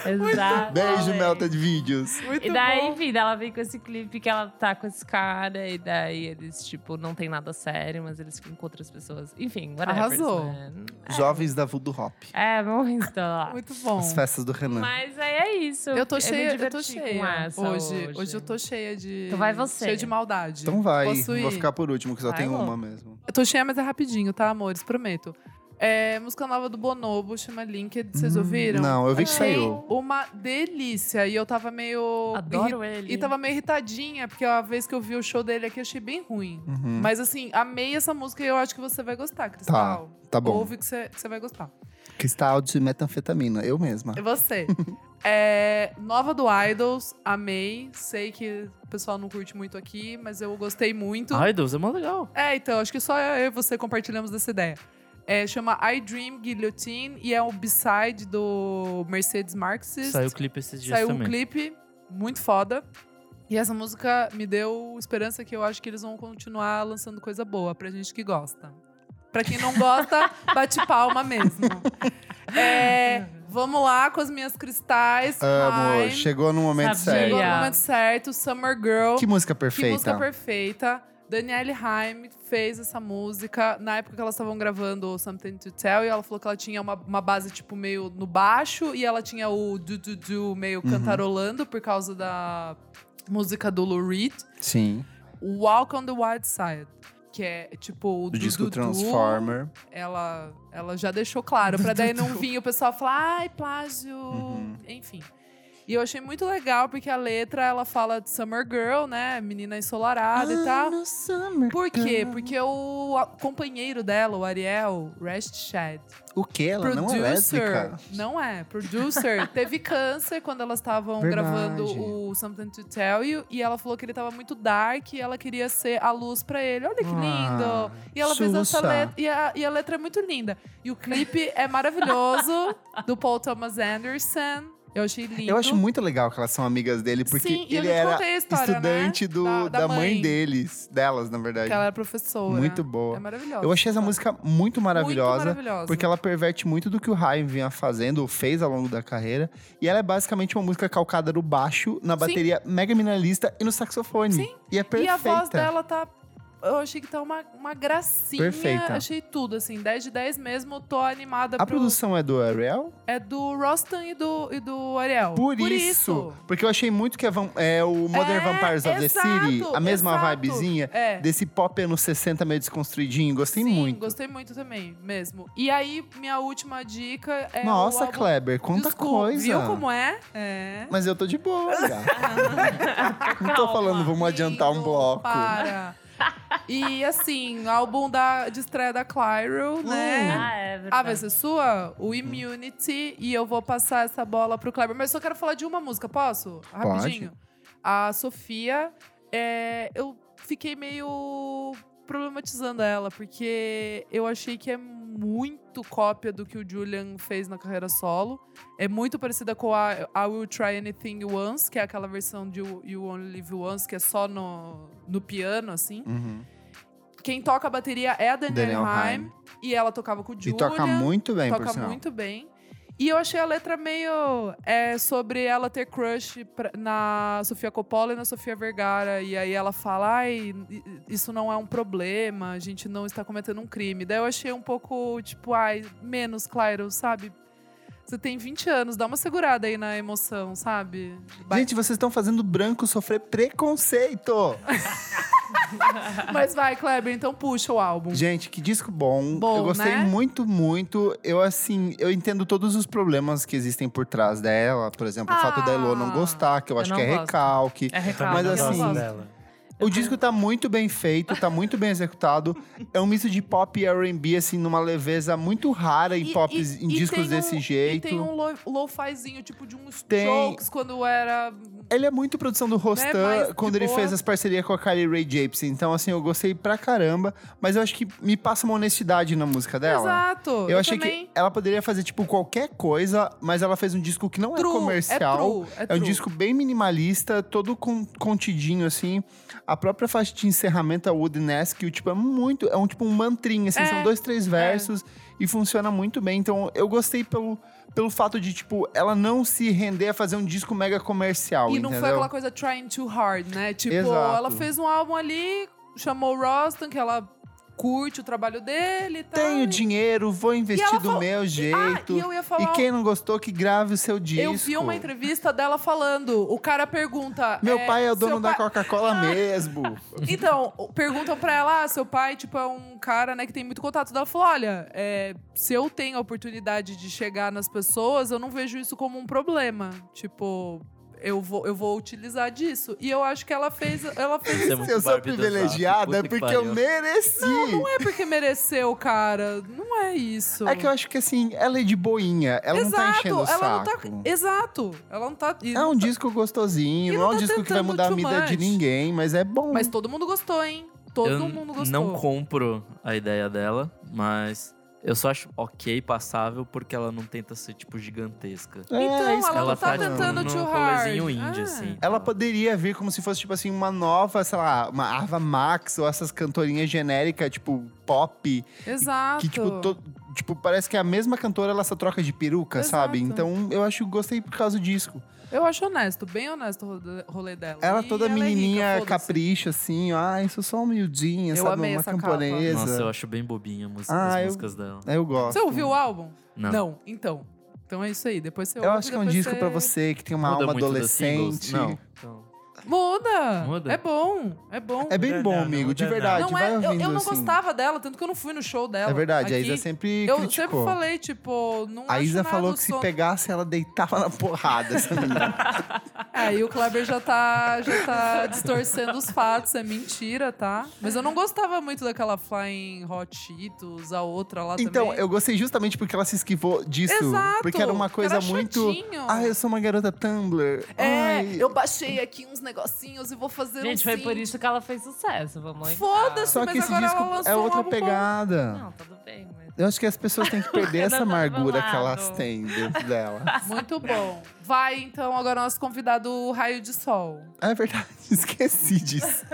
Speaker 2: tão- Exato.
Speaker 1: Beijo, Melta de Vídeos.
Speaker 3: Muito
Speaker 2: E daí,
Speaker 3: bom.
Speaker 2: enfim, daí ela vem com esse clipe que ela tá com esse cara, e daí eles, tipo, não tem nada sério, mas eles ficam com outras pessoas. Enfim, whatever.
Speaker 3: Arrasou.
Speaker 2: né?
Speaker 3: É.
Speaker 1: Jovens da Voodoo Hop.
Speaker 2: É, <laughs> muito lá.
Speaker 3: Muito Tá bom.
Speaker 1: As festas do Renan.
Speaker 2: Mas aí é isso.
Speaker 3: Eu tô
Speaker 2: me
Speaker 3: cheia, eu tô
Speaker 2: diverti com
Speaker 3: cheia
Speaker 2: essa
Speaker 3: hoje. Hoje eu tô cheia de...
Speaker 2: Então vai você.
Speaker 3: Cheia de maldade.
Speaker 1: Então vai,
Speaker 3: Posso ir?
Speaker 1: vou ficar por último, que só
Speaker 2: Vai,
Speaker 1: tem
Speaker 2: Lô.
Speaker 1: uma mesmo.
Speaker 3: Eu tô cheia, mas é rapidinho, tá, amores? Prometo. É, música nova do Bonobo, chama Linked, vocês ouviram?
Speaker 1: Hum, Não, eu vi que
Speaker 3: Achei
Speaker 1: saiu.
Speaker 3: Uma delícia. E eu tava meio. irri-
Speaker 6: Adoro ele.
Speaker 2: <laughs>
Speaker 3: E tava meio irritadinha, porque a vez que eu vi o show dele aqui, eu achei bem ruim.
Speaker 1: Uhum.
Speaker 3: Mas assim, amei essa música e eu acho que você vai gostar, Cristal.
Speaker 1: Tá bom.
Speaker 3: Ouve que você que você vai gostar.
Speaker 1: Cristal de metanfetamina, eu mesma.
Speaker 3: E você? <laughs> É, nova do Idols, amei. Sei que o pessoal não curte muito aqui, mas eu gostei muito.
Speaker 4: Idols é mó legal.
Speaker 3: É, então, acho que só eu e você compartilhamos dessa ideia. É, chama I Dream Guillotine e é o B-side do Mercedes Marxist.
Speaker 4: Saiu o clipe esses dias
Speaker 3: Saiu um
Speaker 4: também.
Speaker 3: clipe muito foda. E essa música me deu esperança que eu acho que eles vão continuar lançando coisa boa pra gente que gosta. Pra quem não gosta, bate palma mesmo. É, vamos lá com as minhas cristais.
Speaker 1: Amo,
Speaker 3: Ai,
Speaker 1: chegou no momento
Speaker 6: Sabia.
Speaker 1: sério.
Speaker 3: chegou no momento certo. Summer Girl.
Speaker 1: Que música
Speaker 3: Que
Speaker 1: perfeita.
Speaker 3: música perfeita. Danielle Haim fez essa música na época que elas estavam gravando o Something to Tell e ela falou que ela tinha uma, uma base tipo meio no baixo e ela tinha o du du du meio
Speaker 1: Uhum.
Speaker 3: cantarolando por causa da música do Lou Reed,
Speaker 1: Sim,
Speaker 3: o Walk on the Wild Side, que é tipo o
Speaker 1: do disco
Speaker 3: du, du, du.
Speaker 1: Transformer.
Speaker 3: Ela ela já deixou claro pra daí não vir o pessoal falar ai plágio,
Speaker 1: Uhum.
Speaker 3: enfim. E eu achei muito legal porque a letra ela fala de Summer Girl, né, menina ensolarada
Speaker 1: Ah,
Speaker 3: e tal. tá? Por quê? Porque o a- companheiro dela, o Ariel, Rest Shad,
Speaker 1: O que? Ela não é
Speaker 3: producer.
Speaker 1: lésbica?
Speaker 3: Não é,
Speaker 1: <laughs>
Speaker 3: producer. teve câncer quando elas estavam
Speaker 1: Verdade.
Speaker 3: gravando o Something to Tell You. E ela falou que ele tava muito dark e ela queria ser a luz pra ele. Olha que
Speaker 1: Ah,
Speaker 3: lindo! E ela fez essa
Speaker 1: Sussa.
Speaker 3: letra. E a, e a letra é muito linda. E o clipe
Speaker 1: <laughs>
Speaker 3: é maravilhoso, do Paul Thomas Anderson. Eu achei lindo.
Speaker 1: Eu acho muito legal que elas são amigas dele, porque
Speaker 3: Sim, e eu
Speaker 1: ele
Speaker 3: já te
Speaker 1: era
Speaker 3: contei a história,
Speaker 1: estudante
Speaker 3: né?
Speaker 1: do, da, mãe. deles, delas, na verdade.
Speaker 3: Que ela era professora.
Speaker 1: Muito boa.
Speaker 3: É maravilhosa.
Speaker 1: Eu achei essa música muito maravilhosa,
Speaker 3: Muito maravilhosa.
Speaker 1: porque ela perverte muito do que o Ryan vinha fazendo, ou fez ao longo da carreira. E ela é basicamente uma música calcada no baixo, na
Speaker 3: Sim.
Speaker 1: bateria mega minimalista e no saxofone.
Speaker 3: Sim.
Speaker 1: E é
Speaker 3: E
Speaker 1: perfeita.
Speaker 3: a voz dela tá. Eu achei que tá uma, uma gracinha.
Speaker 1: Perfeita.
Speaker 3: Achei tudo, assim. 10 de 10 mesmo, tô animada
Speaker 1: A
Speaker 3: pro.
Speaker 1: produção é do Ariel?
Speaker 3: É do Rostan e do, e do Ariel.
Speaker 1: Por, isso, Porque eu achei muito que é, vam- é o Modern
Speaker 3: É,
Speaker 1: Vampires of
Speaker 3: exato,
Speaker 1: the City, a mesma
Speaker 3: exato.
Speaker 1: vibezinha.
Speaker 3: É.
Speaker 1: Desse pop anos 60 meio desconstruidinho. Gostei
Speaker 3: Sim,
Speaker 1: muito.
Speaker 3: Gostei muito também, mesmo. E aí, minha última dica é. o
Speaker 1: Nossa,
Speaker 3: álbum...
Speaker 1: Kleber, quanta
Speaker 3: Desculpa,
Speaker 1: coisa.
Speaker 3: Viu como é? É.
Speaker 1: Mas eu tô de
Speaker 3: <laughs>
Speaker 1: boa. Não tô falando, vamos adiantar um
Speaker 3: Lindo,
Speaker 1: bloco.
Speaker 3: Para. E assim, o álbum da, de estreia da Clyro, né?
Speaker 1: Uh.
Speaker 6: Ah, é verdade.
Speaker 3: Ah, vai ser sua? O Immunity. E eu vou passar essa bola pro Kleber. Mas eu só quero falar de uma música, posso? Rapidinho. A Sofia, é, eu fiquei meio problematizando ela, porque eu achei que é muito cópia do que o Julian fez na carreira solo. É muito parecida com a I Will Try Anything Once, que é aquela versão de You You Only Live Once, que é só no, no piano, assim.
Speaker 1: Uhum.
Speaker 3: Quem toca a bateria é a Danielle
Speaker 1: Daniel
Speaker 3: Haim,
Speaker 1: Haim.
Speaker 3: e ela tocava com o
Speaker 1: E
Speaker 3: Julian
Speaker 1: toca muito bem, por
Speaker 3: toca
Speaker 1: sinal.
Speaker 3: muito bem. E eu achei a letra meio é, sobre ela ter crush pra- na Sofia Coppola e na Sofia Vergara. E aí ela fala, ai, isso não é um problema, a gente não está cometendo um crime. Daí eu achei um pouco, tipo, ai, menos, claro, sabe? Você tem 20 anos, dá uma segurada aí na emoção, sabe? Vai-
Speaker 1: Gente, vocês estão fazendo branco sofrer preconceito.
Speaker 3: <laughs> Mas vai, Kleber, então puxa o álbum.
Speaker 1: Gente, que disco bom.
Speaker 3: Bom,
Speaker 1: eu gostei
Speaker 3: né?
Speaker 1: muito, muito. Eu, assim, eu entendo todos os problemas que existem por trás dela. Por exemplo, o fato da Elo não
Speaker 3: Ah,
Speaker 1: gostar, que eu,
Speaker 2: eu
Speaker 1: acho
Speaker 2: não
Speaker 1: que é
Speaker 2: gosto.
Speaker 1: recalque.
Speaker 2: É
Speaker 5: Eu também
Speaker 1: Mas
Speaker 5: não
Speaker 2: recalque.
Speaker 5: gosto
Speaker 1: assim,
Speaker 5: dela.
Speaker 1: O disco tá muito bem feito, tá muito bem executado. É um misto de pop e R&B, assim, numa leveza muito rara em,
Speaker 3: E-
Speaker 1: pop,
Speaker 3: e-
Speaker 1: em
Speaker 3: e
Speaker 1: discos
Speaker 3: tem um-
Speaker 1: desse jeito.
Speaker 3: E tem um lo- lo-fizinho, tipo de uns
Speaker 1: Tem.
Speaker 3: jokes quando era
Speaker 1: Ele é muito produção do Rostan
Speaker 3: Né, mas de
Speaker 1: quando ele
Speaker 3: boa.
Speaker 1: fez as parcerias com a Kylie Ray Jepsen. Então, assim, eu gostei pra caramba. Mas eu acho que me passa uma honestidade na música dela.
Speaker 3: Exato.
Speaker 1: Eu, achei que ela poderia fazer, tipo, qualquer coisa, mas ela fez um disco que não é comercial.
Speaker 3: É, true, é,
Speaker 1: um
Speaker 3: true.
Speaker 1: disco bem minimalista, todo con- contidinho, assim. A própria faixa de encerramento, a Wooden Ask, tipo, é muito. É um tipo um mantrinho, assim,
Speaker 3: É,
Speaker 1: são dois, três versos e funciona muito bem. Então, eu gostei pelo, pelo fato de, tipo, ela não se render a fazer um disco mega comercial.
Speaker 3: E não
Speaker 1: entendeu?
Speaker 3: foi aquela coisa trying too hard, né? Tipo,
Speaker 1: Exato.
Speaker 3: ela fez um álbum ali, chamou o Rostam, que ela curte o trabalho dele e tal.
Speaker 1: Tenho dinheiro, vou investir
Speaker 3: ela
Speaker 1: do
Speaker 3: falou-
Speaker 1: meu
Speaker 3: Ah,
Speaker 1: jeito.
Speaker 3: e eu ia falar.
Speaker 1: e quem não gostou, que grave o seu disco.
Speaker 3: Eu vi uma entrevista dela falando. O cara pergunta.
Speaker 1: Meu pai é o
Speaker 3: seu
Speaker 1: dono da
Speaker 3: pai- Ah!
Speaker 1: Coca-Cola mesmo.
Speaker 3: Então, o- perguntam pra ela, ah, seu pai, tipo, é um cara, né, que tem muito contato. Ela falou, olha, é, se eu tenho a oportunidade de chegar nas pessoas, eu não vejo isso como um problema. Tipo, eu vou, eu vou utilizar disso. E eu acho que ela fez, ela fez <laughs>
Speaker 4: Isso é
Speaker 1: Se
Speaker 4: muito
Speaker 1: eu sou
Speaker 4: Barbie do Zap,
Speaker 1: privilegiado,
Speaker 4: puta
Speaker 1: é
Speaker 4: que
Speaker 1: porque
Speaker 4: pariu.
Speaker 1: eu mereci.
Speaker 3: Não é porque mereceu, cara. Não é isso.
Speaker 1: É que eu acho que assim, ela é de boinha, ela
Speaker 3: Exato,
Speaker 1: não tá enchendo o
Speaker 3: ela
Speaker 1: saco.
Speaker 3: não tá. Exato. Ela não tá. e
Speaker 1: É
Speaker 3: não
Speaker 1: um
Speaker 3: tá-
Speaker 1: disco gostosinho,
Speaker 3: E
Speaker 1: não é
Speaker 3: não
Speaker 1: um
Speaker 3: tá
Speaker 1: disco que vai
Speaker 3: tentando
Speaker 1: mudar a
Speaker 3: too
Speaker 1: vida de
Speaker 3: much.
Speaker 1: ninguém, mas é bom.
Speaker 3: Mas todo mundo gostou, hein? Todo
Speaker 4: eu
Speaker 3: mundo gostou.
Speaker 4: não compro a ideia dela, mas eu só acho ok, passável, porque ela não tenta ser, tipo, gigantesca.
Speaker 1: É,
Speaker 3: Então,
Speaker 1: isso que
Speaker 3: ela
Speaker 1: eu
Speaker 3: não
Speaker 1: tô
Speaker 3: tá
Speaker 4: tipo,
Speaker 1: falando.
Speaker 3: tentando
Speaker 4: num
Speaker 3: too
Speaker 4: rolezinho
Speaker 3: hard.
Speaker 4: indie,
Speaker 3: Ah.
Speaker 4: assim.
Speaker 1: Ela poderia vir como se fosse, tipo assim, uma nova, sei lá, uma Ava Max ou essas cantorinhas genéricas, tipo, pop.
Speaker 3: É, Exato.
Speaker 1: Que, tipo, to- tipo, parece que é a mesma cantora, ela só troca de peruca,
Speaker 3: Exato.
Speaker 1: sabe? Então, eu acho que gostei por causa do disco.
Speaker 3: Eu acho honesto, bem honesto o rolê- rolê dela.
Speaker 1: Ela
Speaker 3: E
Speaker 1: toda
Speaker 3: é
Speaker 1: menininha
Speaker 3: rica, foda-se.
Speaker 1: capricha, assim, ó, ah, isso só humildinha,
Speaker 3: Eu
Speaker 1: sabe?
Speaker 3: amei
Speaker 1: uma
Speaker 3: essa capa.
Speaker 1: camponesa.
Speaker 4: Nossa, eu acho bem bobinha a música-
Speaker 1: Ah,
Speaker 4: as
Speaker 1: eu-
Speaker 4: músicas dela.
Speaker 1: eu... gosto.
Speaker 3: Você ouviu o álbum?
Speaker 4: Não.
Speaker 3: Então. Então é isso aí. Depois você ouve.
Speaker 1: Eu acho que é um
Speaker 3: depois
Speaker 1: disco
Speaker 3: você...
Speaker 1: pra você que tem uma
Speaker 4: Muda
Speaker 1: alma
Speaker 4: muito dos
Speaker 1: adolescente.
Speaker 4: singles? Não. Então,
Speaker 3: Muda!
Speaker 4: Muda?
Speaker 3: É bom, é bom.
Speaker 1: É bem
Speaker 5: Não,
Speaker 1: bom,
Speaker 5: não,
Speaker 1: amigo,
Speaker 5: não,
Speaker 1: de
Speaker 5: não.
Speaker 1: verdade.
Speaker 3: não
Speaker 1: vai
Speaker 3: é, eu, eu
Speaker 1: ouvindo,
Speaker 3: não
Speaker 1: assim.
Speaker 3: gostava dela, tanto que eu não fui no show dela.
Speaker 1: É verdade, a
Speaker 3: Aqui,
Speaker 1: Isa sempre
Speaker 3: Eu
Speaker 1: criticou.
Speaker 3: sempre falei, tipo, não
Speaker 1: A
Speaker 3: acho
Speaker 1: Isa
Speaker 3: nada
Speaker 1: falou
Speaker 3: o
Speaker 1: que
Speaker 3: som-
Speaker 1: se pegasse, ela deitava na porrada,
Speaker 3: <laughs>
Speaker 1: essa menina.
Speaker 3: Aí É, o Kleber já tá, já tá distorcendo os fatos, é mentira, tá? Mas eu não gostava muito daquela Flying Hot Cheetos, a outra lá
Speaker 1: então,
Speaker 3: também.
Speaker 1: eu gostei justamente porque ela se esquivou disso.
Speaker 3: Exato,
Speaker 1: Porque era uma coisa
Speaker 3: era
Speaker 1: muito.
Speaker 3: chatinho.
Speaker 1: Ah, eu sou uma garota Tumblr.
Speaker 3: É,
Speaker 1: Ai.
Speaker 3: eu baixei aqui uns negocinhos e vou fazer um
Speaker 2: Gente, foi por
Speaker 3: sync. <laughs>
Speaker 2: isso que ela fez sucesso, vamos lá.
Speaker 3: Foda-se,
Speaker 1: Só
Speaker 3: mas
Speaker 1: que esse
Speaker 3: agora
Speaker 1: disco
Speaker 3: ela lançou
Speaker 1: é
Speaker 3: um
Speaker 1: outra
Speaker 3: álbum bom.
Speaker 1: pegada.
Speaker 2: Não, tudo bem, mas...
Speaker 1: Eu acho que as pessoas
Speaker 3: <laughs>
Speaker 1: têm que perder
Speaker 2: Ela
Speaker 1: essa
Speaker 2: tava
Speaker 1: amargura
Speaker 2: lá,
Speaker 1: que elas
Speaker 2: não.
Speaker 1: têm dentro dela.
Speaker 3: Muito bom. Vai, então, agora nosso convidado Raio de Sol.
Speaker 1: É verdade, <laughs> esqueci disso.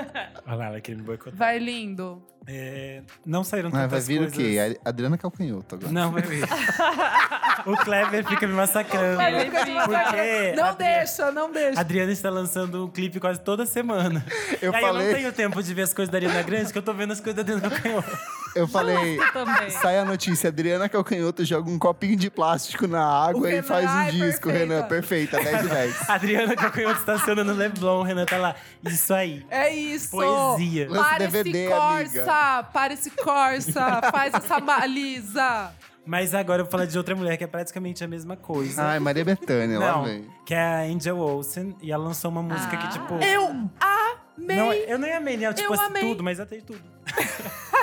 Speaker 5: Olha lá, ela queria me boicotar.
Speaker 3: Vai, lindo.
Speaker 5: É, não saíram
Speaker 1: Mas
Speaker 5: tantas
Speaker 1: vai vir o
Speaker 5: coisas.
Speaker 1: quê? A Adriana Calcanhoto agora.
Speaker 5: Não, vai vir. o Kleber fica me massacrando.
Speaker 2: Kleber fica te massacrando.
Speaker 5: Porque
Speaker 3: Não
Speaker 5: a
Speaker 3: deixa, não
Speaker 5: A
Speaker 3: deixa.
Speaker 5: Adriana está lançando um clipe quase toda semana.
Speaker 1: Eu
Speaker 5: e aí eu
Speaker 1: falei-
Speaker 5: não tenho tempo de ver as coisas da Ariana Grande, que eu tô vendo as coisas da Adriana Calcanhoto.
Speaker 1: Eu falei,
Speaker 2: também.
Speaker 1: sai a notícia, Adriana Calcanhoto joga um copinho de plástico na água
Speaker 3: O
Speaker 1: e
Speaker 3: Renan,
Speaker 1: faz um
Speaker 3: ai,
Speaker 1: disco.
Speaker 3: perfeita.
Speaker 1: Renan, perfeita, 10 de
Speaker 5: <laughs>
Speaker 1: 10.
Speaker 5: A Adriana Calcanhoto estaciona no Leblon, o Renan tá lá. Isso aí.
Speaker 3: É isso.
Speaker 5: Poesia.
Speaker 1: Lança
Speaker 3: Para esse
Speaker 1: DVD,
Speaker 3: Corsa, para esse Corsa, faz essa baliza.
Speaker 5: Mas agora eu vou falar de outra mulher que é praticamente a mesma coisa.
Speaker 1: Ai, Maria Bethânia, lá
Speaker 5: não,
Speaker 1: vem.
Speaker 5: que é a Angel Olsen. E ela lançou uma música que, tipo...
Speaker 3: Ah. Eu
Speaker 5: Não,
Speaker 3: amei,
Speaker 5: eu nem amei, né? Eu, tipo,
Speaker 3: Eu
Speaker 5: assim,
Speaker 3: amei.
Speaker 5: tudo, mas até de tudo.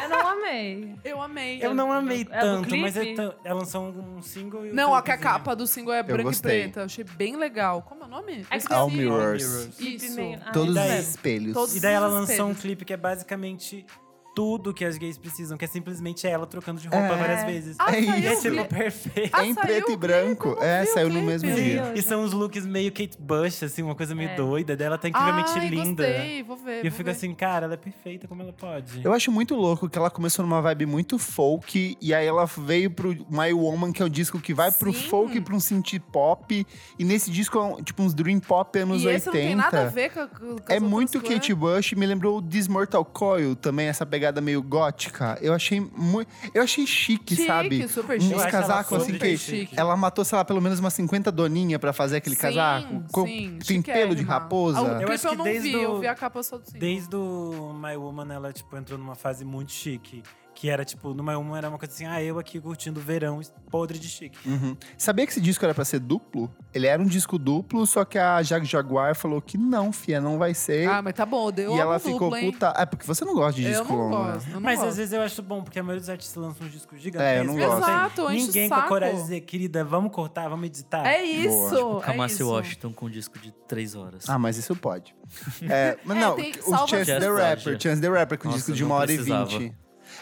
Speaker 2: Eu não amei.
Speaker 3: eu amei.
Speaker 5: Eu não amei
Speaker 2: é do
Speaker 5: tanto, mas é
Speaker 2: clipe?
Speaker 5: tão- ela lançou um um single e um
Speaker 3: Não, a, que a
Speaker 5: clipezinho.
Speaker 3: capa do single é branca e
Speaker 1: gostei. Ah,
Speaker 3: preta. Eu achei bem legal. Como é o nome? Eu
Speaker 2: É
Speaker 3: esqueci.
Speaker 2: que-
Speaker 1: All
Speaker 2: Sim.
Speaker 1: Mirrors.
Speaker 3: Isso.
Speaker 2: Ah,
Speaker 1: Todos
Speaker 5: e
Speaker 1: os
Speaker 5: daí?
Speaker 1: espelhos.
Speaker 3: Todos-
Speaker 5: E daí ela
Speaker 3: os
Speaker 5: lançou um
Speaker 3: espelhos.
Speaker 5: clipe que é basicamente tudo que as gays precisam, que é simplesmente ela trocando de roupa
Speaker 1: É.
Speaker 5: várias vezes.
Speaker 3: Ah,
Speaker 1: É
Speaker 5: e é
Speaker 1: isso.
Speaker 5: tipo
Speaker 3: saiu.
Speaker 5: perfeito.
Speaker 3: Ah,
Speaker 1: em
Speaker 3: saiu
Speaker 1: preto
Speaker 3: o
Speaker 1: e branco.
Speaker 3: clipe, eu
Speaker 1: É,
Speaker 3: vi o
Speaker 1: saiu no mesmo
Speaker 3: clipe.
Speaker 1: dia.
Speaker 2: Meu
Speaker 5: E são uns looks meio Kate Bush, assim, uma coisa meio
Speaker 2: É.
Speaker 5: doida. Daí ela tá incrivelmente
Speaker 3: Ai,
Speaker 5: linda.
Speaker 3: gostei, vou ver.
Speaker 5: E eu
Speaker 3: vou
Speaker 5: fico
Speaker 3: ver.
Speaker 5: assim, cara, ela é perfeita como ela pode.
Speaker 1: Eu acho muito louco que ela começou numa vibe muito folk, e aí ela veio pro My Woman, que é o disco que vai pro
Speaker 3: Sim.
Speaker 1: folk e pra um synth pop. E nesse disco é um- tipo uns dream pop anos
Speaker 3: e
Speaker 1: 80.
Speaker 3: esse não tem nada a ver com, a- com as
Speaker 1: É
Speaker 3: outras
Speaker 1: muito
Speaker 3: coisas. né?
Speaker 1: Kate Bush, me lembrou o This Mortal Coil também, essa pegada meio gótica. Eu achei muito. Eu achei chique,
Speaker 3: Chique,
Speaker 1: sabe?
Speaker 3: super
Speaker 1: Uns
Speaker 3: chique.
Speaker 5: Eu acho ela
Speaker 1: casacos assim
Speaker 5: super
Speaker 1: que.
Speaker 5: chique.
Speaker 1: Ela matou, sei lá, pelo menos umas 50 doninha pra fazer aquele
Speaker 3: Sim,
Speaker 1: casaco. com-
Speaker 3: sim,
Speaker 1: tem pelo de
Speaker 3: chiquérrima.
Speaker 1: raposa.
Speaker 3: Ah, O
Speaker 5: Eu
Speaker 3: clipe
Speaker 5: acho
Speaker 3: eu
Speaker 5: que
Speaker 3: não
Speaker 5: desde
Speaker 3: vi, eu
Speaker 5: o-
Speaker 3: vi a capa só do single.
Speaker 5: Desde o My Woman, ela, tipo, entrou numa fase muito chique. Que era, tipo, no My Woman era uma coisa assim, ah, eu aqui curtindo o verão, podre de chique.
Speaker 1: Uhum. Sabia que esse disco era pra ser duplo? Ele era um disco duplo, só que a Jag Jaguar falou que não, fia, não vai ser.
Speaker 3: Ah, mas tá bom, deu
Speaker 1: e ela
Speaker 3: duplo,
Speaker 1: ficou
Speaker 3: hein?
Speaker 1: puta. É porque você não gosta de
Speaker 3: Eu
Speaker 1: disco
Speaker 3: não
Speaker 1: longo, né?
Speaker 3: gosto, eu não
Speaker 5: Mas
Speaker 3: gosto.
Speaker 5: às vezes eu acho bom, porque a maioria dos artistas lança uns discos gigantescos.
Speaker 1: É, eu não
Speaker 5: mas
Speaker 1: gosto.
Speaker 5: tem
Speaker 3: Exato, enche o
Speaker 5: Ninguém com
Speaker 3: saco.
Speaker 5: a coragem de dizer, querida, vamos cortar, vamos editar.
Speaker 3: É isso,
Speaker 4: o
Speaker 3: é
Speaker 4: Kamasi
Speaker 3: isso.
Speaker 4: Tipo, Washington com um disco de três horas.
Speaker 1: Ah, mas isso
Speaker 3: <laughs>
Speaker 1: pode. É, mas
Speaker 3: É,
Speaker 1: não,
Speaker 3: tem-
Speaker 1: o
Speaker 3: salva-
Speaker 1: Chance the
Speaker 4: Chance
Speaker 1: Rapper,
Speaker 4: pode.
Speaker 1: Chance the Rapper, com
Speaker 4: Nossa,
Speaker 1: disco de
Speaker 4: não
Speaker 1: uma hora e
Speaker 4: precisava.
Speaker 1: vinte.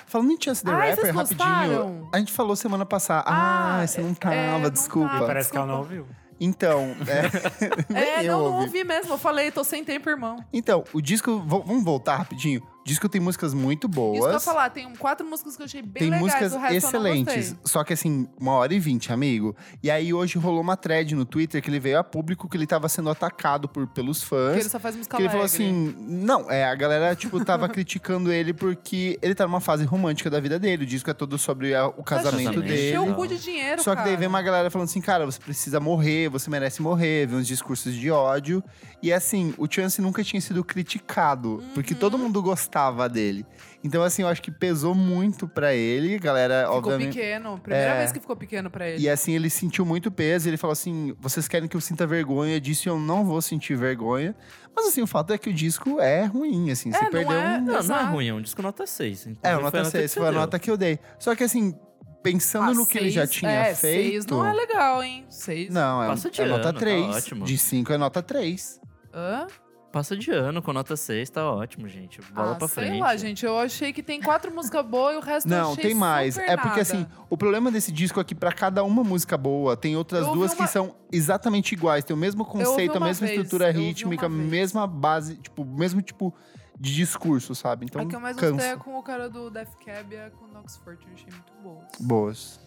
Speaker 1: Falando em Chance the
Speaker 3: Ai,
Speaker 1: Rapper,
Speaker 3: vocês
Speaker 1: rapidinho,
Speaker 3: gostaram?
Speaker 1: a gente falou semana passada. Ah,
Speaker 3: Ah,
Speaker 1: você não
Speaker 3: é,
Speaker 1: tava,
Speaker 3: não
Speaker 1: desculpa.
Speaker 5: E
Speaker 3: tava.
Speaker 5: parece que ela não ouviu.
Speaker 1: Então, é, <laughs> nem
Speaker 3: É,
Speaker 1: eu
Speaker 3: <laughs> não, não
Speaker 1: ouvi.
Speaker 3: ouvi mesmo. Eu falei, tô sem tempo, irmão.
Speaker 1: Então, o disco. vo- Vamos voltar rapidinho. Disco tem músicas muito
Speaker 3: Isso que eu ia
Speaker 1: boas.
Speaker 3: falar, tem um- quatro músicas que eu achei bem
Speaker 1: tem
Speaker 3: legais,
Speaker 1: músicas
Speaker 3: o resto
Speaker 1: excelentes.
Speaker 3: eu não
Speaker 1: Só que assim, uma hora e vinte, amigo. E aí hoje rolou uma thread no Twitter que ele veio a público que ele tava sendo atacado por, pelos fãs.
Speaker 3: gostei. Que ele só faz música
Speaker 1: Que ele falou
Speaker 3: alegre.
Speaker 1: assim, não, é, a galera, tipo,
Speaker 3: <laughs>
Speaker 1: tava criticando ele porque ele tá numa fase romântica da vida dele. O disco é todo sobre a- o casamento
Speaker 4: Exatamente.
Speaker 1: dele.
Speaker 3: Tá Encheu o
Speaker 4: dele.
Speaker 3: cu de dinheiro,
Speaker 1: Só que daí
Speaker 3: cara.
Speaker 1: vem uma galera falando assim, cara, você precisa morrer, você merece morrer, vem uns discursos de ódio. E assim, o Chance nunca tinha sido criticado, porque todo
Speaker 3: Uhum.
Speaker 1: mundo gostava dele. Então, assim, eu acho que pesou muito pra ele, a galera,
Speaker 3: Ficou
Speaker 1: obviamente.
Speaker 3: pequeno. Primeira
Speaker 1: É.
Speaker 3: vez que ficou pequeno pra ele.
Speaker 1: E assim, ele sentiu muito peso. Ele falou assim: vocês querem que eu sinta vergonha disso e eu não vou sentir vergonha. Mas assim, o fato é que o disco é ruim, assim.
Speaker 3: É,
Speaker 1: você
Speaker 3: não
Speaker 1: perdeu
Speaker 3: é-
Speaker 1: um.
Speaker 4: Não, não é
Speaker 3: Exato.
Speaker 4: ruim, é um disco nota 6.
Speaker 1: É,
Speaker 4: inclusive
Speaker 1: uma nota
Speaker 4: que
Speaker 1: 6
Speaker 4: você
Speaker 1: foi a
Speaker 4: deu.
Speaker 1: nota que eu dei. Só que assim, pensando
Speaker 3: Ah,
Speaker 1: no que ele já
Speaker 3: seis-
Speaker 1: tinha
Speaker 3: é,
Speaker 1: feito.
Speaker 3: Seis não é legal, hein? Seis.
Speaker 1: não, é,
Speaker 4: Passa de
Speaker 1: é nota
Speaker 4: ano, tá
Speaker 1: 3.
Speaker 4: ótimo.
Speaker 1: de 5 é nota 3.
Speaker 3: Hã?
Speaker 4: Passa de ano com nota 6, tá ótimo, gente. Bola
Speaker 3: ah,
Speaker 4: pra
Speaker 3: sei
Speaker 4: frente.
Speaker 3: lá, gente. Eu achei que tem quatro músicas boas e o resto eu
Speaker 1: Não,
Speaker 3: achei
Speaker 1: tem mais.
Speaker 3: super
Speaker 1: É porque
Speaker 3: nada.
Speaker 1: assim, o problema desse disco é que pra cada uma música boa, tem outras
Speaker 3: Eu ouvi
Speaker 1: duas
Speaker 3: uma-
Speaker 1: que são exatamente iguais. Tem o mesmo
Speaker 3: ouvi
Speaker 1: conceito, a
Speaker 3: uma
Speaker 1: mesma
Speaker 3: vez,
Speaker 1: estrutura
Speaker 3: eu ouvi uma
Speaker 1: rítmica,
Speaker 3: vez.
Speaker 1: mesma base, tipo, mesmo tipo de discurso, sabe? Então,
Speaker 3: a que eu mais
Speaker 1: cansa.
Speaker 3: gostei é com o cara do Death Cab e a com o Nox Fortune. Achei muito boas.
Speaker 1: Boas.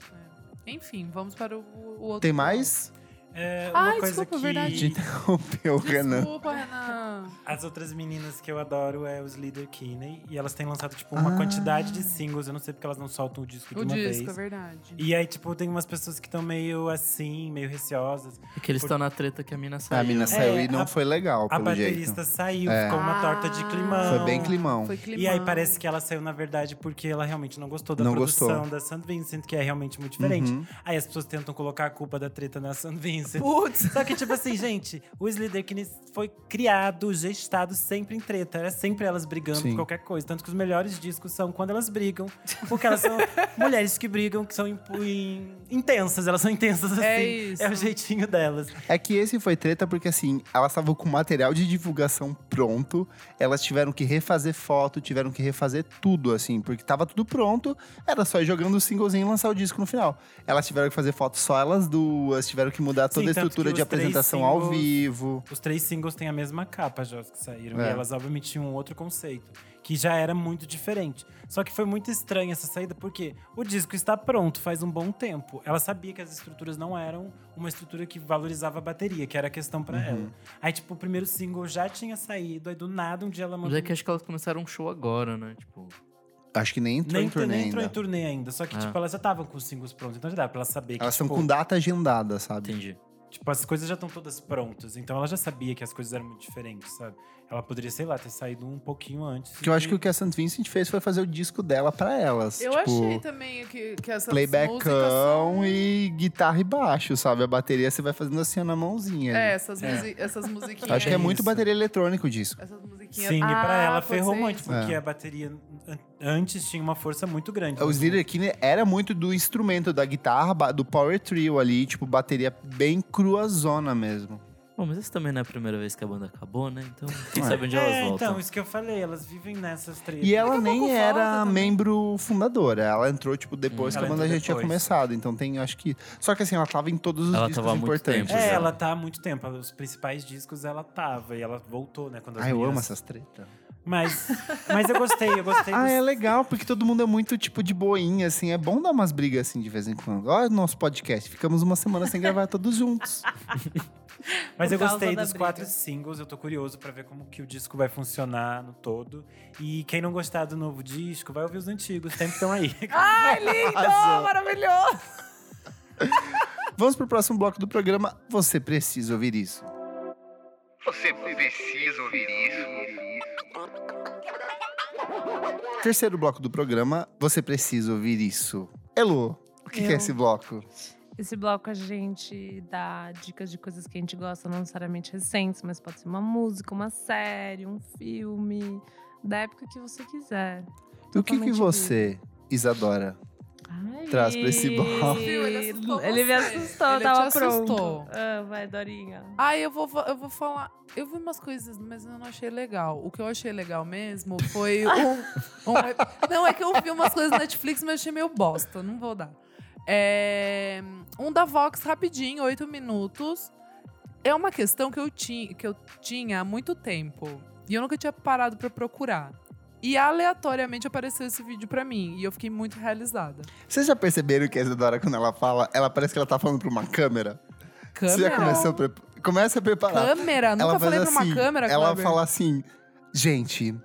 Speaker 3: Enfim, vamos para o, o outro.
Speaker 1: Tem mais? <laughs>
Speaker 5: É, uma
Speaker 3: Ai,
Speaker 5: coisa
Speaker 3: desculpa,
Speaker 5: que
Speaker 1: Te
Speaker 3: verdade.
Speaker 1: interrompeu, Renan.
Speaker 3: Desculpa, Renan.
Speaker 5: as outras meninas que eu adoro é os Leader Kinney. E elas têm lançado, tipo, uma
Speaker 1: Ah.
Speaker 5: quantidade de singles. Eu não sei porque elas não soltam o disco de
Speaker 3: O
Speaker 5: uma
Speaker 3: disco, é
Speaker 5: vez.
Speaker 3: verdade.
Speaker 5: E aí, tipo, tem umas pessoas que estão meio assim, meio receosas.
Speaker 4: É que eles estão na treta que a mina saiu.
Speaker 1: A mina saiu e não
Speaker 5: É, a-
Speaker 1: foi legal,
Speaker 5: A
Speaker 1: pelo jeito.
Speaker 5: baterista saiu,
Speaker 1: É.
Speaker 5: ficou uma torta de
Speaker 3: Ah.
Speaker 5: climão.
Speaker 1: Foi bem climão.
Speaker 3: Foi
Speaker 5: E aí
Speaker 3: climão.
Speaker 5: parece que ela saiu, na verdade, porque ela realmente não gostou da
Speaker 1: Não
Speaker 5: produção
Speaker 1: gostou.
Speaker 5: da St. Vincent, que é realmente muito diferente.
Speaker 1: Uhum.
Speaker 5: Aí as pessoas tentam colocar a culpa da treta na St. Vincent.
Speaker 3: Putz.
Speaker 5: Só que, tipo assim, gente, o Slitherkin foi criado, gestado sempre em treta. Era sempre elas brigando
Speaker 1: Sim.
Speaker 5: por qualquer coisa. Tanto que os melhores discos são quando elas brigam. Porque elas são mulheres que brigam, que são im- im- intensas. Elas são intensas assim.
Speaker 3: É isso.
Speaker 5: é o jeitinho delas.
Speaker 1: É que esse foi treta porque, assim, elas estavam com material de divulgação pronto, elas tiveram que refazer foto, tiveram que refazer tudo, assim, porque tava tudo pronto, era só ir jogando o singlezinho e lançar o disco no final. Elas tiveram que fazer foto só elas duas, tiveram que mudar toda
Speaker 5: Sim,
Speaker 1: a
Speaker 5: tanto
Speaker 1: estrutura
Speaker 5: que
Speaker 1: de
Speaker 5: os três
Speaker 1: apresentação ao
Speaker 5: singles-
Speaker 1: vivo.
Speaker 5: Os três singles têm a mesma capa, Jós, que saíram.
Speaker 1: É.
Speaker 5: E elas, obviamente, tinham um outro conceito, que já era muito diferente. Só que foi muito estranha essa saída, porque o disco está pronto faz um bom tempo. Ela sabia que as estruturas não eram uma estrutura que valorizava a bateria, que era a questão
Speaker 1: Uhum.
Speaker 5: pra ela. Aí, tipo, o primeiro single já tinha saído, aí do nada um dia ela
Speaker 4: Mas
Speaker 5: mandou.
Speaker 4: é que acho que elas começaram um show agora, né? Tipo,
Speaker 1: Acho que nem entrou
Speaker 5: Nem,
Speaker 1: em turnê
Speaker 5: nem entrou em
Speaker 1: ainda. É.
Speaker 5: turnê ainda. Só que,
Speaker 4: Ah.
Speaker 5: tipo, elas já estavam com os singles prontos. Então já dá pra ela saber que.
Speaker 1: Elas estão
Speaker 5: tipo,
Speaker 1: com data agendada, sabe?
Speaker 4: entendi.
Speaker 5: Tipo, as coisas já estão todas prontas. Então ela já sabia que as coisas eram muito diferentes, sabe? Ela poderia, sei lá, ter saído um pouquinho antes.
Speaker 1: Porque eu acho que o que a St. Vincent fez foi fazer o disco dela pra elas.
Speaker 3: Eu
Speaker 1: tipo,
Speaker 3: achei também que, que essas músicas
Speaker 1: Playbackão
Speaker 3: são...
Speaker 1: e guitarra e baixo, sabe? A bateria você vai fazendo assim na mãozinha.
Speaker 3: É,
Speaker 1: né?
Speaker 3: essas, musi- essas musiquinhas.
Speaker 1: Acho que é
Speaker 5: é
Speaker 1: muito
Speaker 5: isso.
Speaker 1: bateria eletrônica o disco.
Speaker 3: Essas musiquinhas.
Speaker 5: Sim, e pra
Speaker 3: Ah,
Speaker 5: ela
Speaker 3: pode
Speaker 5: ferrou
Speaker 3: ser
Speaker 5: muito,
Speaker 3: isso.
Speaker 5: porque
Speaker 1: É.
Speaker 5: a bateria an- antes tinha uma força muito grande.
Speaker 1: Os Leader Keener era muito do instrumento da guitarra, ba- do power trio ali, tipo, bateria bem cruazona mesmo.
Speaker 4: Bom, mas essa também não é a primeira vez que a banda acabou, né? Então, <laughs> quem
Speaker 1: É.
Speaker 4: sabe onde elas
Speaker 5: é,
Speaker 4: voltam.
Speaker 5: então, isso que eu falei, elas vivem nessas tretas.
Speaker 1: E ela
Speaker 3: Daqui a
Speaker 1: nem
Speaker 3: pouco volta
Speaker 1: era
Speaker 3: também.
Speaker 1: membro fundadora, ela entrou, tipo, depois
Speaker 5: Hum.
Speaker 1: que a
Speaker 5: Ela
Speaker 1: banda já
Speaker 5: entrou
Speaker 1: tinha
Speaker 5: depois.
Speaker 1: começado, então tem, acho que... Só que assim, ela tava em todos os
Speaker 4: Ela
Speaker 1: discos
Speaker 4: tava há muito
Speaker 1: importantes.
Speaker 4: tempo já.
Speaker 5: É,
Speaker 1: né?
Speaker 5: ela tá há muito tempo. Os principais discos ela tava, e ela voltou, né? Quando as
Speaker 1: Ai, Ah, eu amo
Speaker 5: meninas-
Speaker 1: essas tretas.
Speaker 5: Mas, mas eu gostei, eu
Speaker 1: <laughs>
Speaker 5: gostei.
Speaker 1: Ah,
Speaker 5: dos-
Speaker 1: é legal, porque todo mundo é muito, tipo, de boinha, assim. É bom dar umas brigas, assim, de vez em quando. Olha o nosso podcast, ficamos uma semana sem gravar todos juntos.
Speaker 5: Mas
Speaker 2: Por
Speaker 5: eu
Speaker 2: causa
Speaker 5: gostei
Speaker 2: da
Speaker 5: dos
Speaker 2: briga.
Speaker 5: quatro singles, eu tô curioso pra ver como que o disco vai funcionar no todo. E quem não gostar do novo disco, vai ouvir os antigos, sempre estão aí.
Speaker 3: Ai, lindo!
Speaker 1: Arrasou.
Speaker 3: Maravilhoso!
Speaker 1: Vamos pro próximo bloco do programa. Você precisa ouvir isso.
Speaker 7: Você precisa ouvir isso.
Speaker 1: Terceiro bloco do programa, você precisa ouvir isso. Elo, o que,
Speaker 2: Eu.
Speaker 1: que é esse bloco?
Speaker 2: Esse bloco a gente dá dicas de coisas que a gente gosta, não necessariamente recentes, mas pode ser uma música, uma série, um filme, da época que você
Speaker 1: E
Speaker 2: quiser.
Speaker 1: o que, que
Speaker 2: Totalmente
Speaker 1: você, Isadora?
Speaker 2: Ai,
Speaker 1: Traz pra esse bloco.
Speaker 3: Viu? Ele assustou
Speaker 2: Ele me
Speaker 3: você.
Speaker 2: assustou,
Speaker 3: Ele
Speaker 2: tava
Speaker 3: te
Speaker 2: pronto.
Speaker 3: assustou.
Speaker 2: Ah, vai, Dorinha.
Speaker 3: Ai, eu vou, fa- eu vou falar. Eu vi umas coisas, mas eu não achei legal. O que eu achei legal mesmo
Speaker 5: <laughs>
Speaker 3: foi um. um ep- não, é que eu vi umas coisas na Netflix, mas achei meio bosta. Não vou dar. É, um da Vox rapidinho, oito minutos. É uma questão que eu, ti, que eu tinha há muito tempo. E eu nunca tinha parado pra procurar. E aleatoriamente apareceu esse vídeo pra mim. E eu fiquei muito realizada.
Speaker 1: Vocês já perceberam que a Isadora, quando ela fala, ela parece que ela tá falando pra uma câmera? Você já
Speaker 3: Câmera?
Speaker 1: começou a pre- Começa a preparar.
Speaker 3: Câmera? Nunca
Speaker 1: ela faz
Speaker 3: falei pra
Speaker 1: assim,
Speaker 3: uma câmera,
Speaker 1: Ela
Speaker 3: Kleber.
Speaker 1: fala assim, gente,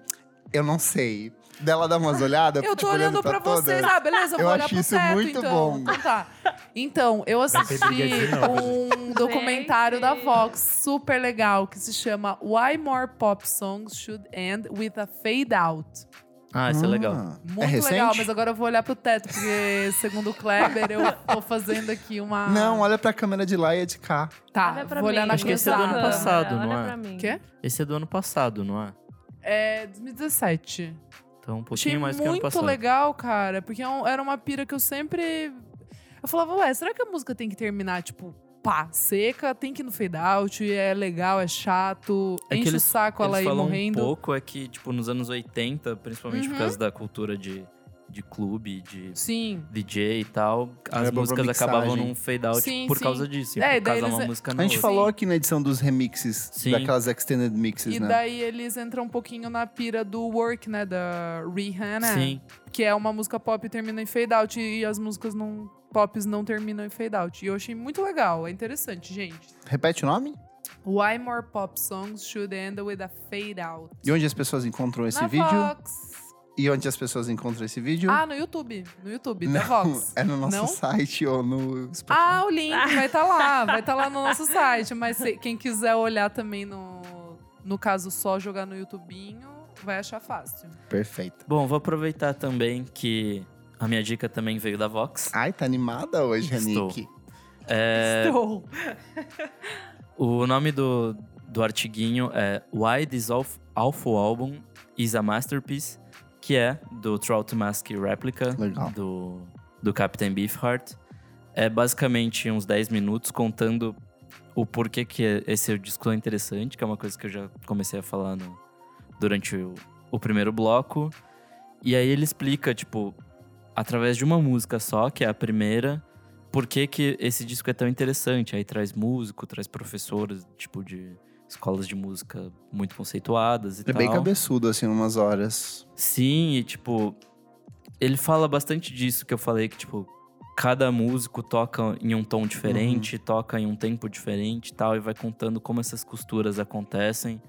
Speaker 1: eu não sei. Dela dá umas olhadas,
Speaker 3: Eu
Speaker 1: tipo,
Speaker 3: tô olhando pra
Speaker 1: todas.
Speaker 3: vocês. Ah, beleza, eu
Speaker 1: Eu
Speaker 3: vou olhar
Speaker 1: acho
Speaker 3: pro
Speaker 1: isso
Speaker 3: teto,
Speaker 1: muito
Speaker 3: então.
Speaker 1: bom.
Speaker 3: Então tá. Então, eu assisti
Speaker 5: briga de novo,
Speaker 3: um documentário da Fox super legal que se chama Why More Pop Songs Should End with a Fade Out.
Speaker 4: Ah, isso é legal.
Speaker 1: Ah,
Speaker 3: Muito
Speaker 1: é recente?
Speaker 3: legal, mas agora eu vou olhar pro teto, porque segundo o Kleber, eu tô fazendo aqui uma.
Speaker 1: Não, olha pra câmera de lá e a de cá.
Speaker 3: Tá,
Speaker 6: Olha pra
Speaker 3: vou olhar
Speaker 6: mim,
Speaker 3: na
Speaker 4: Acho que esse é do ano
Speaker 3: cruzada.
Speaker 4: passado. não
Speaker 6: olha
Speaker 4: é?
Speaker 6: pra mim.
Speaker 3: Quê?
Speaker 4: Esse é do ano passado, não é?
Speaker 3: É 2017.
Speaker 4: Então um pouquinho
Speaker 3: Achei
Speaker 4: mais que ano
Speaker 3: muito
Speaker 4: passado.
Speaker 3: legal, cara, porque é um- era uma pira que eu sempre. Eu falava, ué, será que a música tem que terminar, tipo, pá, seca, tem que ir no fade out, é legal, é chato,
Speaker 4: É que
Speaker 3: enche
Speaker 4: eles-
Speaker 3: o saco ela
Speaker 4: Eles
Speaker 3: ir
Speaker 4: falam
Speaker 3: morrendo.
Speaker 4: um pouco é que, tipo, nos anos 80, principalmente
Speaker 3: Uhum.
Speaker 4: por causa da cultura de, de clube, de
Speaker 3: Sim.
Speaker 4: DJ e tal, as
Speaker 1: Era bom pra
Speaker 4: músicas acabavam
Speaker 1: mixagem.
Speaker 4: num fade out
Speaker 3: Sim,
Speaker 4: por
Speaker 3: sim.
Speaker 4: causa disso.
Speaker 3: É, e
Speaker 4: É, por
Speaker 3: daí
Speaker 4: causa de uma
Speaker 3: eles-
Speaker 4: música
Speaker 1: A
Speaker 4: na
Speaker 1: gente
Speaker 4: outra.
Speaker 1: falou aqui na edição dos remixes,
Speaker 4: Sim.
Speaker 1: daquelas extended mixes,
Speaker 3: E
Speaker 1: né?
Speaker 3: daí eles entram um pouquinho na pira do work, né? Da Rihanna.
Speaker 4: Sim,
Speaker 3: Que é uma música pop e termina em fade out. E as músicas não, pops não terminam em fade out. E eu achei muito legal. É interessante, gente.
Speaker 1: Repete o nome?
Speaker 3: Why more pop songs should end with a fade out?
Speaker 1: E onde as pessoas encontram esse
Speaker 3: na
Speaker 1: vídeo?
Speaker 3: Fox.
Speaker 1: E onde as pessoas encontram esse vídeo?
Speaker 3: Ah, no YouTube. No YouTube, da
Speaker 1: Não,
Speaker 3: Vox.
Speaker 1: É no nosso
Speaker 3: Não?
Speaker 1: site tá ou no Spotify.
Speaker 3: Ah, o link vai estar lá. Vai estar lá no nosso site. Mas se- quem quiser olhar também no... No caso, só jogar no YouTubinho, vai achar fácil.
Speaker 1: Perfeito.
Speaker 4: Bom, vou aproveitar também que a minha dica também veio da Vox. É,
Speaker 1: Ai, tá animada hoje,
Speaker 4: Estou.
Speaker 1: Renick.
Speaker 2: É,
Speaker 3: Estou.
Speaker 4: O nome do, do artiguinho é Why This Awf- Awful Album is a Masterpiece, que é do Trout Mask Replica,
Speaker 1: Legal.
Speaker 4: do, do Captain Beefheart. É basicamente uns 10 minutos contando o porquê que esse disco é interessante, que é uma coisa que eu já comecei a falar no- durante o, o primeiro bloco. E aí ele explica, tipo, através de uma música só, que é a primeira, por que, que esse disco é tão interessante. Aí traz músico, traz professores, tipo, de escolas de música muito conceituadas e
Speaker 1: É
Speaker 4: tal.
Speaker 1: bem cabeçudo, assim, umas horas.
Speaker 4: Sim, e tipo, ele fala bastante disso que eu falei, que tipo, cada músico toca em um tom diferente, toca em um tempo diferente e tal, e vai contando como essas costuras acontecem.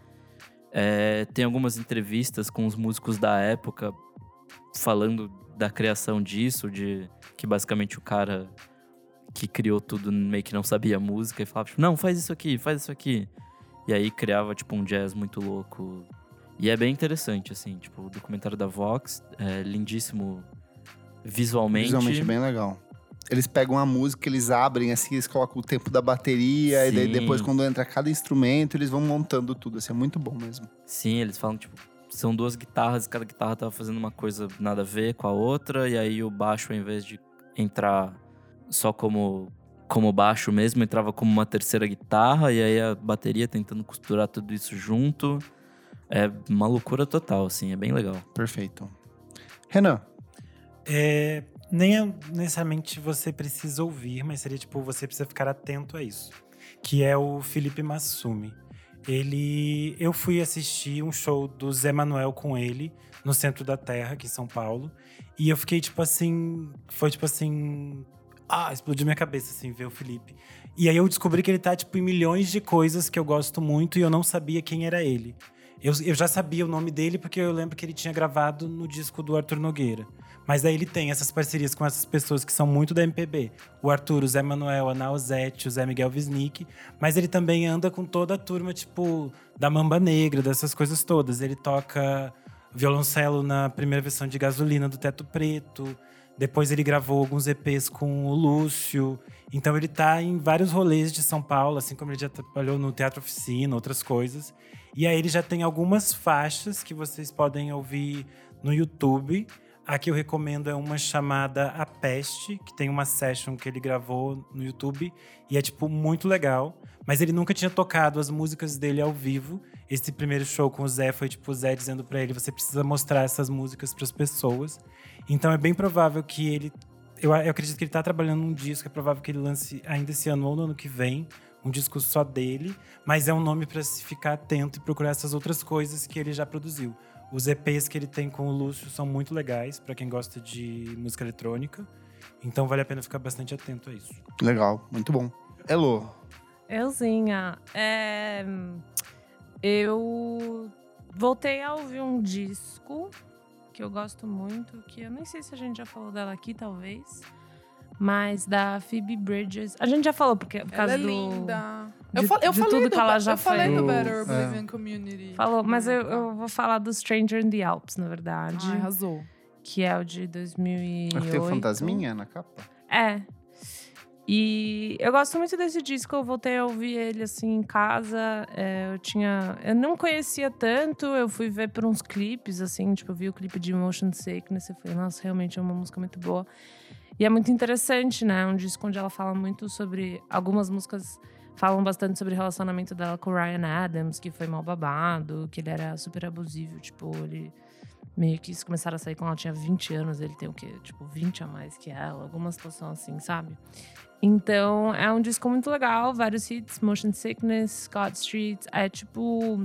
Speaker 4: É, tem algumas entrevistas com os músicos da época falando da criação disso, de que basicamente o cara que criou tudo meio que não sabia música e falava, tipo, não, faz isso aqui, faz isso aqui. E aí criava, tipo, um jazz muito louco, e é bem interessante, assim, tipo, o documentário da Vox é lindíssimo visualmente.
Speaker 1: Visualmente bem legal. Eles pegam a música, eles abrem, assim, eles colocam o tempo da bateria. E daí
Speaker 4: Sim.
Speaker 1: depois, quando entra cada instrumento, eles vão montando tudo. Assim, é muito bom mesmo.
Speaker 4: Sim, eles falam, tipo, são duas guitarras, cada guitarra tava fazendo uma coisa nada a ver com a outra, e aí o baixo, ao invés de entrar só como, como baixo mesmo, entrava como uma terceira guitarra, e aí a bateria tentando costurar tudo isso junto. É uma loucura total, assim, é bem legal.
Speaker 1: Perfeito. Renan,
Speaker 5: É, nem é necessariamente você precisa ouvir, mas seria tipo, você precisa ficar atento a isso. Que é o Felipe Massumi. Ele. Eu fui assistir um show do Zé Manuel com ele no centro da Terra, aqui em São Paulo. E eu fiquei, tipo assim. Foi tipo assim. Ah, explodiu minha cabeça, assim, ver o Felipe. E aí eu descobri que ele tá, tipo, em milhões de coisas que eu gosto muito e eu não sabia quem era ele. Eu, eu já sabia o nome dele porque eu lembro que ele tinha gravado no disco do Arthur Nogueira. Mas aí ele tem essas parcerias com essas pessoas que são muito da MPB. O Arthur, o Zé Manuel, a Nausete, o Zé Miguel Wisnik. Mas ele também anda com toda a turma, tipo, da Mamba Negra, dessas coisas todas. Ele toca violoncelo na primeira versão de Gasolina, do Teto Preto. Depois ele gravou alguns EPs com o Lúcio. Então ele tá em vários rolês de São Paulo, assim como ele já trabalhou no Teatro Oficina, outras coisas. E aí ele já tem algumas faixas que vocês podem ouvir no YouTube. A que eu recomendo é uma chamada A Peste, que tem uma session que ele gravou no YouTube e é, tipo, muito legal. Mas ele nunca tinha tocado as músicas dele ao vivo. Esse primeiro show com o Zé foi, tipo, o Zé dizendo pra ele: você precisa mostrar essas músicas pras pessoas. Então é bem provável que ele. Eu, eu acredito que ele tá trabalhando num disco, é provável que ele lance ainda esse ano ou no ano que vem um disco só dele, mas é um nome pra se ficar atento e procurar essas outras coisas que ele já produziu. Os EPs que ele tem com o Lúcio são muito legais pra quem gosta de música eletrônica. Então vale a pena ficar bastante atento a isso.
Speaker 1: Legal, muito bom. Elo,
Speaker 2: Euzinha, é, eu voltei a ouvir um disco que eu gosto muito, que eu nem sei se a gente já falou dela aqui, talvez, mas da Phoebe Bridges. A gente já falou porque por
Speaker 3: Ela
Speaker 2: causa
Speaker 3: é
Speaker 2: do
Speaker 3: linda.
Speaker 2: de-
Speaker 3: eu, fal- eu
Speaker 2: de
Speaker 3: falei
Speaker 2: tudo
Speaker 3: do,
Speaker 2: que ela
Speaker 3: Be-
Speaker 2: já
Speaker 3: eu falei
Speaker 1: fez.
Speaker 3: do Better
Speaker 1: É.
Speaker 3: Oblivion Community. Tá.
Speaker 2: falou, mas eu, eu vou falar do Stranger in the Alps, na verdade,
Speaker 3: Ai, arrasou.
Speaker 2: que é o de
Speaker 1: é que
Speaker 2: 2008.
Speaker 1: tem o Fantasminha na capa?
Speaker 2: É. E eu gosto muito desse disco, eu voltei a ouvir ele assim em casa. é, eu tinha. Eu não conhecia tanto, eu fui ver por uns clipes, assim, tipo, eu vi o clipe de Motion Sickness e falei, nossa, realmente é uma música muito boa. E é muito interessante, né? É um disco onde ela fala muito sobre. Algumas músicas falam bastante sobre o relacionamento dela com o Ryan Adams, que foi mal babado, que ele era super abusivo, tipo, ele meio que eles começaram a sair quando ela tinha 20 anos, ele tem o quê? Tipo, 20 a mais que ela, alguma situação assim, sabe? Então, é um disco muito legal, vários hits, Motion Sickness, Scott Street, é tipo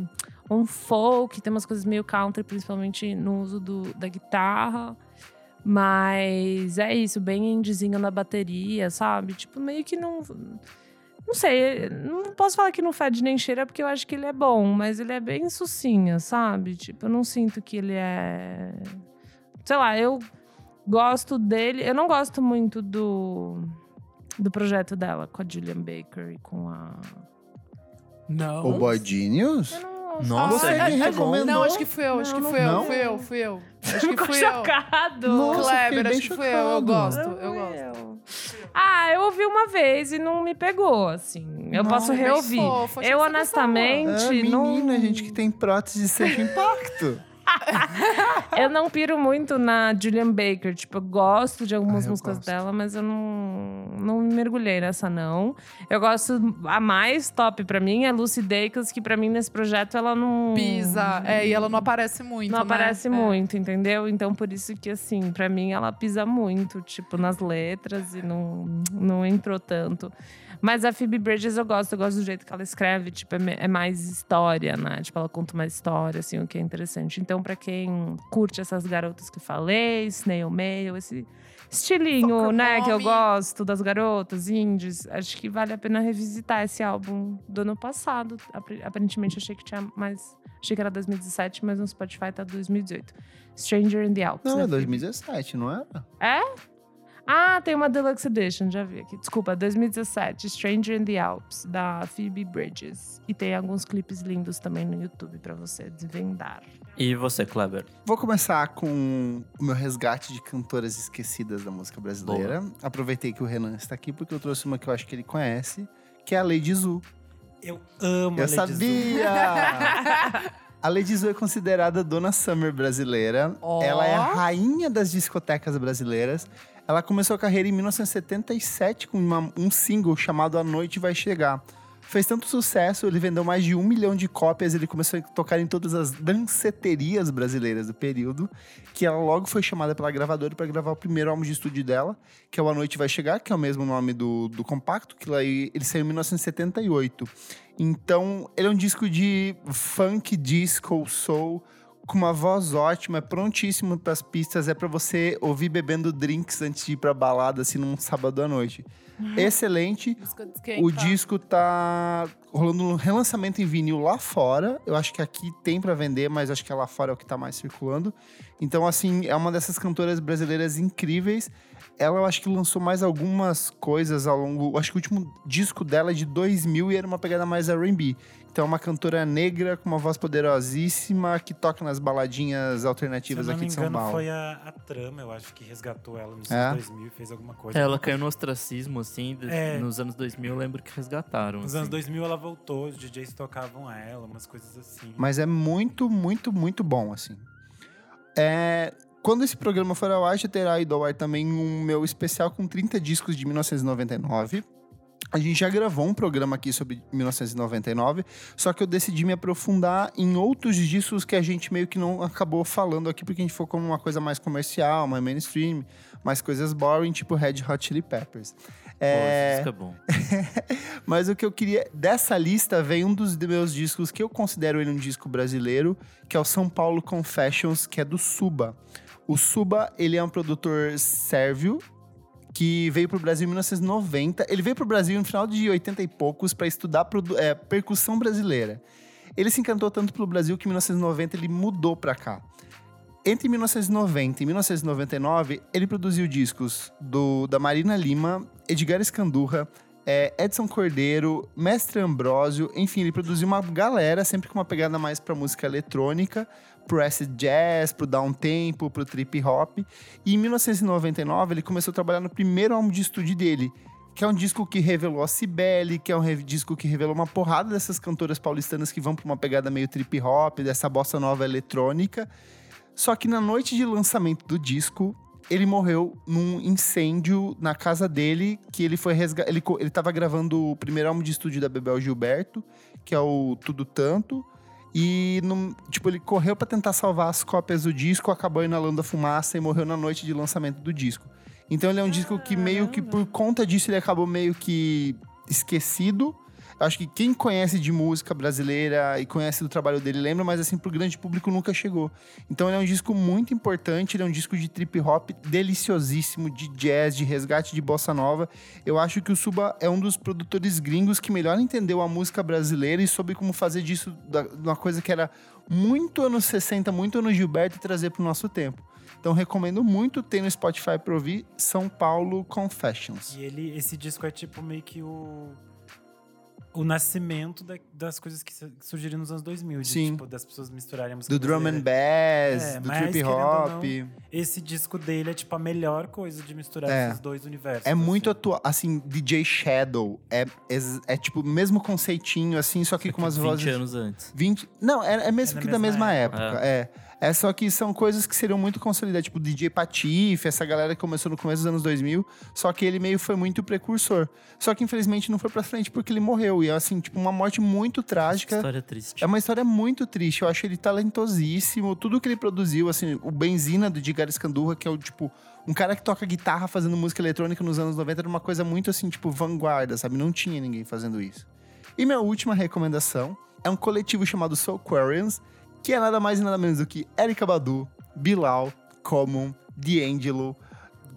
Speaker 2: um folk, tem umas coisas meio country, principalmente no uso do, da guitarra. Mas é isso, bem indizinho na bateria, sabe? Tipo, meio que não. Não sei, não posso falar que não fede nem cheira, porque eu acho que ele é bom, mas ele é bem sucinha, sabe? Tipo, eu não sinto que ele é. Sei lá, eu gosto dele. Eu não gosto muito do. Do projeto dela com a Julian Baker e com a.
Speaker 1: O Boy Genius?
Speaker 2: Eu não
Speaker 4: Nossa,
Speaker 1: Ai,
Speaker 4: é
Speaker 1: ai,
Speaker 4: muito
Speaker 1: ai,
Speaker 4: bom.
Speaker 1: recomendo.
Speaker 3: Não, acho que fui eu, acho que
Speaker 2: Não,
Speaker 3: fui eu,
Speaker 1: não.
Speaker 3: fui eu, fui
Speaker 2: <laughs>
Speaker 3: eu. Acho que
Speaker 2: Ficou
Speaker 3: fui eu.
Speaker 2: chocado.
Speaker 1: Nossa,
Speaker 3: Kleber,
Speaker 1: fiquei
Speaker 3: acho
Speaker 1: bem
Speaker 3: que fui eu, eu
Speaker 1: chocado.
Speaker 3: gosto,
Speaker 2: Não
Speaker 3: eu
Speaker 2: fui
Speaker 3: gosto.
Speaker 2: eu. Ah, eu ouvi uma vez e não me pegou, assim. Eu
Speaker 1: Nossa,
Speaker 2: posso
Speaker 1: bem
Speaker 2: reouvir.
Speaker 3: fofo, é achei
Speaker 2: eu
Speaker 3: que você gostava.
Speaker 2: honestamente
Speaker 1: Ah,
Speaker 2: não.
Speaker 1: menina, gente, que tem prótese de sexto impacto.
Speaker 2: Eu não piro muito na Julian Baker. Tipo, eu gosto de algumas
Speaker 1: Ah, eu
Speaker 2: músicas
Speaker 1: gosto.
Speaker 2: dela, mas eu não, não me mergulhei nessa, não. Eu gosto, a mais top pra mim é Lucy Dacus, que pra mim nesse projeto ela não.
Speaker 3: Pisa. É, e ela não aparece muito.
Speaker 2: Não
Speaker 3: né?
Speaker 2: aparece
Speaker 3: É.
Speaker 2: muito, entendeu? Então, por isso que, assim, pra mim ela pisa muito, tipo, nas letras e não, não entrou tanto. Mas a Phoebe Bridges eu gosto, eu gosto do jeito que ela escreve, tipo, é, me- é mais história, né? Tipo, ela conta uma história, assim, o que é interessante. Então, pra quem curte essas garotas que falei, Snail Mail, esse estilinho,
Speaker 3: Soccer
Speaker 2: né, que eu
Speaker 3: Mommy.
Speaker 2: gosto das garotas, indies, acho que vale a pena revisitar esse álbum do ano passado. Apre- Aparentemente, achei que tinha mais. Achei que era 2017, mas no Spotify tá 2018. Stranger in the Alps.
Speaker 1: Não,
Speaker 2: né,
Speaker 1: é
Speaker 2: Felipe?
Speaker 1: 2017, não é? era?
Speaker 2: Ah, tem uma Deluxe Edition, já vi aqui. Desculpa, 2017, Stranger in the Alps, da Phoebe Bridges. E tem alguns clipes lindos também no YouTube pra você desvendar.
Speaker 4: E você, Kleber?
Speaker 1: Vou começar com o meu resgate de cantoras esquecidas da música brasileira. Aproveitei que o Renan está aqui, porque eu trouxe uma que eu acho que ele conhece, que é a Lady Zu.
Speaker 5: Eu amo a
Speaker 1: Eu
Speaker 5: Lady Zu.
Speaker 1: sabia! a Lady Zu é considerada Dona Summer brasileira.
Speaker 3: Ó.
Speaker 1: Ela é a rainha das discotecas brasileiras. Ela começou a carreira em 1977 com uma- um single chamado A Noite Vai Chegar. Fez tanto sucesso, ele vendeu mais de um milhão de cópias. Ele começou a tocar em todas as danceterias brasileiras do período. Que ela logo foi chamada pela gravadora para gravar o primeiro álbum de estúdio dela, que é o A Noite Vai Chegar, que é o mesmo nome do, do compacto, que lá aí- ele saiu em 1978. Então, ele é um disco de funk, disco, soul, com uma voz ótima, é prontíssimo para as pistas, é para você ouvir bebendo drinks antes de ir pra balada, assim, num sábado à noite. Excelente.
Speaker 3: Música de quem
Speaker 1: o
Speaker 3: tá?
Speaker 1: disco tá rolando um relançamento em vinil lá fora. Eu acho que aqui tem para vender, mas acho que lá fora é o que tá mais circulando. Então, assim, é uma dessas cantoras brasileiras incríveis. Ela, eu acho que lançou mais algumas coisas ao longo. eu Acho que o último disco dela é de 2000 e era uma pegada mais RB. Então, é uma cantora negra com uma voz poderosíssima que toca nas baladinhas
Speaker 5: Se eu
Speaker 1: alternativas
Speaker 5: não
Speaker 1: aqui
Speaker 5: me
Speaker 1: de São
Speaker 5: engano,
Speaker 1: Paulo.
Speaker 5: foi a, a trama, eu acho, que resgatou ela nos
Speaker 1: É?
Speaker 5: anos 2000 e fez alguma coisa.
Speaker 4: Ela caiu no ostracismo, assim, de-
Speaker 5: É.
Speaker 4: nos anos 2000, eu lembro que resgataram.
Speaker 5: Nos
Speaker 4: assim.
Speaker 5: anos 2000 ela voltou, os DJs tocavam a ela, umas coisas assim.
Speaker 1: Mas é muito, muito, muito bom, assim. É, quando esse programa for ao ar, já terá ido ao ar também um meu especial com 30 discos de 1999. A gente já gravou um programa aqui sobre 1999, só que eu decidi me aprofundar em outros discos que a gente meio que não acabou falando aqui, porque a gente focou numa coisa mais comercial, mais mainstream, mais coisas boring, tipo Red Hot Chili Peppers.
Speaker 4: Pô,
Speaker 1: É,
Speaker 4: esse disco é bom.
Speaker 1: Mas o que eu queria. Dessa lista vem um dos meus discos que eu considero ele um disco brasileiro, que é o São Paulo Confessions, que é do Suba. O Suba, ele é um produtor sérvio que veio pro Brasil em 1990. Ele veio pro Brasil no final de 80 e poucos para estudar produ- é, percussão brasileira. Ele se encantou tanto pelo Brasil que em 1990 ele mudou para cá. Entre 1990 e 1999, ele produziu discos do, da Marina Lima, Edgar Escandurra, é, Edson Cordeiro, Mestre Ambrósio, enfim, ele produziu uma galera sempre com uma pegada mais pra música eletrônica, pro acid jazz, pro down tempo, pro trip hop. E em 1999 ele começou a trabalhar no primeiro álbum de estúdio dele, que é um disco que revelou a Cibele, que é um re- disco que revelou uma porrada dessas cantoras paulistanas que vão pra uma pegada meio trip hop, dessa bossa nova eletrônica. Só que na noite de lançamento do disco, ele morreu num incêndio na casa dele, que ele foi resga ele, co- ele tava gravando o primeiro álbum de estúdio da Bebel Gilberto, que é o Tudo Tanto. E, num- tipo, ele correu pra tentar salvar as cópias do disco, acabou inalando a fumaça e morreu na noite de lançamento do disco. Então ele é um disco que meio que, por conta disso, ele acabou meio que esquecido. Eu Acho que quem conhece de música brasileira e conhece do trabalho dele lembra, mas assim, pro grande público nunca chegou. Então ele é um disco muito importante, ele é um disco de trip hop deliciosíssimo, de jazz, de resgate de bossa nova. Eu acho que o Suba é um dos produtores gringos que melhor entendeu a música brasileira e soube como fazer disso da- uma coisa que era muito anos 60, muito anos Gilberto e trazer pro nosso tempo. Então recomendo muito, tem no Spotify pra ouvir São Paulo Confessions.
Speaker 5: E ele, esse disco é tipo meio que o. O nascimento da- das coisas que su- surgiram nos anos 2000, de,
Speaker 1: Sim.
Speaker 5: tipo, das pessoas misturarem a música
Speaker 1: Do drum and
Speaker 5: brasileira.
Speaker 1: bass,
Speaker 5: É,
Speaker 1: do
Speaker 5: mas,
Speaker 1: trip
Speaker 5: querendo ou
Speaker 1: hop.
Speaker 5: Esse disco dele é tipo a melhor coisa de misturar
Speaker 1: É.
Speaker 5: esses dois universos.
Speaker 1: É muito
Speaker 5: assim.
Speaker 1: atual. Assim, DJ Shadow. É, ex- é, tipo o mesmo conceitinho, assim, só que com umas
Speaker 4: 20
Speaker 1: vozes.
Speaker 4: anos antes.
Speaker 1: 20 Não, é, é mesmo
Speaker 5: É na
Speaker 1: que da
Speaker 5: mesma
Speaker 1: mesma época. É. é. só que são coisas que seriam muito consolidadas, tipo DJ Patife, essa galera que começou no começo dos anos 2000, só que ele meio foi muito precursor. Só que infelizmente não foi pra frente porque ele morreu. E é assim, tipo, uma morte muito
Speaker 4: Que
Speaker 1: trágica.
Speaker 4: história triste.
Speaker 1: É uma história muito triste. Eu acho ele talentosíssimo. Tudo que ele produziu, assim, o Benzina do Edgar Escandurra, que é o tipo. Um cara que toca guitarra fazendo música eletrônica nos anos 90 era uma coisa muito assim, tipo, vanguarda, sabe? Não tinha ninguém fazendo isso. E minha última recomendação é um coletivo chamado Soul Quarians, que é nada mais e nada menos do que Erika Badu, Bilal, Common, D'Angelo,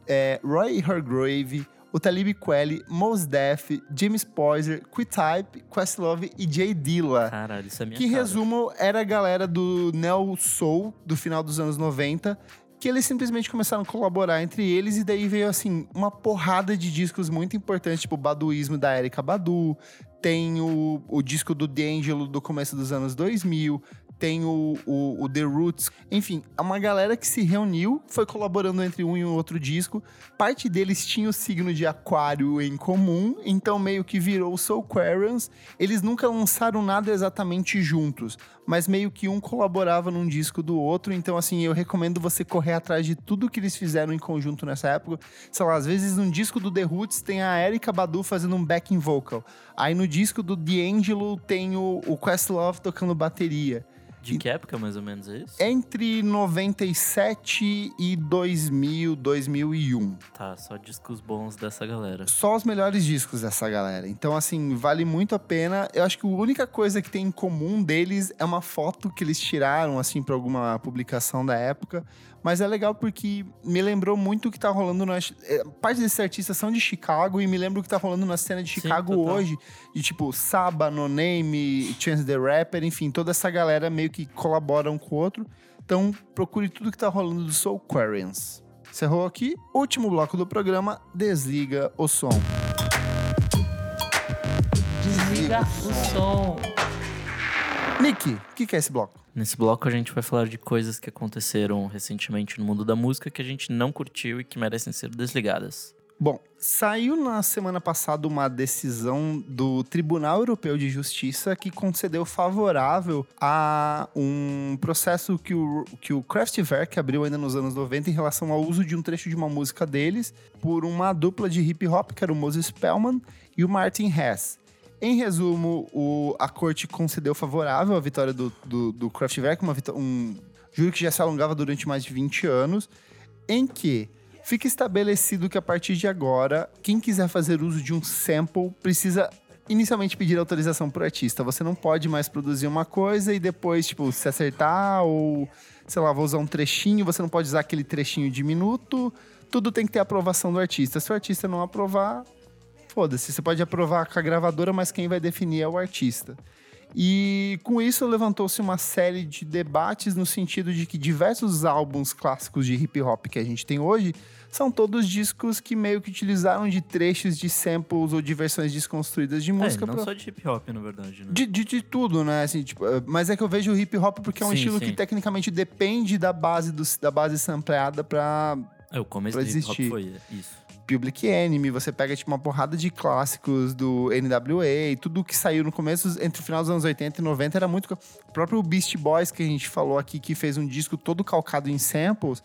Speaker 1: é, Roy Hargrave, o Talib Kweli, Mos Def, James Poyser, Quitype, Questlove e Jay Dilla.
Speaker 4: Caralho, isso é minha
Speaker 1: Que
Speaker 4: cara.
Speaker 1: resumo era a galera do Neo Soul do final dos anos 90, que eles simplesmente começaram a colaborar entre eles e daí veio assim uma porrada de discos muito importantes, tipo o Baduísmo da Erika Badu, tem o, o disco do D'Angelo do começo dos anos 2000, tem o, o, o The Roots, enfim, é uma galera que se reuniu, foi colaborando entre um e o outro disco. Parte deles tinha o signo de Aquário em comum, então meio que virou o Soul Quarons. Eles nunca lançaram nada exatamente juntos, mas meio que um colaborava num disco do outro. Então, assim, eu recomendo você correr atrás de tudo que eles fizeram em conjunto nessa época. Sei lá, às vezes num disco do The Roots tem a Erika Badu fazendo um backing vocal. Aí no disco do D'Angelo tem o, o Questlove tocando bateria
Speaker 4: De que época, mais ou menos, é isso?
Speaker 1: entre 97 e 2000, 2001.
Speaker 4: Tá, só discos bons dessa galera.
Speaker 1: Só os melhores discos dessa galera. Então, assim, vale muito a pena. Eu acho que a única coisa que tem em comum deles é uma foto que eles tiraram, assim, pra alguma publicação da época. Mas é legal porque me lembrou muito o que tá rolando na. é, Parte desses artistas são de Chicago e me lembra o que tá rolando na cena de
Speaker 4: Sim,
Speaker 1: Chicago
Speaker 4: total.
Speaker 1: hoje. De tipo, Saba, No Name, Chance the Rapper, enfim, toda essa galera meio que colabora um com o outro. Então, procure tudo que tá rolando do Soul Quarians. Encerrou aqui, último bloco do programa, desliga o som.
Speaker 2: Desliga o som.
Speaker 1: Nick, o que, que é esse bloco?
Speaker 4: Nesse bloco a gente vai falar de coisas que aconteceram recentemente no mundo da música que a gente não curtiu e que merecem ser desligadas.
Speaker 1: Bom, saiu na semana passada uma decisão do Tribunal Europeu de Justiça que concedeu favorável a um processo que o, que o Kraftwerk abriu ainda nos anos 90 em relação ao uso de um trecho de uma música deles por uma dupla de hip hop, que era o Moses Spellman e o Martin Hess. Em resumo, o- a corte concedeu favorável a vitória do, do, do Kraftwerk, uma vitó- um júri que já se alongava durante mais de 20 anos, em que Fica estabelecido que a partir de agora, quem quiser fazer uso de um sample precisa inicialmente pedir autorização pro artista. Você não pode mais produzir uma coisa e depois, tipo, se acertar ou, sei lá, vou usar um trechinho, você não pode usar aquele trechinho de minuto. Tudo tem que ter aprovação do artista. Se o artista não aprovar, foda-se. Você pode aprovar com a gravadora, mas quem vai definir é o artista. E com isso levantou-se uma série de debates no sentido de que diversos álbuns clássicos de hip hop que a gente tem hoje são todos discos que meio que utilizaram de trechos de samples ou de versões desconstruídas de música.
Speaker 4: é, não
Speaker 1: pra-
Speaker 4: só de hip hop, na verdade, né?
Speaker 1: de, de, de tudo, né? Assim, tipo, eh, mas é que eu vejo o hip hop porque é um
Speaker 4: Sim,
Speaker 1: estilo
Speaker 4: sim.
Speaker 1: que tecnicamente depende da base, do, da base sampleada pra
Speaker 4: É, o começo
Speaker 1: pra
Speaker 4: do hip hop
Speaker 1: existir.
Speaker 4: foi isso.
Speaker 1: Public Enemy, você pega tipo uma porrada de clássicos do NWA, e tudo que saiu no começo, entre o final dos anos 80 e 90 era muito... co- O próprio Beast Boys que a gente falou aqui, que fez um disco todo calcado em samples,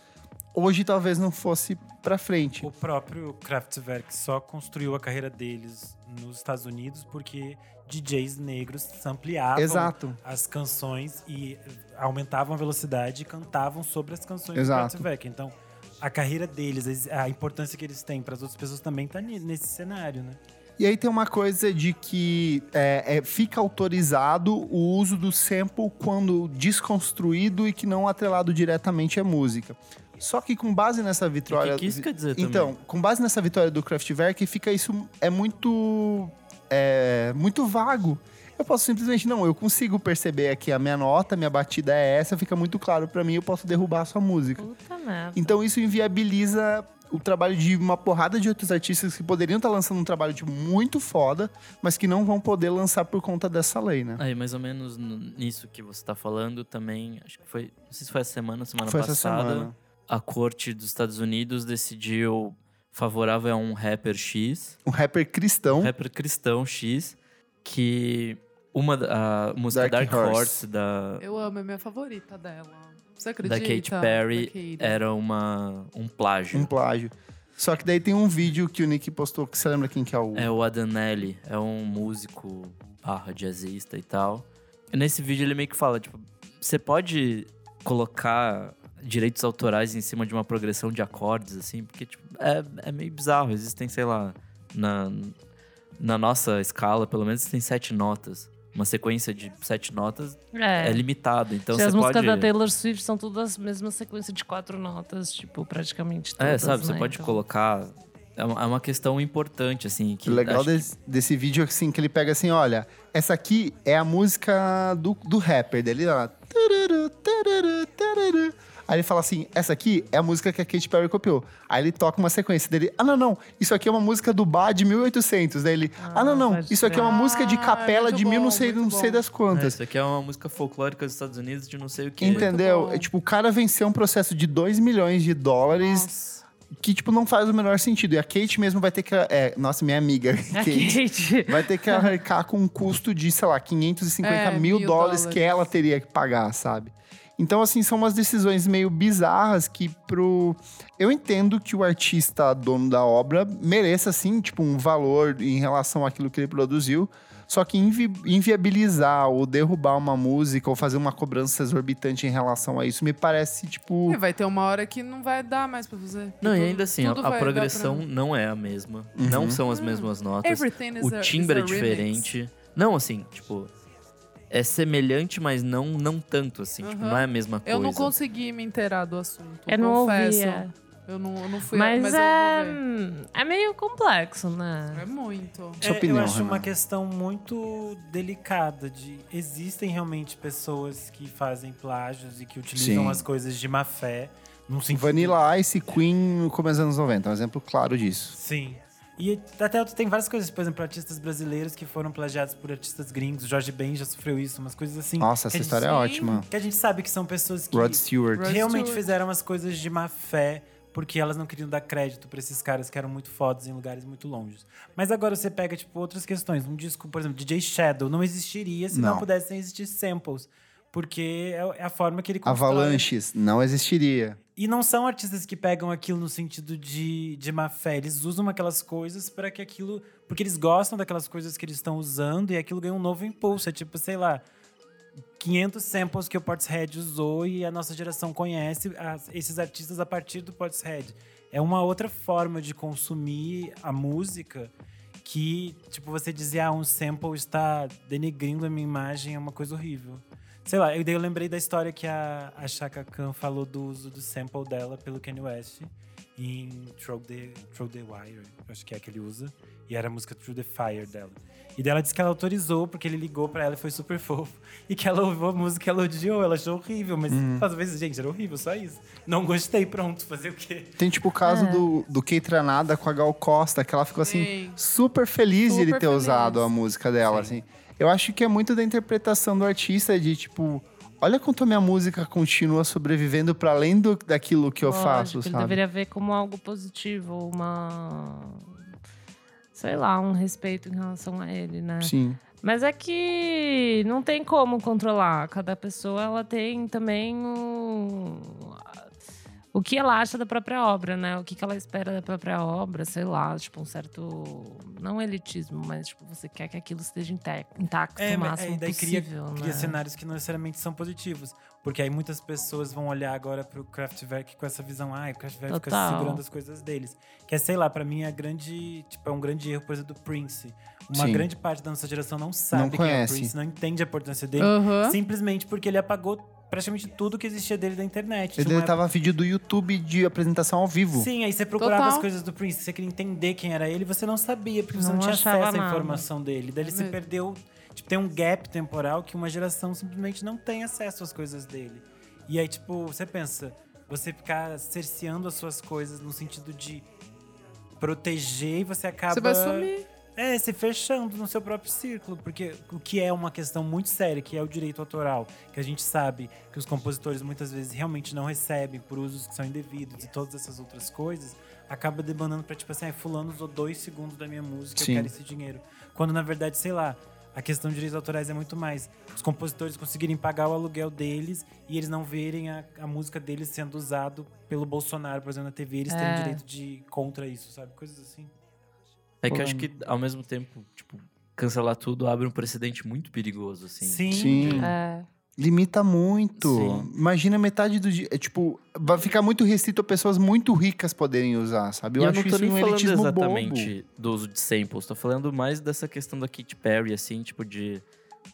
Speaker 1: hoje talvez não fosse pra frente.
Speaker 5: O próprio Kraftwerk só construiu a carreira deles nos Estados Unidos porque DJs negros ampliavam
Speaker 1: Exato.
Speaker 5: as canções e aumentavam a velocidade e cantavam sobre as canções
Speaker 1: Exato.
Speaker 5: do Kraftwerk. Então, a carreira deles, a importância que eles têm para as outras pessoas também tá ni- nesse cenário, né?
Speaker 1: E aí tem uma coisa de que é, é, fica autorizado o uso do sample quando desconstruído e que não atrelado diretamente à música. Só que com base nessa
Speaker 4: O
Speaker 1: vitória...
Speaker 4: que, que isso quer dizer
Speaker 1: Então, com base nessa vitória do Kraftwerk, fica isso é muito é, muito vago. Eu posso simplesmente não, eu consigo perceber aqui a minha nota, minha batida é essa, fica muito claro pra mim, eu posso derrubar a sua música.
Speaker 2: Puta merda.
Speaker 1: Então isso inviabiliza o trabalho de uma porrada de outros artistas que poderiam estar lançando um trabalho tipo, muito foda, mas que não vão poder lançar por conta dessa lei, né?
Speaker 4: Aí, mais ou menos n- nisso que você tá falando também, acho que foi, não sei se foi essa semana, semana
Speaker 1: Foi essa
Speaker 4: passada,
Speaker 1: semana.
Speaker 4: a corte dos Estados Unidos decidiu favorável a um rapper X,
Speaker 1: Um rapper cristão.
Speaker 4: rapper cristão X, que uma da- a música
Speaker 1: Dark
Speaker 4: Dark,
Speaker 1: Horse.
Speaker 4: Horse, da
Speaker 3: Eu amo, é minha favorita dela. Você acredita?
Speaker 4: Katy
Speaker 3: Da
Speaker 4: Perry
Speaker 3: Katy.
Speaker 4: era uma um plágio.
Speaker 1: Um plágio. Só que daí tem um vídeo que o Nick postou, que você lembra quem que é o...
Speaker 4: É o Adanelli, é um músico barra jazzista e tal. E nesse vídeo ele meio que fala, tipo, você pode colocar direitos autorais em cima de uma progressão de acordes, assim, porque, tipo, é, é meio bizarro. Existem, sei lá, na, na nossa escala, pelo menos, tem sete notas. Uma sequência de sete notas é,
Speaker 2: É.
Speaker 4: limitada, então
Speaker 2: Se
Speaker 4: você
Speaker 2: as músicas
Speaker 4: pode...
Speaker 2: da Taylor Swift são todas a mesma sequência de quatro notas, tipo, praticamente todas,
Speaker 4: É, sabe, você
Speaker 2: né?
Speaker 4: pode
Speaker 2: Então,
Speaker 4: colocar... É uma é uma questão importante, assim, que...
Speaker 1: O legal
Speaker 4: acho que-
Speaker 1: desse, desse vídeo é assim, que ele pega assim, olha, essa aqui é a música do, do rapper dele, ó. Tarará, tarará, tarará. Aí ele fala assim, essa aqui é a música que a Katy Perry copiou. Aí ele toca uma sequência dele, ah, não, não, isso aqui é uma música do Bar de 1800. Daí ele, ah, não, não,
Speaker 2: pode
Speaker 1: isso aqui é uma
Speaker 3: crer.
Speaker 1: música de
Speaker 3: Ah,
Speaker 1: capela
Speaker 3: muito
Speaker 1: de mil não
Speaker 3: bom,
Speaker 1: sei, não
Speaker 3: muito
Speaker 1: sei
Speaker 3: bom.
Speaker 1: das quantas.
Speaker 4: isso aqui é uma música folclórica dos Estados Unidos de não sei o que.
Speaker 1: Entendeu?
Speaker 3: bom.
Speaker 1: É, tipo, o cara venceu um processo de 2 milhões de dólares
Speaker 3: Nossa.
Speaker 1: que, tipo, não faz o menor sentido. E a Kate mesmo vai ter que... É, nossa, minha amiga, <laughs>
Speaker 2: A
Speaker 1: Kate.
Speaker 2: Kate.
Speaker 1: Vai ter que arcar com um custo de, sei lá, 550
Speaker 3: É,
Speaker 1: mil,
Speaker 3: mil
Speaker 1: dólares que
Speaker 3: dólares.
Speaker 1: ela teria que pagar, sabe? Então, assim, são umas decisões meio bizarras que pro... Eu entendo que o artista dono da obra mereça, assim, tipo, um valor em relação àquilo que ele produziu, só que invi- inviabilizar ou derrubar uma música ou fazer uma cobrança exorbitante em relação a isso me parece, tipo...
Speaker 3: E vai ter uma hora que não vai dar mais pra fazer.
Speaker 4: Não, e
Speaker 3: Tudo-
Speaker 4: ainda assim, a,
Speaker 3: tudo
Speaker 4: a
Speaker 3: vai dar
Speaker 4: progressão não é a mesma.
Speaker 1: Uhum.
Speaker 4: Não são as mesmas
Speaker 3: pra-
Speaker 4: notas.
Speaker 3: Everything is
Speaker 4: O
Speaker 3: a- is
Speaker 4: timbre
Speaker 3: a
Speaker 4: é diferente. Não, assim, tipo. É semelhante, mas não, não tanto, assim. Tipo,
Speaker 3: Uhum.
Speaker 4: não é a mesma
Speaker 3: Eu
Speaker 4: coisa.
Speaker 3: não consegui me inteirar do assunto.
Speaker 2: Eu não
Speaker 3: confesso.
Speaker 2: ouvia.
Speaker 3: Eu não, eu não fui
Speaker 2: Mas,
Speaker 3: mas
Speaker 2: é...
Speaker 3: eu
Speaker 2: é meio complexo, né?
Speaker 3: vou ver. É muito.
Speaker 1: Sua
Speaker 5: É,
Speaker 1: opinião,
Speaker 5: eu acho
Speaker 1: Renan.
Speaker 5: uma questão muito delicada de existem realmente pessoas que fazem plágios e que utilizam
Speaker 1: Sim.
Speaker 5: as coisas de má fé num sentido
Speaker 1: Vanilla Ice, Queen, no começo dos anos 90. Um exemplo claro disso.
Speaker 5: Sim. E até tem várias coisas, por exemplo, artistas brasileiros que foram plagiados por artistas gringos. Jorge Ben já sofreu isso, umas coisas assim.
Speaker 1: Nossa, essa
Speaker 5: que a
Speaker 1: história é
Speaker 3: sim.
Speaker 1: ótima.
Speaker 5: gente, Que a gente sabe que são pessoas que
Speaker 1: Rod Stewart.
Speaker 3: Rod
Speaker 5: realmente
Speaker 3: Stewart.
Speaker 5: fizeram as coisas de má fé, porque elas não queriam dar crédito pra esses caras que eram muito fodas em lugares muito longe. Mas agora você pega, tipo, outras questões. Um disco, por exemplo, DJ Shadow, não existiria se não,
Speaker 1: Não.
Speaker 5: pudessem existir samples. Porque é é a forma que ele constrói.
Speaker 1: Avalanches não existiria.
Speaker 5: E não são artistas que pegam aquilo no sentido de, de má fé. Eles usam aquelas coisas para que aquilo. Porque eles gostam daquelas coisas que eles estão usando e aquilo ganha um novo impulso. É tipo, sei lá. 500 samples que o Portishead usou e a nossa geração conhece as- esses artistas a partir do Portishead. É uma outra forma de consumir a música que, tipo, você dizer, ah, um sample está denegrindo a minha imagem é uma coisa horrível. Sei lá, eu, daí eu lembrei da história que a, a Chaka Khan falou do uso do sample dela pelo Kanye West em Throw the, Throw the Wire, eu acho que é a que ele usa. E era a música Through the Fire dela. E daí ela disse que ela autorizou, porque ele ligou pra ela e foi super <laughs> fofo. E que ela ouviu a música e ela odiou, ela achou horrível. Mas às vezes, gente, era horrível, só isso. Não gostei, pronto, fazer o quê?
Speaker 1: Tem tipo o caso do, do Kei Tranada com a Gal Costa, que ela ficou assim,
Speaker 3: Sim.
Speaker 1: super feliz de ele
Speaker 3: Super
Speaker 1: ter
Speaker 3: feliz.
Speaker 1: usado a música dela, assim. Eu acho que é muito da interpretação do artista de tipo, olha quanto a minha música continua sobrevivendo para além do, daquilo que eu
Speaker 2: Lógico,
Speaker 1: faço,
Speaker 2: Ele
Speaker 1: sabe?
Speaker 2: deveria ver como algo positivo, uma. Sei lá, um respeito em relação a ele, né?
Speaker 1: Sim.
Speaker 2: Mas é que não tem como controlar. Cada pessoa ela tem também o, o que ela acha da própria obra, né? O que, que ela espera da própria obra, sei lá, tipo um certo não elitismo, mas tipo você quer que aquilo esteja inte- intacto o
Speaker 5: É, mas
Speaker 2: máximo
Speaker 5: daí cria,
Speaker 2: possível,
Speaker 5: cria
Speaker 2: né?
Speaker 5: cenários que não necessariamente são positivos. Porque aí muitas pessoas vão olhar agora pro Kraftwerk com essa visão, ai, o Kraftwerk fica
Speaker 2: Total.
Speaker 5: segurando as coisas deles. Que é, sei lá, pra mim é grande, tipo, é um grande erro, por exemplo, do Prince. Uma
Speaker 1: Sim.
Speaker 5: grande parte da nossa geração não sabe quem
Speaker 1: conhece.
Speaker 5: é o Prince, não entende a importância dele.
Speaker 3: Aham.
Speaker 5: Simplesmente porque ele apagou praticamente tudo que existia dele da internet.
Speaker 1: Ele
Speaker 5: Tinha uma
Speaker 1: deletava vídeo do YouTube de apresentação ao vivo.
Speaker 5: Sim, aí você procurava
Speaker 3: Total.
Speaker 5: as coisas do Prince, você queria entender quem era ele, você não sabia, porque você não,
Speaker 2: Não
Speaker 5: tinha
Speaker 2: achava
Speaker 5: acesso à
Speaker 2: nada.
Speaker 5: informação dele. Daí ele se
Speaker 3: mesmo.
Speaker 5: perdeu. Tipo, tem um gap temporal que uma geração simplesmente não tem acesso às coisas dele. E aí, tipo, você pensa, você ficar cerceando as suas coisas no sentido de proteger e você acaba.
Speaker 3: Você vai sumir.
Speaker 5: É, se fechando no seu próprio círculo, porque o que é uma questão muito séria, que é o direito autoral, que a gente sabe que os compositores muitas vezes realmente não recebem por usos que são indevidos e todas essas outras coisas, acaba demandando pra tipo assim, ah, fulano usou dois segundos da minha música,
Speaker 1: Sim.
Speaker 5: eu quero esse dinheiro. Quando na verdade, sei lá, a questão de direitos autorais é muito mais os compositores conseguirem pagar o aluguel deles e eles não verem a, a música deles sendo usado pelo Bolsonaro, por exemplo, na TV, eles terem
Speaker 2: É.
Speaker 5: direito de contra isso, sabe? Coisas assim.
Speaker 4: É que eu acho que, ao mesmo tempo, tipo, cancelar tudo abre um precedente muito perigoso, assim.
Speaker 1: Sim.
Speaker 2: É,
Speaker 1: Limita muito.
Speaker 4: Sim.
Speaker 1: Imagina metade do dia. É, tipo, vai ficar muito restrito a pessoas muito ricas poderem usar, sabe?
Speaker 4: E
Speaker 1: Eu,
Speaker 4: eu
Speaker 1: acho
Speaker 4: não tô
Speaker 1: isso
Speaker 4: nem
Speaker 1: um
Speaker 4: falando
Speaker 1: elitismo bobo.
Speaker 4: exatamente do uso de samples, tô falando mais dessa questão da Katy Perry, assim, tipo de.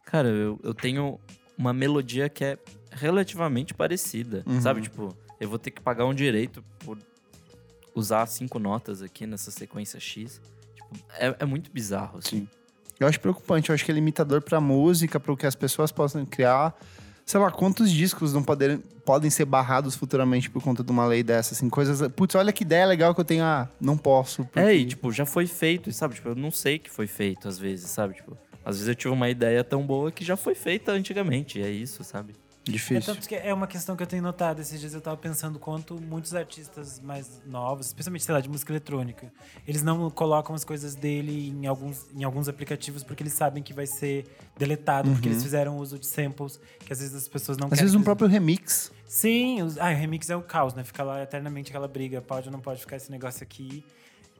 Speaker 4: Cara, eu, eu tenho uma melodia que é relativamente parecida,
Speaker 1: Uhum.
Speaker 4: sabe? Tipo, eu vou ter que pagar um direito por usar cinco notas aqui nessa sequência X. Tipo, é, é muito bizarro, assim.
Speaker 1: Sim. Eu acho preocupante, eu acho que é limitador pra música, para o que as pessoas possam criar. Sei lá, quantos discos não poderem, podem ser barrados futuramente por conta de uma lei dessa, assim, coisas. Putz, olha que ideia legal que eu tenho. Ah, não posso.
Speaker 4: É, e
Speaker 1: porque-
Speaker 4: tipo, já foi feito, sabe? Tipo, eu não sei que foi feito às vezes, sabe? Tipo, às vezes eu tive uma ideia tão boa que já foi feita antigamente, e é isso, sabe?
Speaker 5: É,
Speaker 1: Difícil.
Speaker 5: tanto que é uma questão que eu tenho notado. Esses dias eu tava pensando quanto muitos artistas mais novos, especialmente, sei lá, de música eletrônica, eles não colocam as coisas dele em alguns, em alguns aplicativos porque eles sabem que vai ser deletado, porque eles fizeram uso de samples, que às vezes as pessoas não
Speaker 1: Uhum. Às
Speaker 5: querem.
Speaker 1: vezes um
Speaker 5: que eles-
Speaker 1: próprio remix.
Speaker 5: Sim, os... ah, o remix é o caos, né? Fica lá eternamente aquela briga, pode ou não pode ficar esse negócio aqui.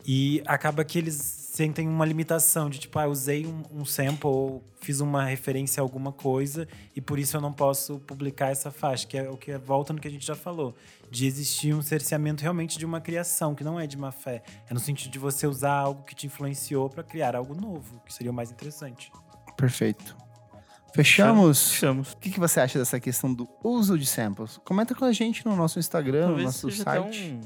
Speaker 5: E acaba que eles sentem uma limitação de tipo, ah, usei um, um sample ou fiz uma referência a alguma coisa e por isso eu não posso publicar essa faixa, que é o que é- volta no que a gente já falou, de existir um cerceamento realmente de uma criação, que não é de má fé, é no sentido de você usar algo que te influenciou para criar algo novo, que seria o mais interessante.
Speaker 1: Perfeito. Fechamos?
Speaker 4: Chamos.
Speaker 1: O que, que você acha dessa questão do uso de samples? Comenta com a gente no nosso Instagram, no
Speaker 4: Talvez
Speaker 1: nosso
Speaker 4: seja
Speaker 1: site.
Speaker 4: até um,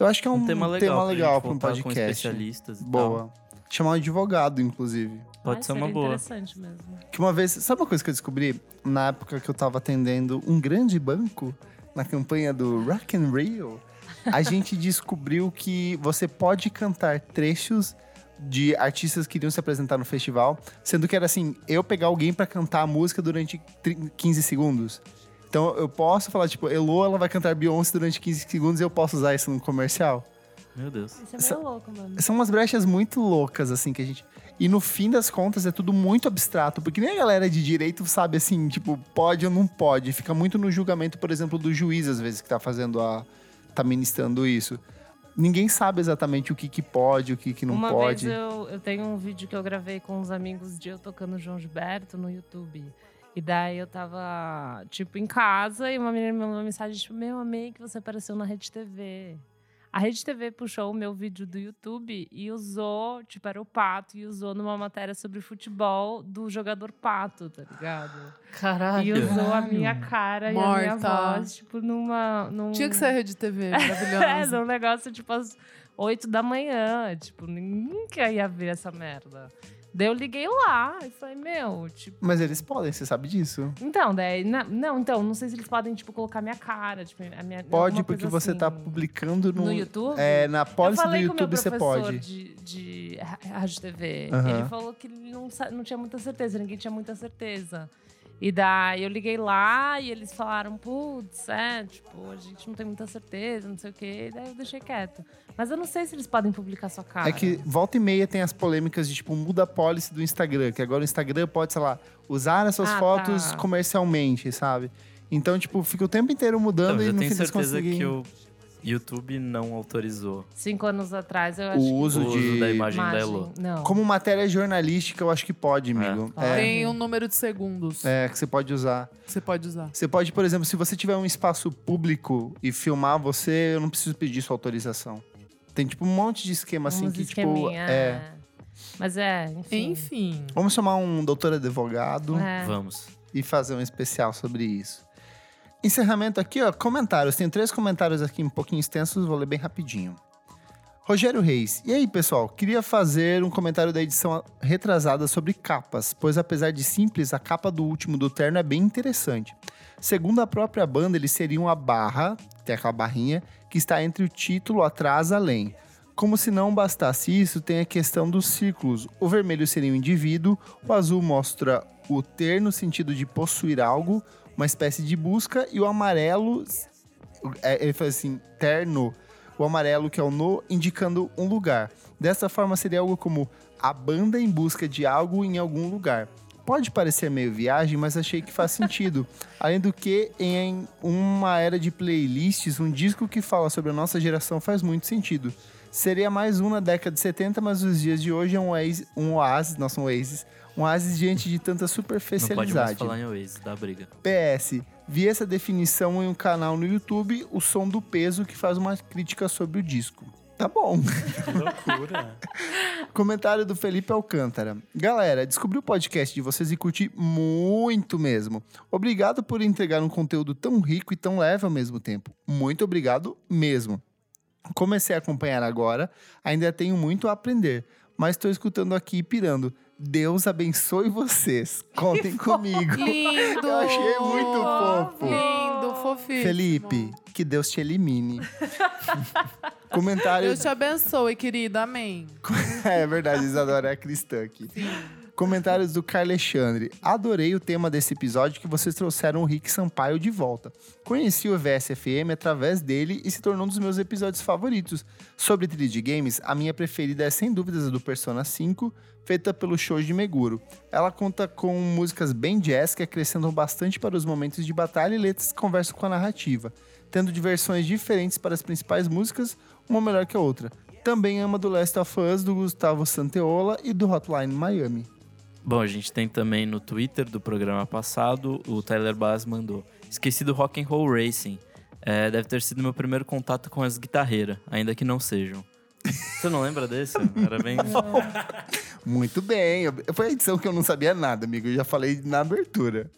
Speaker 1: Eu acho que é um,
Speaker 4: um tema legal, pra gente
Speaker 1: para um
Speaker 4: voltar Com então.
Speaker 1: podcast.
Speaker 4: especialistas e
Speaker 1: Boa. Chamar um advogado, inclusive.
Speaker 4: tal. Pode
Speaker 2: Ai,
Speaker 4: ser uma
Speaker 2: seria
Speaker 4: boa.
Speaker 2: É, interessante mesmo.
Speaker 1: Que uma vez, sabe uma coisa que eu descobri? Na época que eu tava atendendo um grande banco, na campanha do Rock and Rio, a gente descobriu que você pode cantar trechos de artistas que iriam se apresentar no festival, sendo que era assim, eu pegar alguém pra cantar a música durante tri- 15 segundos. Então eu posso falar, tipo, Elo, ela vai cantar Beyoncé durante 15 segundos e eu posso usar isso no comercial.
Speaker 4: Meu Deus.
Speaker 2: Isso é
Speaker 1: Essa-
Speaker 2: meio louco, mano.
Speaker 1: São umas brechas muito loucas, assim, que a gente. E no fim das contas é tudo muito abstrato, porque nem a galera de direito sabe, assim, tipo, pode ou não pode. Fica muito no julgamento, por exemplo, do juiz, às vezes, que tá fazendo a. tá ministrando isso. Ninguém sabe exatamente o que, que pode, o que, que não
Speaker 2: Uma
Speaker 1: pode.
Speaker 2: vez eu, eu tenho um vídeo que eu gravei com uns amigos de eu tocando João Gilberto no YouTube. E daí eu tava, tipo, em casa e uma menina me mandou uma mensagem, tipo, meu, amei que você apareceu na Rede TV. A Rede TV puxou o meu vídeo do YouTube e usou, tipo, era o Pato, e usou numa matéria sobre futebol do jogador Pato, tá ligado?
Speaker 4: Caralho.
Speaker 2: E usou a minha cara e a minha
Speaker 3: Ah, Morta.
Speaker 2: voz, tipo, numa. Num...
Speaker 3: Tinha que ser a rede TV,
Speaker 2: <laughs> É,
Speaker 3: maravilhosa.
Speaker 2: num negócio, tipo, às 8 da manhã. Tipo, nunca ia ver essa merda. Daí eu liguei lá e falei, meu, tipo.
Speaker 1: Mas eles podem, você sabe disso.
Speaker 2: Então, daí. na- Não, então, não sei se eles podem, tipo, colocar minha cara, tipo, a minha.
Speaker 1: Pode,
Speaker 2: alguma
Speaker 1: porque
Speaker 2: coisa
Speaker 1: você
Speaker 2: assim.
Speaker 1: tá publicando no.
Speaker 2: No YouTube?
Speaker 1: É, na
Speaker 2: Eu
Speaker 1: policy do
Speaker 2: falei com o meu
Speaker 1: YouTube você
Speaker 2: professor
Speaker 1: pode.
Speaker 2: de, de ra- rádio e TV.
Speaker 1: Aham.
Speaker 2: Ele falou que ele não, sa- não tinha muita certeza, ninguém tinha muita certeza. E daí eu liguei lá e eles falaram, putz, é, tipo, a gente não tem muita certeza, não sei o quê. E daí eu deixei quieto. Mas eu não sei se eles podem publicar sua cara.
Speaker 1: É que volta e meia tem as polêmicas de tipo, muda a policy do Instagram, que agora o Instagram pode, sei lá, usar as suas
Speaker 2: Ah,
Speaker 1: fotos
Speaker 2: tá.
Speaker 1: comercialmente, sabe? Então, tipo, fica o tempo inteiro mudando
Speaker 4: Então,
Speaker 1: e
Speaker 4: eu
Speaker 1: no
Speaker 4: tenho
Speaker 1: fim das contas.
Speaker 4: certeza que
Speaker 1: ninguém-
Speaker 4: o YouTube não autorizou
Speaker 2: Cinco anos atrás eu acho
Speaker 1: o
Speaker 2: que...
Speaker 1: uso
Speaker 4: o uso
Speaker 1: de.
Speaker 4: da imagem, da
Speaker 2: imagem-
Speaker 4: Elo.
Speaker 2: Não.
Speaker 1: Como matéria jornalística, eu acho que pode, amigo.
Speaker 2: É.
Speaker 3: Tem um número de segundos
Speaker 1: É, que você pode usar.
Speaker 3: que você pode usar.
Speaker 1: Você pode, por exemplo, se você tiver um espaço público e filmar você, eu não preciso pedir sua autorização. Tem, tipo, um monte de esquema, assim,
Speaker 2: Uns
Speaker 1: que, tipo,
Speaker 2: esqueminha,
Speaker 1: é...
Speaker 2: Mas é, enfim.
Speaker 3: Enfim.
Speaker 1: Vamos chamar um doutor advogado
Speaker 2: É.
Speaker 4: Vamos.
Speaker 1: e fazer um especial sobre isso. Encerramento aqui, ó, comentários. Tem três comentários aqui um pouquinho extensos, vou ler bem rapidinho. Rogério Reis. E aí, pessoal? Queria fazer um comentário da edição retrasada sobre capas, pois apesar de simples, a capa do último do Terno é bem interessante. Segundo a própria banda, eles seriam a barra, tem aquela barrinha, que está entre o título, atrás, além. Como se não bastasse isso, tem a questão dos círculos. O vermelho seria o indivíduo, o azul mostra o ter no sentido de possuir algo, uma espécie de busca, e o amarelo, é, ele fala assim, terno, o amarelo que é o no, indicando um lugar. Dessa forma seria algo como a banda em busca de algo em algum lugar. Pode parecer meio viagem, mas achei que faz
Speaker 4: <laughs>
Speaker 1: sentido. Além do que, em uma era de playlists, um disco que fala sobre a nossa geração faz muito sentido. Seria mais um na década de 70, mas os dias de hoje é um oásis, um oásis nossa, um oasis, um oásis diante de tanta
Speaker 4: Não pode mais
Speaker 1: superficialidade.
Speaker 4: falar em Waze, dá briga.
Speaker 1: PS, vi essa definição em um canal no YouTube, o som do peso, que faz uma crítica sobre o disco. Tá bom. <laughs>
Speaker 5: Que loucura.
Speaker 1: Comentário do Felipe Alcântara. Galera, descobri o podcast de vocês e curti muito mesmo. Obrigado por entregar um conteúdo tão rico e tão leve ao mesmo tempo. Muito obrigado mesmo. Comecei a acompanhar agora, ainda tenho muito a aprender, mas estou escutando aqui e pirando. Deus abençoe vocês. Contem comigo.
Speaker 3: Lindo!
Speaker 1: Eu achei muito fofo.
Speaker 3: Lindo, fofinho.
Speaker 1: Felipe, que Deus te elimine. Comentário.
Speaker 3: Deus te abençoe, querida. Amém.
Speaker 1: <laughs> É verdade, Isadora é cristã aqui. Comentários do Carl Alexandre. Adorei o tema desse episódio que vocês trouxeram o Rick Sampaio de volta. Conheci o VSFM através dele e se tornou um dos meus episódios favoritos. Sobre 3D Games, a minha preferida é sem dúvidas a do Persona 5, feita pelo Shoji Meguro. Ela conta com músicas bem jazz que acrescentam bastante para os momentos de batalha e letras que conversam com a narrativa, tendo diversões diferentes para as principais músicas, uma melhor que a outra. Também ama do Last of Us, do Gustavo Santeola e do Hotline Miami.
Speaker 4: Bom, a gente tem também no Twitter do programa passado, o Tyler Bass mandou. Esqueci do Rock and Roll Racing. É, deve ter sido meu primeiro contato com as guitarreiras, ainda que não sejam. <laughs> Você não lembra desse? Era bem...
Speaker 1: Muito bem. eu- Foi a edição que eu não sabia nada, amigo. Eu já falei na abertura.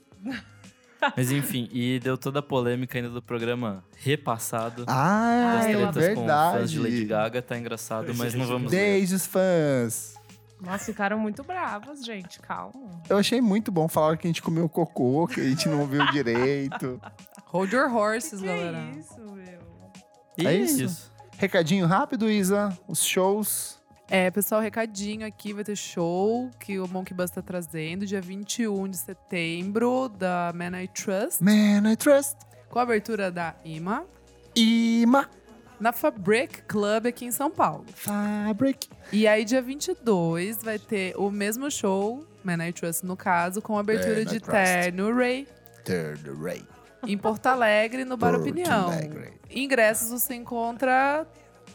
Speaker 4: Mas enfim, e deu toda a polêmica ainda do programa repassado.
Speaker 1: Ah,
Speaker 4: das
Speaker 1: é
Speaker 4: tretas com fãs de Lady
Speaker 1: verdade.
Speaker 4: Gaga, tá engraçado, mas não vamos ler.
Speaker 1: Beijos, fãs.
Speaker 2: Nossa, ficaram muito bravas, gente. Calma.
Speaker 1: Eu achei muito bom. Falaram que a gente comeu cocô, que a gente não <laughs> ouviu direito.
Speaker 3: Hold your horses,
Speaker 2: que
Speaker 3: galera.
Speaker 2: é isso, meu?
Speaker 4: E
Speaker 1: É
Speaker 4: é
Speaker 1: isso.
Speaker 4: isso.
Speaker 1: Recadinho rápido, Isa. Os shows.
Speaker 3: É, pessoal, recadinho aqui, vai ter show que o Monkey Bus tá trazendo, dia 21 de setembro, da Man I Trust,
Speaker 1: Man, I trust.
Speaker 3: com a abertura da Ima,
Speaker 1: Ima.
Speaker 3: na Fabric Club aqui em São Paulo.
Speaker 1: Fabric.
Speaker 3: E aí, dia 22, vai ter o mesmo show, Man I Trust no caso, com a abertura
Speaker 1: Man I
Speaker 3: de
Speaker 1: Trust.
Speaker 3: Terno Ray,
Speaker 1: Third Ray.
Speaker 3: em Porto Alegre, no Bar
Speaker 1: Porto
Speaker 3: Opinião.
Speaker 1: Alegre.
Speaker 3: Ingressos você encontra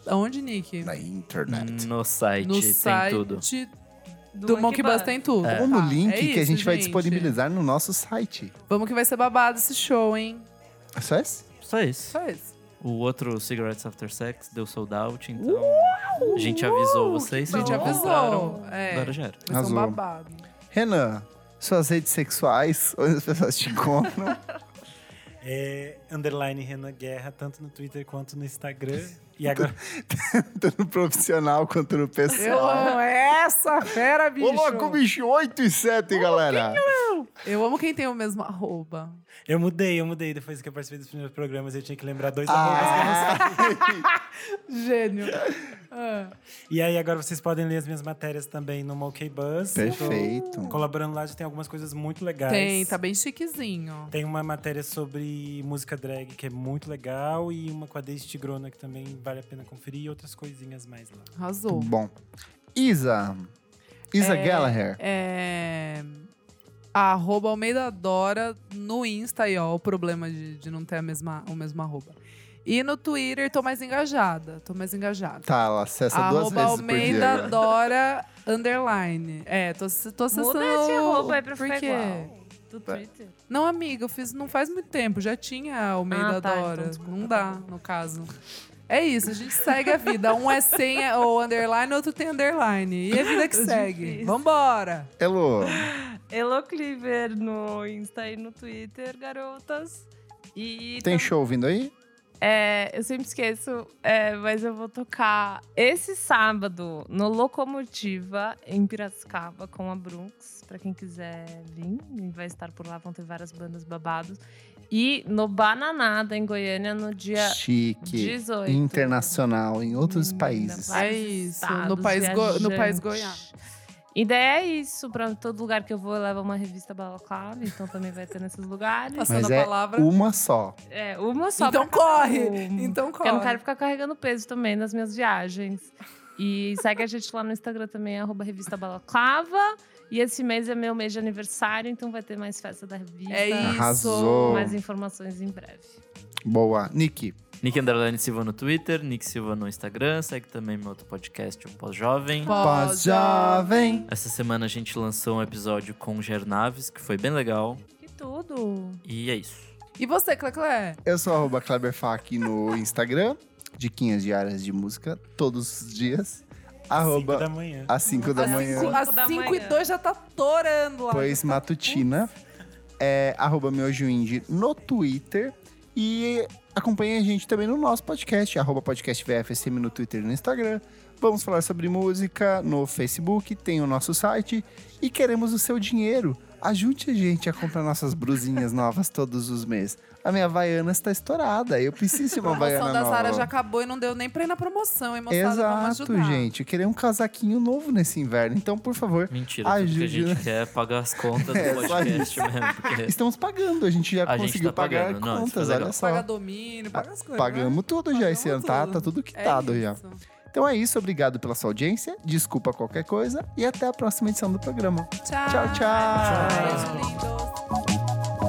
Speaker 3: onde, Nick?
Speaker 1: Na internet.
Speaker 4: No site
Speaker 3: no
Speaker 4: tem
Speaker 3: site
Speaker 4: tudo.
Speaker 3: Do Monkey Bus tem tudo.
Speaker 1: Como
Speaker 3: Tá,
Speaker 1: link
Speaker 3: é
Speaker 1: que a
Speaker 3: isso,
Speaker 1: gente, vai
Speaker 3: gente.
Speaker 1: disponibilizar no nosso site.
Speaker 3: Vamos que vai ser babado esse show, hein?
Speaker 1: É só esse?
Speaker 4: Só isso.
Speaker 3: Só isso.
Speaker 4: O outro, Cigarettes After Sex, deu sold out, então. a gente avisou vocês.
Speaker 3: A gente
Speaker 4: vocês
Speaker 3: avisou.
Speaker 4: compraram,
Speaker 3: É.
Speaker 4: Agora já era.
Speaker 3: Vai ser um
Speaker 1: Arrasou.
Speaker 3: babado.
Speaker 1: Renan, suas redes sexuais, <laughs> onde as pessoas te encontram.
Speaker 5: <laughs>
Speaker 1: <laughs>
Speaker 5: É underline Renan Guerra, tanto no Twitter quanto no Instagram. E agora.
Speaker 1: tanto no profissional quanto no
Speaker 3: Eu
Speaker 1: pessoal.
Speaker 3: amo essa fera, bicho.
Speaker 1: Ô, louco, bicho, 8 e 7, galera.
Speaker 3: Eu amo quem tem o mesmo arroba.
Speaker 5: Eu mudei, eu mudei. Depois que eu participei dos primeiros programas, eu tinha que lembrar dois arrobas que eu não
Speaker 1: Ah,
Speaker 3: Gênio. Ah.
Speaker 5: E aí agora vocês podem ler as minhas matérias também no OK Bus.
Speaker 1: perfeito.
Speaker 5: Tô colaborando lá, já tem algumas coisas muito legais.
Speaker 3: Tem, tá bem chiquezinho.
Speaker 5: Tem uma matéria sobre música drag que é muito legal e uma com a Daisy Tigrona que também vale a pena conferir e outras coisinhas mais lá.
Speaker 3: Arrasou.
Speaker 1: Bom. Isa. Isa
Speaker 3: É,
Speaker 1: Gallagher.
Speaker 3: É. Arroba Almeida Dora no Insta aí, ó. O problema de, de não ter a mesma, o mesmo arroba. E no Twitter, tô mais engajada. Tô mais engajada.
Speaker 1: Tá, ela acessa duas
Speaker 3: arroba
Speaker 1: vezes por dia.
Speaker 3: Almeida
Speaker 1: agora.
Speaker 3: Dora underline. É, tô, tô acessando.
Speaker 2: Muda esse arroba aí pra
Speaker 3: por
Speaker 2: ficar
Speaker 3: quê?
Speaker 2: igual. Do Twitter.
Speaker 3: Não, amiga, eu fiz não faz muito tempo. Já tinha Almeida
Speaker 2: Ah, tá, então
Speaker 3: Dora.
Speaker 2: desculpa,
Speaker 3: não
Speaker 2: tá
Speaker 3: dá, no caso. É isso, a gente segue a vida. Um é sem ou underline, outro tem underline. E
Speaker 2: <laughs>
Speaker 3: a vida que segue.
Speaker 2: É difícil.
Speaker 3: Vambora!
Speaker 1: Elo,
Speaker 2: Elo Cleaver no Insta e no Twitter, garotas. E tá
Speaker 1: tem
Speaker 2: tam-
Speaker 1: show vindo aí?
Speaker 2: É, eu sempre esqueço, é, mas eu vou tocar esse sábado no Locomotiva, em Piracicaba, com a Brunx. Pra quem quiser vir, vai estar por lá, vão ter várias bandas babados. E no Bananada, em Goiânia, no dia
Speaker 1: Chique.
Speaker 2: 18.
Speaker 1: Internacional, em outros
Speaker 2: Menina,
Speaker 1: países.
Speaker 3: vai.
Speaker 2: vários
Speaker 3: É isso,
Speaker 2: estados,
Speaker 3: no país Go- no
Speaker 2: viajantes.
Speaker 3: país Goiás.
Speaker 2: E daí é isso, pra todo lugar que eu vou, eu levo uma revista balaclava, então também vai ter nesses lugares.
Speaker 3: Passando
Speaker 1: Mas
Speaker 3: a
Speaker 1: é
Speaker 3: palavra.
Speaker 1: Uma só.
Speaker 2: É, uma só.
Speaker 3: Então
Speaker 2: pra cada
Speaker 3: corre!
Speaker 2: um.
Speaker 3: Então
Speaker 2: Porque Eu não
Speaker 3: corre.
Speaker 2: quero ficar carregando peso também nas minhas viagens. E segue a gente lá no Instagram também, arroba revista balaclava. E esse mês é meu mês de aniversário, então vai ter mais festa da revista.
Speaker 3: É isso.
Speaker 1: Arrasou.
Speaker 2: Mais informações em breve.
Speaker 1: Boa. Nick,
Speaker 4: Nick Underline Silva no Twitter, Nick Silva no Instagram, segue também meu outro podcast, o Pós-Jovem.
Speaker 1: pós-jovem.
Speaker 4: Essa semana a gente lançou um episódio com Ger Naves, que foi bem legal.
Speaker 2: E tudo.
Speaker 4: E é isso.
Speaker 3: E você, Cleclé?
Speaker 1: Eu sou arroba Kleber Fá aqui no Instagram. Diquinhas diárias de música, todos os dias.
Speaker 5: Cinco da
Speaker 1: Arroba
Speaker 5: manhã.
Speaker 1: às 5 da
Speaker 2: Às
Speaker 1: manhã.
Speaker 2: cinco.
Speaker 3: Às
Speaker 2: da
Speaker 3: 5 e
Speaker 2: manhã.
Speaker 3: 2 já tá torando lá.
Speaker 1: Pois Matutina. É, arroba Miojoindy no Twitter. E acompanhe a gente também no nosso podcast, arroba podcast VFSM no Twitter e no Instagram. Vamos falar sobre música no Facebook, tem o nosso site e queremos o seu dinheiro. Ajude a gente a comprar nossas brusinhas novas todos os meses. A minha Havaiana está estourada, eu preciso de
Speaker 3: a
Speaker 1: uma
Speaker 3: promoção
Speaker 1: Havaiana
Speaker 3: da Zara
Speaker 1: nova.
Speaker 3: já acabou e não deu nem pra ir na promoção, hein, moçada? Vamos
Speaker 1: Exato,
Speaker 3: ajudar.
Speaker 1: gente. Eu queria um casaquinho novo nesse inverno. Então, por favor,
Speaker 4: Mentira, tudo que a
Speaker 1: Ajude,
Speaker 4: gente quer é pagar as
Speaker 1: <laughs>
Speaker 4: contas
Speaker 1: É,
Speaker 4: do
Speaker 1: só
Speaker 4: podcast mesmo. Porque
Speaker 1: estamos pagando. A gente já
Speaker 4: É. A gente
Speaker 1: conseguiu
Speaker 4: tá
Speaker 1: pagar
Speaker 4: pagando, não, isso foi
Speaker 1: contas,
Speaker 4: legal.
Speaker 1: olha só.
Speaker 3: Paga domínio, paga as coisas.
Speaker 1: Pagamos tudo já
Speaker 3: Pagamos
Speaker 1: esse ano, tá?
Speaker 3: tudo.
Speaker 1: Tá tudo
Speaker 3: né? É
Speaker 1: quitado já.
Speaker 3: isso.
Speaker 1: Então é isso, obrigado pela sua audiência, desculpa qualquer coisa e até a próxima edição do programa. Tchau, tchau!
Speaker 3: Beijo, lindos.